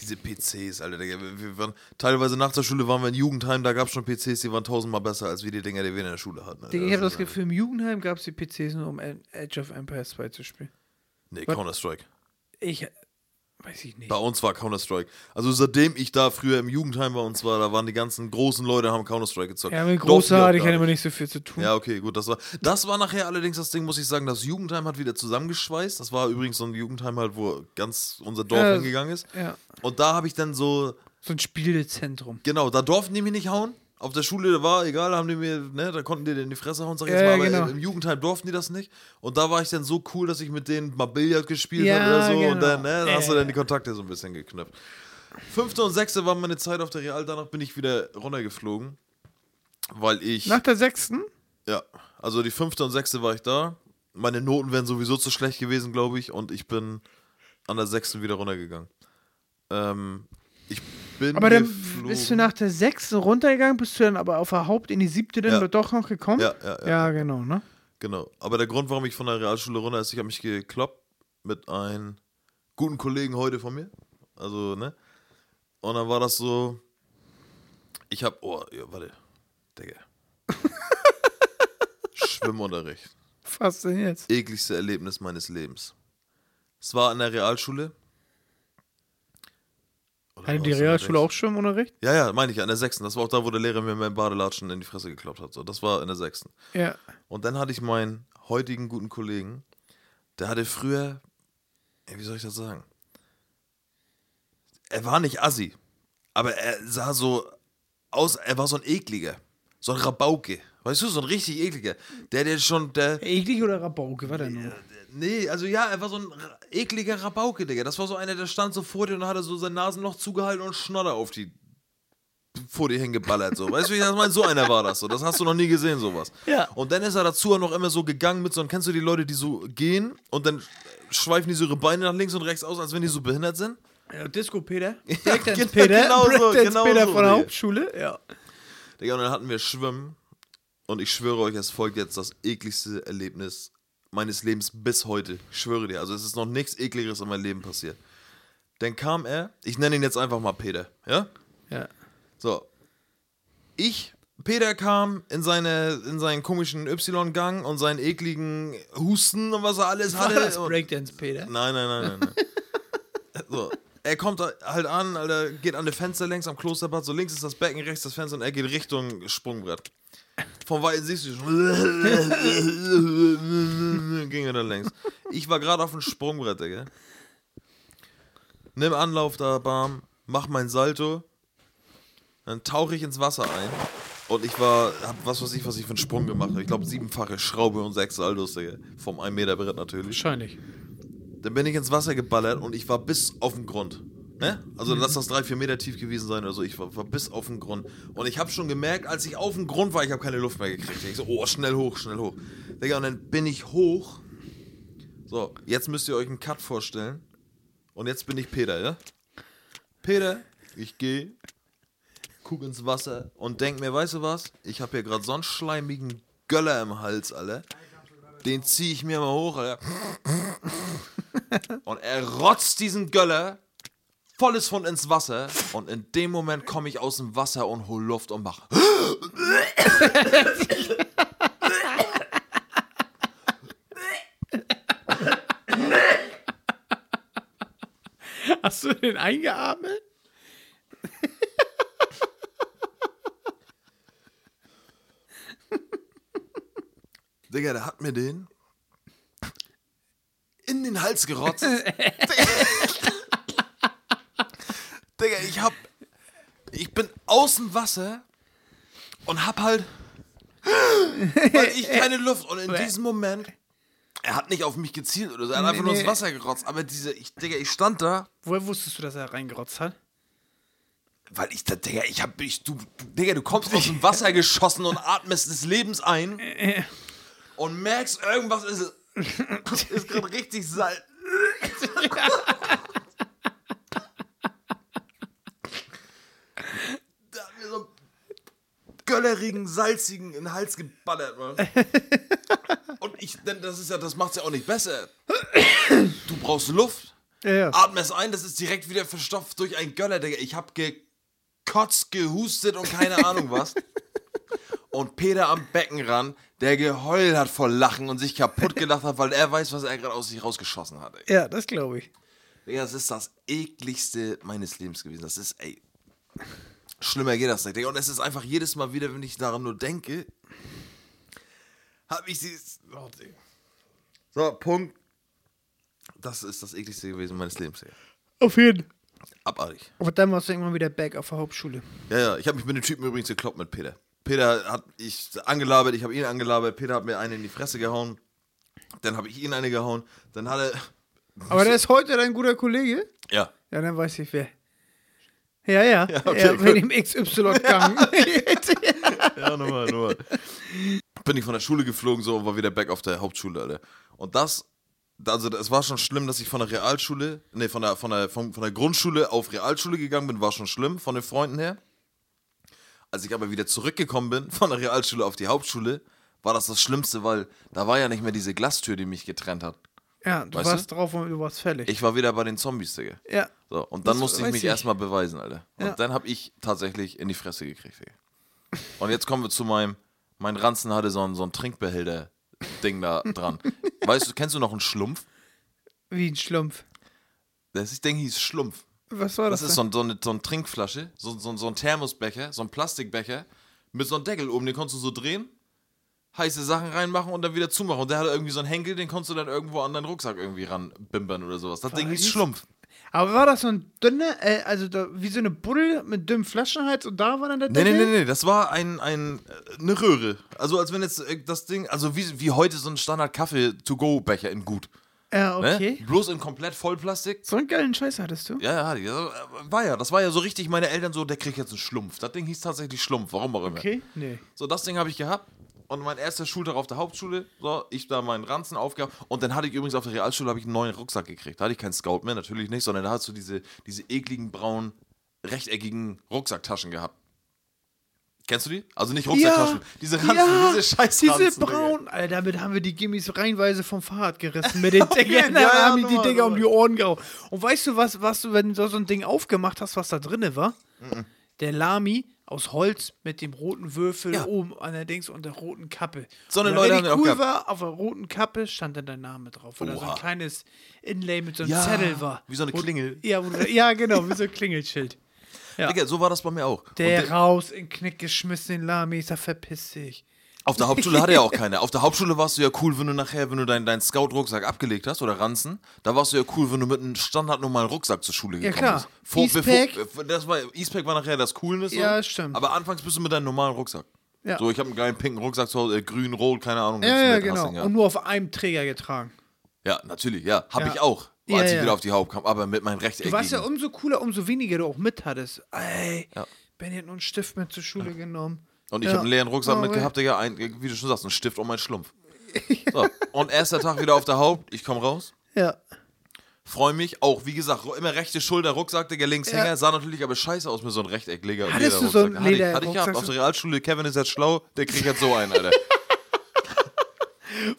diese PCs, Alter. Digga, wir, wir waren, teilweise nach der Schule waren wir in Jugendheim, da gab es schon PCs, die waren tausendmal besser als wie die Dinger, die wir in der Schule hatten. Alter. Also,
Digga, ich habe
Das
das
ist-
Gefühl, im Jugendheim gab es die PCs nur, um Edge of Empires 2 zu spielen.
Nee, Counter-Strike.
Ich. Weiß ich nicht.
Bei uns war Counter-Strike. Also seitdem ich da früher im Jugendheim bei uns war, da waren die ganzen großen Leute, haben Counter-Strike gezockt.
Ja, mit
Durften wir
großer
auch
hatte ich
gar
ja immer
nicht.
nicht so viel zu tun.
Ja, okay, gut, das war. Das war nachher allerdings das Ding, muss ich sagen, das Jugendheim hat wieder zusammengeschweißt. Das war übrigens so ein Jugendheim halt, wo ganz unser Dorf
Ja,
hingegangen ist.
ja.
Und da habe ich dann so,
So ein Spielezentrum.
genau, da durften die mich nicht hauen. Auf der Schule war egal, haben die mir, ne, da konnten die in die Fresse hauen, sag ich
Ja,
jetzt mal, aber
ja, genau.
im Jugendheim durften die das nicht. Und da war ich dann so cool, dass ich mit denen mal Billard gespielt
Ja,
habe oder so.
genau.
Und dann, ne, da hast du
Äh.
dann die Kontakte so ein bisschen geknüpft. Fünfte und sechste war meine Zeit auf der Real, danach bin ich wieder runtergeflogen. Weil ich.
Nach der sechsten?
Ja, also die fünfte und sechste war ich da. Meine Noten wären sowieso zu schlecht gewesen, glaube ich, und ich bin an der sechsten wieder runtergegangen. Ähm, ich bin.
Aber dann
geflogen.
bist du nach der sechsten runtergegangen, bist du dann aber auf der Haupt in die siebte dann
Ja.
doch noch gekommen?
Ja, ja, ja.
Ja, genau, ne?
Genau. Aber der Grund, warum ich von der Realschule runter ist, ich habe mich gekloppt mit einem guten Kollegen heute von mir. Also, ne? Und dann war das so. Ich habe. Oh, ja, warte. Digga. Schwimmunterricht.
Was denn jetzt?
ekligste Erlebnis meines Lebens. Es war in der Realschule. Oder
Hatte
war
die
es in der
Realschule
sechsten?
auch Schwimmunterricht?
Ja, ja, meine ich ja, in der sechsten. Das war auch da, wo der Lehrer mir meinen Badelatschen in die Fresse gekloppt hat. So, das war in der sechsten.
Ja.
Und dann hatte ich meinen heutigen guten Kollegen, der hatte früher, ey, wie soll ich das sagen? Er war nicht assi, aber er sah so aus, er war so ein ekliger, so ein Rabauke. Weißt du, so ein richtig ekliger. Der, der schon, der,
Eklig oder Rabauke, war der nur?
Nee, also ja, er war so ein ra- ekliger Rabauke, Digga. Das war so einer, der stand so vor dir und hatte so sein Nasenloch zugehalten und Schnodder auf die vor dir hingeballert. So. Weißt du, wie ich das meine? So einer war das. So. Das hast du noch nie gesehen, sowas.
Ja.
Und dann ist er dazu auch noch immer so gegangen mit so, und kennst du die Leute, die so gehen und dann schweifen die so ihre Beine nach links und rechts aus, als wenn die so behindert sind?
Ja, Disco-Peter.
genau-
Breakdance-Peter.
genau so, genau
Breakdance-Peter
so,
von der
nee.
Hauptschule, ja.
Digga, und dann hatten wir Schwimmen. Und ich schwöre euch, es folgt jetzt das ekligste Erlebnis meines Lebens bis heute. Ich schwöre dir. Also es ist noch nichts ekligeres in meinem Leben passiert. Dann kam er, ich nenne ihn jetzt einfach mal Peter, ja?
Ja.
So. Ich, Peter kam in, seine, in seinen komischen Y-Gang und seinen ekligen Husten und was er alles
War
hatte.
das
Und-
Breakdance-Peter?
Nein, nein, nein, nein. nein. so. Er kommt halt an, Alter, geht an die Fenster längs am Klosterbad, so links ist das Becken, rechts das Fenster und er geht Richtung Sprungbrett. Vom Weiten siehst du schon. ging er dann längs. Ich war gerade auf dem Sprungbrett, Digga. Nimm Anlauf da, bam, mach mein Salto. Dann tauche ich ins Wasser ein. Und ich war, hab was weiß ich, was ich für einen Sprung gemacht habe. Ich glaube, siebenfache Schraube und sechs Saldos, Digga. Vom 1-Meter-Brett natürlich.
Wahrscheinlich.
Dann bin ich ins Wasser geballert und ich war bis auf den Grund. Ne? Also lass das drei, vier Meter tief gewesen sein oder so. Ich war, war bis auf den Grund. Und ich habe schon gemerkt, als ich auf dem Grund war, ich habe keine Luft mehr gekriegt. Ich so, oh, schnell hoch, schnell hoch. Digga, und dann bin ich hoch. So, jetzt müsst ihr euch einen Cut vorstellen. Und jetzt bin ich Peter, ja? Peter, ich gehe, guck ins Wasser und denk mir, weißt du was? Ich habe hier gerade so einen schleimigen Göller im Hals, alle. Den ziehe ich mir mal hoch, Alter. Und er rotzt diesen Göller volles Fund ins Wasser. Und in dem Moment komme ich aus dem Wasser und hol Luft und mach.
Hast du den eingeatmet?
Digga, der hat mir den in den Hals gerotzt. Digga, ich hab. Ich bin aus dem Wasser und hab halt. Weil ich keine Luft. Und in diesem Moment er hat nicht auf mich gezielt oder so, er hat einfach
Nee,
nur
nee.
ins Wasser gerotzt. Aber diese, ich, Digga, ich stand da,
Woher wusstest du, dass er reingerotzt hat?
weil ich da, Digga, ich hab, ich, du, du- Digga, du kommst aus dem Wasser geschossen und atmest des Lebens ein und merkst, irgendwas ist, ist gerade richtig sal. da hat mir so einen göllerigen, salzigen in den Hals geballert, Mann. Und ich, denn das ist ja, das macht's ja auch nicht besser. Du brauchst Luft.
Ja, ja.
Atme es ein, das ist direkt wieder verstopft durch einen Göller, Digga. Ich hab gekotzt, gehustet und keine Ahnung was. Und Peter am Beckenrand, der geheult hat vor Lachen und sich kaputt gelacht hat, weil er weiß, was er gerade aus sich rausgeschossen hat, ey.
Ja, das glaube ich.
Digga, das ist das ekligste meines Lebens gewesen. Das ist, ey. Schlimmer geht das nicht, Digga. Und es ist einfach jedes Mal wieder, wenn ich daran nur denke, hab ich dieses. Oh, Digga. So, Punkt. Das ist das ekligste gewesen meines Lebens, ey.
Auf jeden Fall.
Abartig.
Aber dann warst du irgendwann wieder back auf der Hauptschule.
Ja, ja, ich habe mich mit dem Typen übrigens gekloppt mit Peter. Peter hat ich angelabert, ich habe ihn angelabert, Peter hat mir eine in die Fresse gehauen, dann habe ich ihn eine gehauen, dann hat er.
Aber der ist heute dein guter Kollege?
Ja.
Ja, dann weiß ich wer. Ja, ja. ja,
okay,
mit
gut.
dem XY-Gang.
Ja, nochmal, nochmal. Bin ich von der Schule geflogen so und war wieder back auf der Hauptschule, Alter. Und das, also es war schon schlimm, dass ich von der Realschule, nee, von der, von der, von, von der Grundschule auf Realschule gegangen bin, war schon schlimm, von den Freunden her. Als ich aber wieder zurückgekommen bin, von der Realschule auf die Hauptschule, war das das Schlimmste, weil da war ja nicht mehr diese Glastür, die mich getrennt hat.
ja, du
Weißt du?
warst drauf und du warst fertig.
Ich war wieder bei den Zombies, Digga.
ja.
So, und dann
Das
musste ich
weiß
mich
ich.
erstmal beweisen, Alter. Und
Ja.
dann habe ich tatsächlich in die Fresse gekriegt, Digga. Und jetzt kommen wir zu meinem. Mein Ranzen hatte so ein, so ein Trinkbehälter-Ding da dran. weißt du, kennst du noch einen Schlumpf?
Wie ein Schlumpf.
Das Ding hieß Schlumpf.
Was war das?
Das ist so,
denn?
ein, so, eine, so eine Trinkflasche, so, so, so ein Thermosbecher, so ein Plastikbecher mit so einem Deckel oben, den konntest du so drehen, heiße Sachen reinmachen und dann wieder zumachen. Und der hatte irgendwie so einen Henkel, den konntest du dann irgendwo an deinen Rucksack irgendwie ranbimbern oder sowas. Das Ding hieß
Was?
Schlumpf.
Aber war das so ein dünner, äh, also da, wie so eine Buddel mit dünnem Flaschenhals und da war dann der
Nee, nee,
Deckel?
nee, nee, das war ein, ein, äh, eine Röhre. Also als wenn jetzt äh, das Ding, also wie, wie heute so ein Standard-Kaffee-to-go-Becher in gut.
Ja,
Ne?
okay.
Bloß in komplett Vollplastik.
So einen geilen Scheiß hattest du?
Ja, ja, hatte ich. Das war ja, das war ja so richtig meine Eltern so, der kriegt jetzt einen Schlumpf. Das Ding hieß tatsächlich Schlumpf, warum auch immer.
Okay. Nee.
So, das Ding habe ich gehabt. Und mein erster Schultag auf der Hauptschule, so, ich da meinen Ranzen aufgehabt. Und dann hatte ich übrigens auf der Realschule habe ich einen neuen Rucksack gekriegt. Da hatte ich keinen Scout mehr, natürlich nicht, sondern da hast du diese, diese ekligen, braunen, rechteckigen Rucksacktaschen gehabt. Kennst du die? Also nicht Rucksacktaschen. diese Ranzen,
Ja,
diese scheiß
Diese
Ranzen, Digga.
braun, Alter, damit haben wir die Gimmis reihenweise vom Fahrrad gerissen mit den Dingern.
Ja,
da
ja,
haben die die
nochmal,
Dinger um
nochmal.
die Ohren gehauen. Und weißt du, was, was du, wenn du so ein Ding aufgemacht hast, was da drinne war?
Mhm.
Der Lami aus Holz mit dem roten Würfel
Ja.
oben an der Dings und der roten Kappe.
So eine
und
Leute
wenn
haben
die
wir auch
cool
gehabt.
war, auf der roten Kappe stand dann dein Name drauf. Oder so
Oha.
ein kleines Inlay mit so einem
Ja,
Zettel war.
wie so eine
Wo-
Klingel.
Ja, wo du, ja, genau, wie so ein Klingelschild. Ja.
Digga, so war das bei mir auch. Und
Der
der-
raus, in den Knick geschmissen, den Lami, ich sag, verpiss dich.
Auf der Hauptschule hatte ja auch keiner. Auf der Hauptschule warst du ja cool, wenn du nachher, wenn du deinen deinen Scout-Rucksack abgelegt hast oder Ranzen, da warst du ja cool, wenn du mit einem standardnormalen Rucksack zur Schule
Ja,
gekommen
klar.
bist. Vor,
Eastpack.
bevor- äh, das war, Eastpack war nachher das Coolness. so.
Ja, stimmt.
Aber anfangs bist du mit deinem normalen Rucksack.
Ja.
So, ich habe einen geilen pinken Rucksack, zu Hause, äh, grün, rot, keine Ahnung.
Ja,
was du
ja,
mit hast
genau.
denn gehabt.
Und nur auf einem Träger getragen.
ja, natürlich, ja. Hab
Ja.
ich auch,
Ja,
als ich
ja.
wieder auf die Haupt kam, aber mit meinem rechteckigen.
Du warst ja umso cooler, umso weniger du auch mit hattest. Ey,
Ja.
Benny hat nur einen Stift mit zur Schule genommen.
Und ich
Ja.
habe einen leeren Rucksack
Oh,
mitgehabt, Digga, ein, wie du schon sagst, einen Stift und meinen Schlumpf. So, und erster Tag wieder auf der Haupt, ich komme raus.
Ja.
Freue mich auch, wie gesagt, immer rechte Schulter, Rucksack, Digga, links Hänger. Sah natürlich aber scheiße aus mit so einem Rechteckleger. und
Hattest du
Lederrucksack.
so
hatte
einen
ich, hatte ich
Lederrucksack?
gehabt. Auf der Realschule, Kevin ist jetzt schlau, der kriegt jetzt so einen, Alter.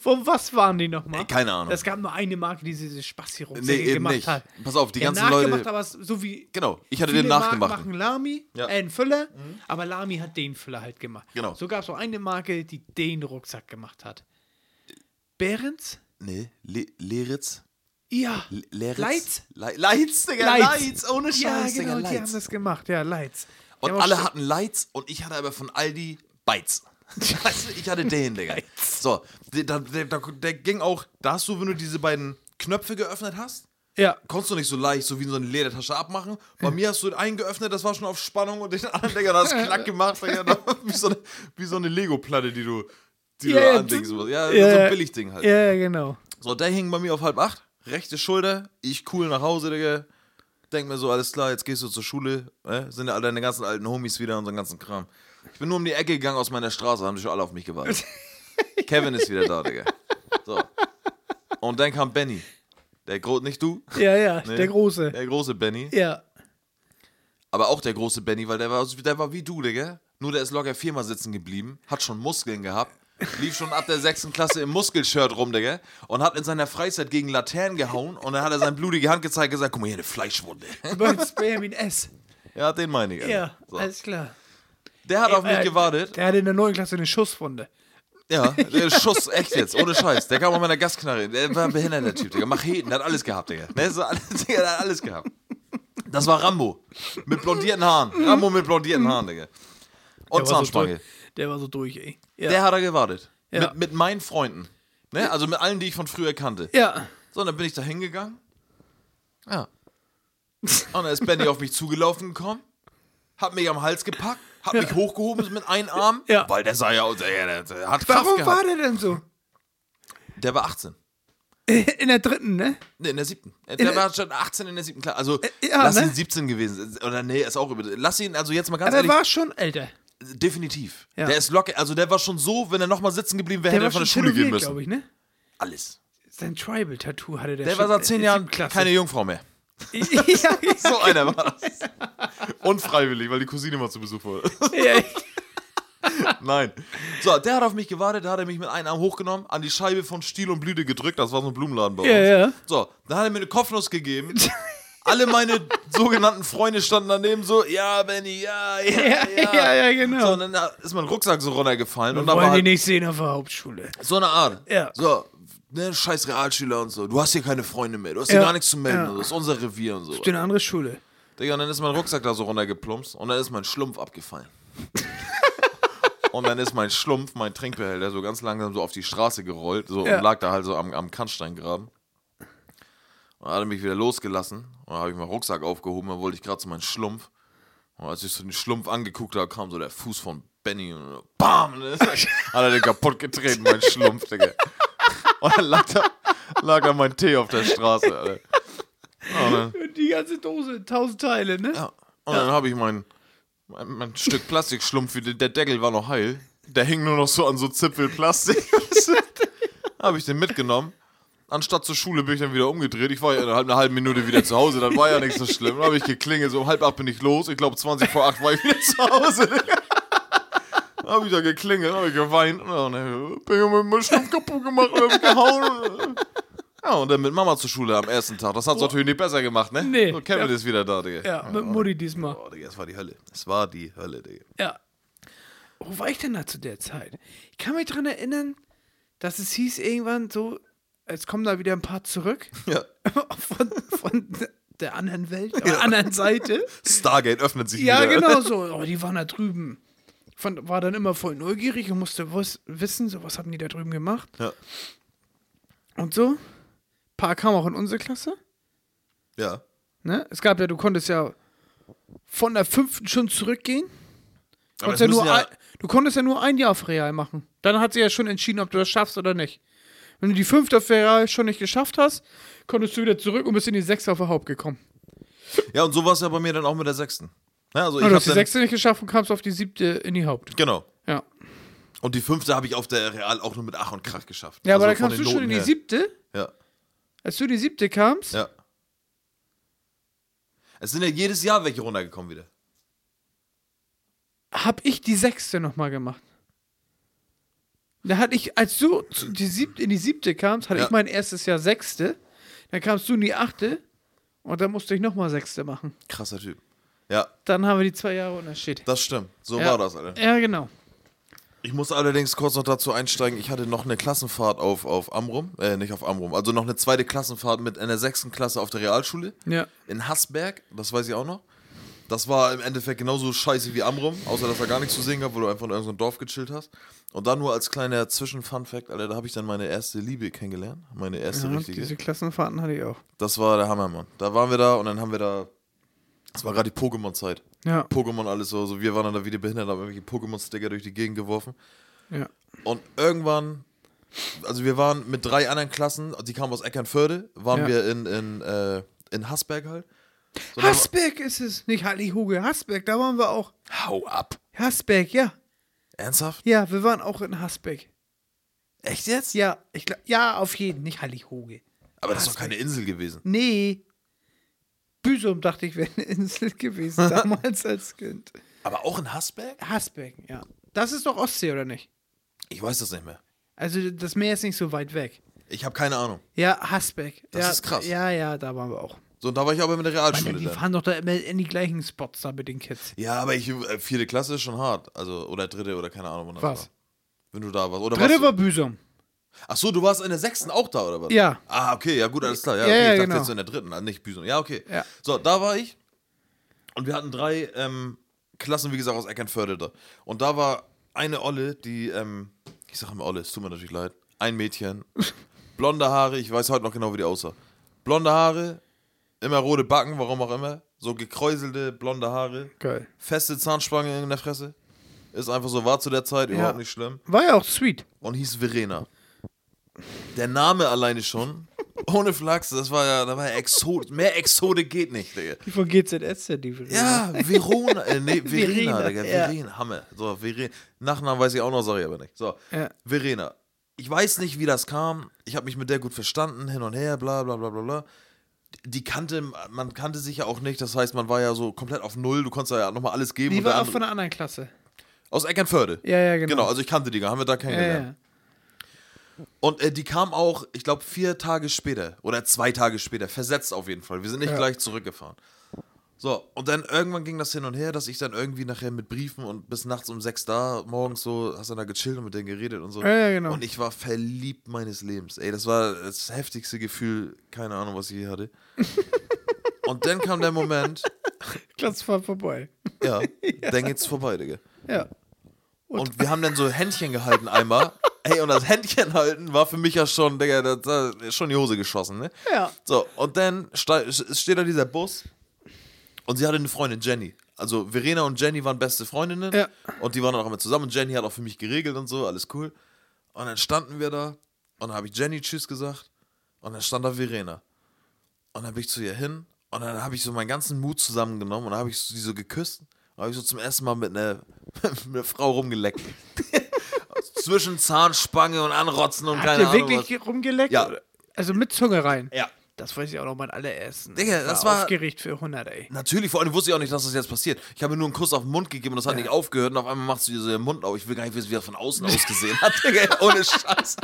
Von was waren die nochmal?
Ey, keine Ahnung.
Es gab nur eine Marke, die diese spaß hier
nee, eben
gemacht
nicht.
hat.
Pass auf, die
Die ja,
ganzen
nachgemacht,
Leute.
aber es- so wie.
Genau, ich hatte
viele
den
Marken
nachgemacht.
machen Lami,
Ja. Mhm.
äh, einen Füller, aber Lami hat den Füller halt gemacht.
Genau.
So gab es auch eine Marke, die den Rucksack gemacht hat. Behrens?
Nee, Le Leritz.
Ja.
Le Leritz.
Leitz?
Le Leitz, Digga, Leitz.
Leitz.
ohne Scheiß,
Ja,
Digga,
genau, die haben
Leitz.
das gemacht. Ja, Leitz. Die
Und
haben auch
alle
schon-
hatten Lights und ich hatte aber von Aldi Bites. Weißt du, ich hatte den, Digga. So, der, der, der, der ging auch, da hast du, wenn du diese beiden Knöpfe geöffnet hast,
Ja.
konntest du nicht so leicht, so wie in so eine Ledertasche abmachen. Bei mir hast du den einen geöffnet, das war schon auf Spannung und den anderen, Digga, da hast du klack gemacht, Digga, da, wie so eine, wie so eine Lego-Platte, die du, die
Ja,
du
ja,
anlegst.
das-
Ja, so
ja,
ein
ja.
Billigding halt.
Ja, genau.
So, der hing bei mir auf halb acht, rechte Schulter, ich cool nach Hause, Digga. Denk mir so, alles klar, jetzt gehst du zur Schule, ne? sind ja alle deine ganzen alten Homies wieder und so einen ganzen Kram. Ich bin nur um die Ecke gegangen aus meiner Straße, haben die schon alle auf mich gewartet. Kevin ist wieder da, Digga. So. Und dann kam Benny. Der Gro nicht du,
Ja, ja,
Nee.
der Große.
der große Benny.
Ja.
Aber auch der große Benny, weil der war, der war wie du, Digga. Nur der ist locker viermal sitzen geblieben, hat schon Muskeln gehabt, lief schon ab der sechsten Klasse im Muskelshirt rum, Digga. Und hat in seiner Freizeit gegen Laternen gehauen und dann hat er seine blutige Hand gezeigt und gesagt, guck mal hier, eine Fleischwunde.
Burns Benjamin S.
Ja, den meine ich. Alter.
Ja, also,
so.
alles klar.
Der hat auf mich
Äh,
gewartet.
Der hatte in der neuen Klasse eine Schusswunde.
Ja, der Schuss, echt jetzt, ohne Scheiß. Der kam mit meiner Gasknarre. Der war ein behinderter Typ, Digga. Macheten, der hat alles gehabt, Digga. Der, ist so alles, Digga, der hat alles gehabt. Das war Rambo. Mit blondierten Haaren. Rambo mit blondierten Haaren, Digga.
Der
Und
war so
Zahnspange.
durch, der war so durch, ey. Ja.
Der hat er gewartet.
Ja.
Mit, mit meinen Freunden. Ne? Also mit allen, die ich von früher kannte.
ja.
So, dann bin ich da hingegangen. Ja. Und dann ist Benny auf mich zugelaufen gekommen, hat mich am Hals gepackt, hat mich hochgehoben mit einem Arm.
Ja.
Weil der sah ja aus, der, der hat Kraft
Warum
gehabt.
war der denn so?
Der war 18.
In der dritten, ne?
Nee, in der siebten. Der war schon 18 in der siebten Klasse. Also,
ja,
lass
ne?
ihn 17 gewesen. Oder nee, ist auch über. Lass ihn, also jetzt mal ganz
Aber er
ehrlich,
war schon älter.
definitiv.
Ja.
Der ist locker, also der war schon so, wenn er nochmal sitzen geblieben wäre, hätte er von der Schule gehen müssen.
glaube ich, ne?
Alles.
Sein Tribal-Tattoo hatte der
Der
schon
war seit 10
in
Jahren
siebten Klasse.
keine Jungfrau mehr.
ja,
So einer war das. Unfreiwillig, weil die Cousine mal zu Besuch war.
ja,
Nein. So, der hat auf mich gewartet, da hat er mich mit einem Arm hochgenommen, an die Scheibe von Stiel und Blüte gedrückt, das war so ein Blumenladen bei uns.
Ja, ja.
So, dann hat er mir eine Kopfnuss gegeben. Alle meine sogenannten Freunde standen daneben so, ja, Benny, ja, ja, ja.
ja, ja, ja,
So, ne?
genau.
und dann ist mein Rucksack so runtergefallen und da
Wollen
war
die
halt
nicht sehen auf der Hauptschule.
so eine Art.
Ja.
So, ne, scheiß Realschüler und so. Du hast hier keine Freunde mehr, du hast hier
Ja.
gar nichts zu melden.
Ja.
Das ist unser Revier und so.
Für eine andere Schule.
Digga, und dann ist mein Rucksack da so runtergeplumpst und dann ist mein Schlumpf abgefallen. und dann ist mein Schlumpf, mein Trinkbehälter, so ganz langsam so auf die Straße gerollt so,
Ja.
und lag da halt so am, am Kannsteingraben. Und dann hat er mich wieder losgelassen und dann habe ich meinen Rucksack aufgehoben, dann wollte ich gerade zu meinem Schlumpf. Und als ich so den Schlumpf angeguckt habe, kam so der Fuß von Benny und BAM! Und dann ist er- hat er den kaputt getreten, mein Schlumpf, Digga. Und dann lag da, lag da mein Tee auf der Straße, Alter. Und dann,
Die ganze Dose, tausend Teile, ne?
ja. Und dann habe ich mein, mein, mein Stück Plastikschlumpf, wie der- der Deckel war noch heil. Der hing nur noch so an so Zipfel Plastik. habe ich den mitgenommen. Anstatt zur Schule bin ich dann wieder umgedreht. Ich war ja innerhalb einer halben Minute wieder zu Hause. Dann war ja nichts so schlimm. Dann habe ich geklingelt. So um halb acht bin ich los. Ich glaube, 20 vor acht war ich wieder zu Hause. Dann habe ich da geklingelt, habe ich geweint. Und dann äh, bin ich mit meinem Schlumpf kaputt gemacht und hab gehauen. Ja, und dann mit Mama zur Schule am ersten Tag. Das hat es natürlich nicht besser gemacht, ne?
Oh. Nee.
So, Kevin
Ja.
ist wieder da, Digga.
Ja, mit Mutti diesmal.
Boah, Oh, Digga, es war die Hölle. Es war die Hölle, Digga.
Ja. Wo war ich denn da zu der Zeit? Ich kann mich daran erinnern, dass es hieß irgendwann so, es kommen da wieder ein paar zurück
Ja.
von, von der anderen Welt, der anderen Seite.
Stargate öffnet sich
Ja,
wieder.
genau so. Oh, die waren da drüben. Ich fand, war dann immer voll neugierig und musste was, wissen, so was haben die da drüben gemacht.
Ja.
Und so. Ein paar kamen auch in unsere Klasse.
Ja.
Ne? Es gab ja, du konntest ja von der fünften schon zurückgehen. Du
Aber es
konntest ja nur
müssen ja-
ein, du konntest ja nur ein Jahr auf Real machen. Dann hat sie ja schon entschieden, ob du das schaffst oder nicht. Wenn du die fünfte auf Real schon nicht geschafft hast, konntest du wieder zurück und bist in die sechste auf der Haupt gekommen.
Ja, und so war es ja bei mir dann auch mit der sechsten. Ja, also ich
Und du
hab
hast die
dann-
sechste nicht geschafft und kamst auf die siebte in die Haupt.
Genau.
Ja.
Und die fünfte habe ich auf der Real auch nur mit Ach und Krach geschafft.
Ja, aber da
Also von
kamst
den
du schon in
Noten
die
her.
siebte.
Ja.
Als du in die siebte kamst,
Ja. Es sind ja jedes Jahr welche runtergekommen wieder.
hab ich die sechste nochmal gemacht. Da hatte ich, als du zu- die siebte, in die siebte kamst, hatte
Ja.
ich mein erstes Jahr sechste. Dann kamst du in die achte und dann musste ich nochmal sechste machen.
Krasser Typ. Ja,
Dann haben wir die zwei Jahre Unterschied.
das stimmt. So
ja.
war das, Alter.
Ja, genau.
Ich muss allerdings kurz noch dazu einsteigen, ich hatte noch eine Klassenfahrt auf, auf Amrum, äh, nicht auf Amrum, also noch eine zweite Klassenfahrt mit in der sechsten Klasse auf der Realschule.
Ja.
In Haßberg, das weiß ich auch noch. Das war im Endeffekt genauso scheiße wie Amrum, außer dass da gar nichts zu sehen gab, weil du einfach in irgendeinem Dorf gechillt hast. Und dann nur als kleiner Zwischenfunfact, Alter, da habe ich dann meine erste Liebe kennengelernt. Meine erste
Ja,
richtige.
diese Klassenfahrten hatte ich auch.
Das war der Hammer, Mann. Da waren wir da und dann haben wir da. Das war gerade die Pokémon-Zeit.
Ja.
Pokémon alles so. so. Wir waren dann da wie die Behinderte, haben irgendwelche Pokémon-Sticker durch die Gegend geworfen.
Ja.
Und irgendwann also wir waren mit drei anderen Klassen, die kamen aus Eckernförde, waren
Ja.
wir in, in, äh, in Hasberg halt. So, da-
Hasberg ist es. Nicht Hallihuge, Hasberg, da waren wir auch.
Hau ab.
Hasberg, ja.
Ernsthaft?
Ja, wir waren auch in Hasberg.
Echt jetzt?
Ja, ich glaub, ja, auf jeden, nicht Hallihuge.
Aber das ist doch keine Insel gewesen.
Nee. Büsum dachte ich, wäre eine Insel gewesen, damals als Kind.
Aber auch in Hasberg?
Hasberg, ja. Das ist doch Ostsee, oder nicht?
Ich weiß das nicht mehr.
Also das Meer ist nicht so weit weg.
Ich habe keine Ahnung.
Ja, Hasberg.
Das
ja,
ist krass.
Ja, ja, da waren wir auch.
So, und da war ich aber mit der
Alter,
Realschule
die
dann.
fahren doch da immer in die gleichen Spots da mit den Kids.
Ja, aber ich, äh, vierte Klasse ist schon hart. Also, oder dritte oder keine Ahnung. wann das
Was?
war. Wenn du da warst. Oder
Dritte war
warst
Büsum.
du, ach so, du warst in der sechsten auch da, oder was?
Ja.
Ah, okay, ja gut, alles klar. Ja,
Ja,
okay,
ja,
ich dachte
genau.
jetzt in der dritten, also nicht Büsum. Ja, okay.
Ja.
So, da war ich. Und wir hatten drei ähm, Klassen, wie gesagt, aus Eckernförde da. Und da war eine Olle, die, ähm, ich sage immer Olle, es tut mir natürlich leid. Ein Mädchen, blonde Haare, ich weiß heute noch genau, wie die aussah. Blonde Haare, immer rote Backen, warum auch immer. So gekräuselte blonde Haare.
Geil.
Feste Zahnspange in der Fresse. Ist einfach so, war zu der Zeit, überhaupt nicht schlimm
War ja auch sweet.
und hieß Verena. Der Name alleine schon, ohne Flachs, das war ja, da war ja Exot, mehr Exote geht nicht, Digga.
Die von GZS, die Verena.
Ja, Verona, äh, nee, Verena,
Verena,
Digga,
ja.
Verena, Hammer. So, Verena, Nachnamen weiß ich auch noch, sag ich aber nicht. So,
Ja.
Verena. Ich weiß nicht, wie das kam. Ich habe mich mit der gut verstanden, hin und her, bla, bla, bla, bla, bla. Die kannte, man kannte sich ja auch nicht, das heißt, man war ja so komplett auf Null, du konntest ja nochmal alles geben.
Die
und der
war auch
andere-
von einer anderen Klasse.
aus Eckernförde.
Ja, ja, genau.
Genau, also ich kannte die, gar, haben wir da
Ja,
kennengelernt.
ja.
Und äh, die kam auch, ich glaube, vier Tage später oder zwei Tage später, versetzt auf jeden Fall. Wir sind nicht gleich zurückgefahren. So, und dann irgendwann ging das hin und her, dass ich dann irgendwie nachher mit Briefen und bis nachts um sechs da, morgens so, hast dann da gechillt und mit denen geredet und so.
Ja, ja, genau.
Und ich war verliebt meines Lebens. Ey, das war das heftigste Gefühl, keine Ahnung, was ich je hatte. und dann kam der Moment,
Klasse war vorbei.
ja, dann geht's vorbei, Digga.
Ja.
Und wir haben dann so Händchen gehalten einmal. Hey, und das Händchen halten war für mich ja schon, Digga, da, da ist schon die Hose geschossen, ne?
Ja.
So, und dann ste- es steht da dieser Bus und sie hatte eine Freundin, Jenny. Also Verena und Jenny waren beste Freundinnen
Ja.
und die waren dann auch immer zusammen. Und Jenny hat auch für mich geregelt und so, alles cool. Und dann standen wir da und dann habe ich Jenny Tschüss gesagt und dann stand da Verena. Und dann bin ich zu ihr hin und dann habe ich so meinen ganzen Mut zusammengenommen und dann habe ich sie so geküsst und habe ich so zum ersten Mal mit einer, mit einer Frau rumgeleckt. Zwischen Zahnspange und Anrotzen und
Habt
keine
ihr
Ahnung.
wirklich rumgeleckt?
Ja.
Oder- Also mit Zunge rein.
was. Ja.
Das weiß ich auch noch mein allerersten.
Digga,
Ich
das war-
Aufgeregt für 100, ey.
Natürlich, vor allem wusste ich auch nicht, dass das jetzt passiert. Ich habe mir nur einen Kuss auf den Mund gegeben und das hat nicht aufgehört und auf einmal machst du dir so den Mund auf. Ich will gar nicht wissen, wie das von außen ausgesehen hat. Digga, ohne Scheiß.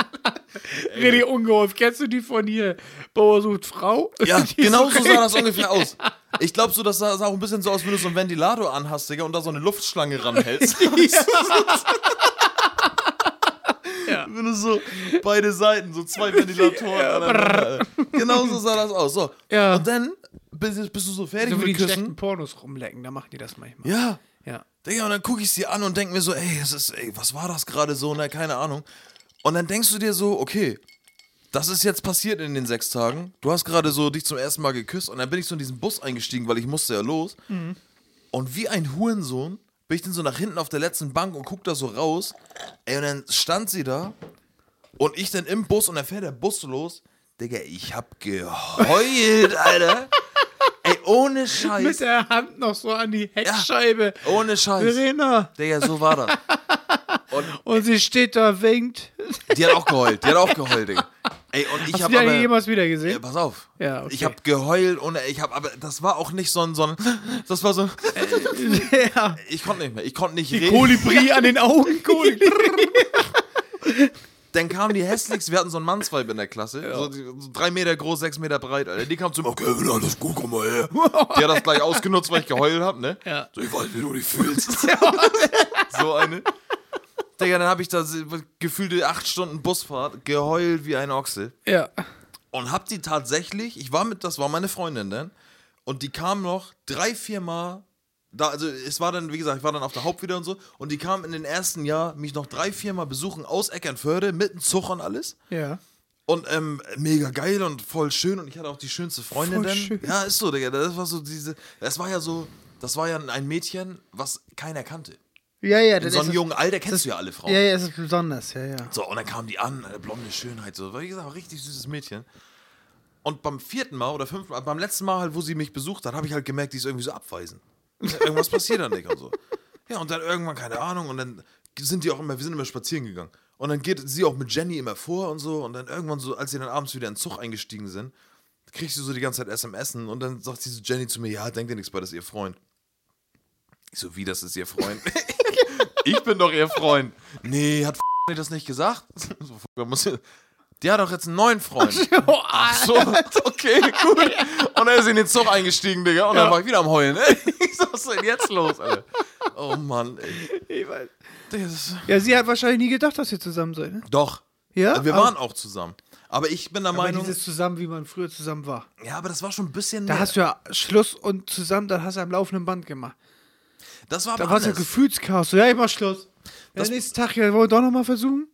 Richtig ungeholfen. Kennst du die von hier? Bauer sucht Frau?
Ja,
Die ist
genau so sah das
richtig-
ungefähr aus. Ich glaube, so, das sah, sah auch ein bisschen so aus, wenn du so einen Ventilator anhast, Digga, und da so eine Luftschlange ranhältst.
Ja.
Wenn du so beide Seiten, so zwei Ventilatoren. aneinander- genau so sah das aus. So.
Ja.
Und dann bist, bist du so fertig
So wie
mit
die schlechten
Küssen.
Pornos rumlecken, da machen die das manchmal.
Ja.
Ja.
Digga, und dann gucke ich sie an und denke mir so, ey, das ist, ey, was war das gerade so? Na, keine Ahnung. Und dann denkst du dir so, okay, das ist jetzt passiert in den sechs Tagen. Du hast gerade so dich zum ersten Mal geküsst und dann bin ich so in diesen Bus eingestiegen, weil ich musste ja los.
Mhm.
Und wie ein Hurensohn bin ich dann so nach hinten auf der letzten Bank und guck da so raus. Ey, und dann stand sie da und ich dann im Bus und dann fährt der Bus los. Digga, ich hab geheult, Alter. Ey, ohne
Mit
Scheiß.
der Hand noch so an die Heckscheibe.
Ohne Oh, Scheiß.
Verena.
Digga, so war das.
Und sie steht da, winkt.
Die hat auch geheult, die hat auch geheult, Digga. Ey, und ich
Hast du
habe
die
aber.
eigentlich jemals wieder
Ey,
gesehen?
pass auf.
Ja, okay.
Ich habe geheult und ich habe, aber das war auch nicht so ein, so ein das war so, ein-
ja.
ich konnte nicht mehr, ich konnte nicht reden.
Kolibri an den Augen.
Dann kamen die hässlichsten, wir hatten so einen Mannsweib in der Klasse, so, die- so drei Meter groß, sechs Meter breit, Alter. Die kam zu mir, okay, wenn alles gut, komm mal her. Die hat das gleich ausgenutzt, weil ich geheult habe, ne?
Ja.
So, ich weiß, wie du dich fühlst. so eine. Digga, dann habe ich da so gefühlte acht Stunden Busfahrt geheult wie ein Ochse.
ja.
und hab die tatsächlich, ich war mit, das war meine Freundin dann, und die kam noch drei, vier Mal, da, also es war dann, wie gesagt, ich war dann auf der Haupt wieder und so, und die kam in den ersten Jahr mich noch drei, vier Mal besuchen aus Eckernförde, mit einem Zug und alles.
Ja.
Und ähm, mega geil und voll schön und ich hatte auch die schönste Freundin
Voll
dann.
schön.
Ja, ist so, Digga, das war so diese, das war ja so, das war ja ein Mädchen, was keiner kannte.
Ja, ja, das
In so einem
ist.
jungen Alter kennst du ja alle Frauen.
ja, ja, es ist besonders, ja, ja.
So, und dann kam die an, eine blonde Schönheit, so, wie gesagt, richtig süßes Mädchen. Und beim vierten Mal oder fünften Mal, beim letzten Mal halt, wo sie mich besucht hat, habe ich halt gemerkt, die ist irgendwie so abweisend. Ja, Irgendwas passiert da nicht und so. Ja, und dann irgendwann, keine Ahnung, und dann sind die auch immer, wir sind immer spazieren gegangen. Und dann geht sie auch mit Jenny immer vor und so. Und dann irgendwann so, als sie dann abends wieder in den Zug eingestiegen sind, kriegst du so die ganze Zeit SMS und dann sagt diese Jenny zu mir, ja, denk dir nichts bei, das ist ihr Freund. Ich so, wie, das ist ihr Freund? ich bin doch ihr Freund. Nee, hat mir das nicht gesagt? So, man muss, die hat doch jetzt einen neuen Freund.
Oh,
Ach so, okay, gut. Und dann ist sie in den Zug eingestiegen, Digga. Und dann war ich wieder am Heulen. Ey, Was ist denn jetzt los, Alter? Oh Mann, ey.
ich weiß.
Das ist
Ja, sie hat wahrscheinlich nie gedacht, dass ihr zusammen seid, ne?
doch.
Ja?
Wir
Aber-
waren auch zusammen. Aber ich bin der
Aber
Meinung.
dieses zusammen, wie man früher zusammen war.
ja, aber das war schon ein bisschen.
Da
mehr.
hast du ja Schluss und zusammen, dann hast du am laufenden Band gemacht.
das war aber
Da war es ja
anders.
Gefühlschaos. So, Ja, ich mach Schluss.
Das-
Am nächsten Tag, ja, wollen wir doch nochmal versuchen?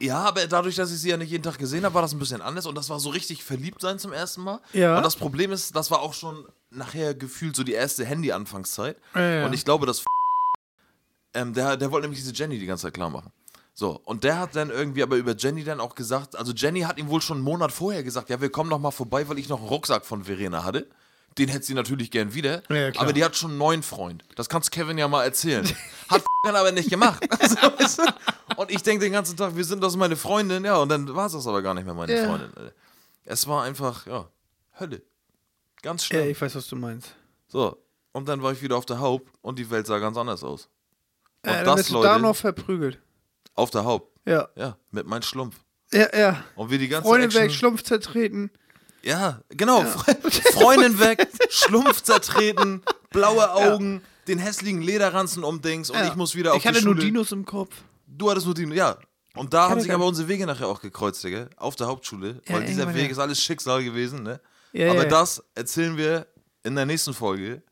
Ja, aber dadurch, dass ich sie ja nicht jeden Tag gesehen habe, war das ein bisschen anders und das war so richtig verliebt sein zum ersten Mal.
Ja.
Und das Problem ist, das war auch schon nachher gefühlt so die erste Handy-Anfangszeit.
Ja, ja.
Und ich glaube, dass ähm, der, der wollte nämlich diese Jenny die ganze Zeit klar machen. So, und der hat dann irgendwie aber über Jenny dann auch gesagt, also Jenny hat ihm wohl schon einen Monat vorher gesagt, ja, wir kommen noch mal vorbei, weil ich noch einen Rucksack von Verena hatte. Den hätte sie natürlich gern wieder,
Ja, ja, klar.
aber die hat schon einen neuen Freund. Das kannst Kevin ja mal erzählen. Hat dann aber nicht gemacht. Also, weißt du? und ich denke den ganzen Tag, wir sind doch meine Freundin, ja, und dann war es das aber gar nicht mehr meine
Ja.
Freundin. Alter. Es war einfach, ja, Hölle. Ganz
Ja,
schlimm.
ich weiß, was du meinst.
So, und dann war ich wieder auf der Haupt und die Welt sah ganz anders aus. Und
Äh, dann
das,
bist du
Leute,
da noch verprügelt.
auf der Haupt.
Ja.
Ja, mit meinem Schlumpf.
Ja, ja.
Und wir die ganze
Freunde
Action,
weg, Schlumpf zertreten.
Ja, genau. Fre Freundin weg, Schlumpf zertreten, blaue Augen, den hässlichen Lederranzen um Dings und
Ja.
ich muss wieder auf
Ich
die
hatte
Schule.
nur Dinos im Kopf.
Du hattest nur Dino, ja. Und da haben sich
keine-
aber unsere Wege nachher auch gekreuzt, Digga. Auf der Hauptschule.
Ja,
weil dieser
irgendwann,
Weg
ja.
ist alles Schicksal gewesen, ne?
Ja,
aber
ja.
das erzählen wir in der nächsten Folge.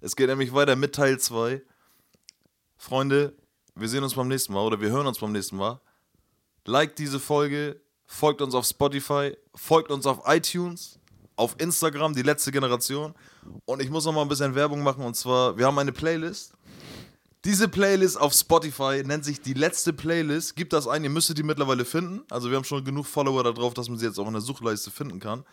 Es geht nämlich weiter mit Teil 2. Freunde, wir sehen uns beim nächsten Mal oder wir hören uns beim nächsten Mal. Like diese Folge, folgt uns auf Spotify, folgt uns auf iTunes, auf Instagram, die letzte Generation. Und ich muss noch mal ein bisschen Werbung machen und zwar, wir haben eine Playlist. Diese Playlist auf Spotify nennt sich die letzte Playlist. Gibt das ein, ihr müsstet die mittlerweile finden. Also wir haben schon genug Follower da drauf, dass man sie jetzt auch in der Suchleiste finden kann.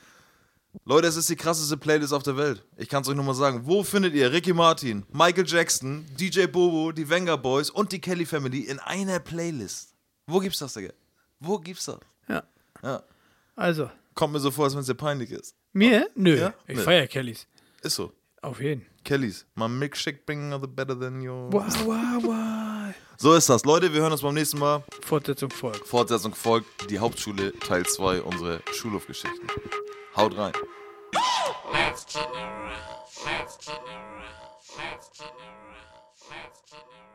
Leute, es ist die krasseste Playlist auf der Welt. Ich kann es euch nur mal sagen. Wo findet ihr Ricky Martin, Michael Jackson, DJ Bobo, die Venga Boys und die Kelly Family in einer Playlist? Wo gibt's das, Digga? Wo gibt's das?
Ja.
Ja.
Also,
Kommt mir so vor, als wenn es dir peinlich ist.
mir? Nö.
Ja?
Ich
Nö.
feier Kellys.
Ist so.
Auf jeden.
Kellys, my milkshake bring are the better than your.
Wow, wow, wow.
So ist das. Leute, wir hören uns beim nächsten Mal.
Fortsetzung folgt.
Fortsetzung folgt. Die Hauptschule, Teil 2, unsere Schulhofgeschichten. Haut rein.
Left generation. Left generation. Left generation. Left generation.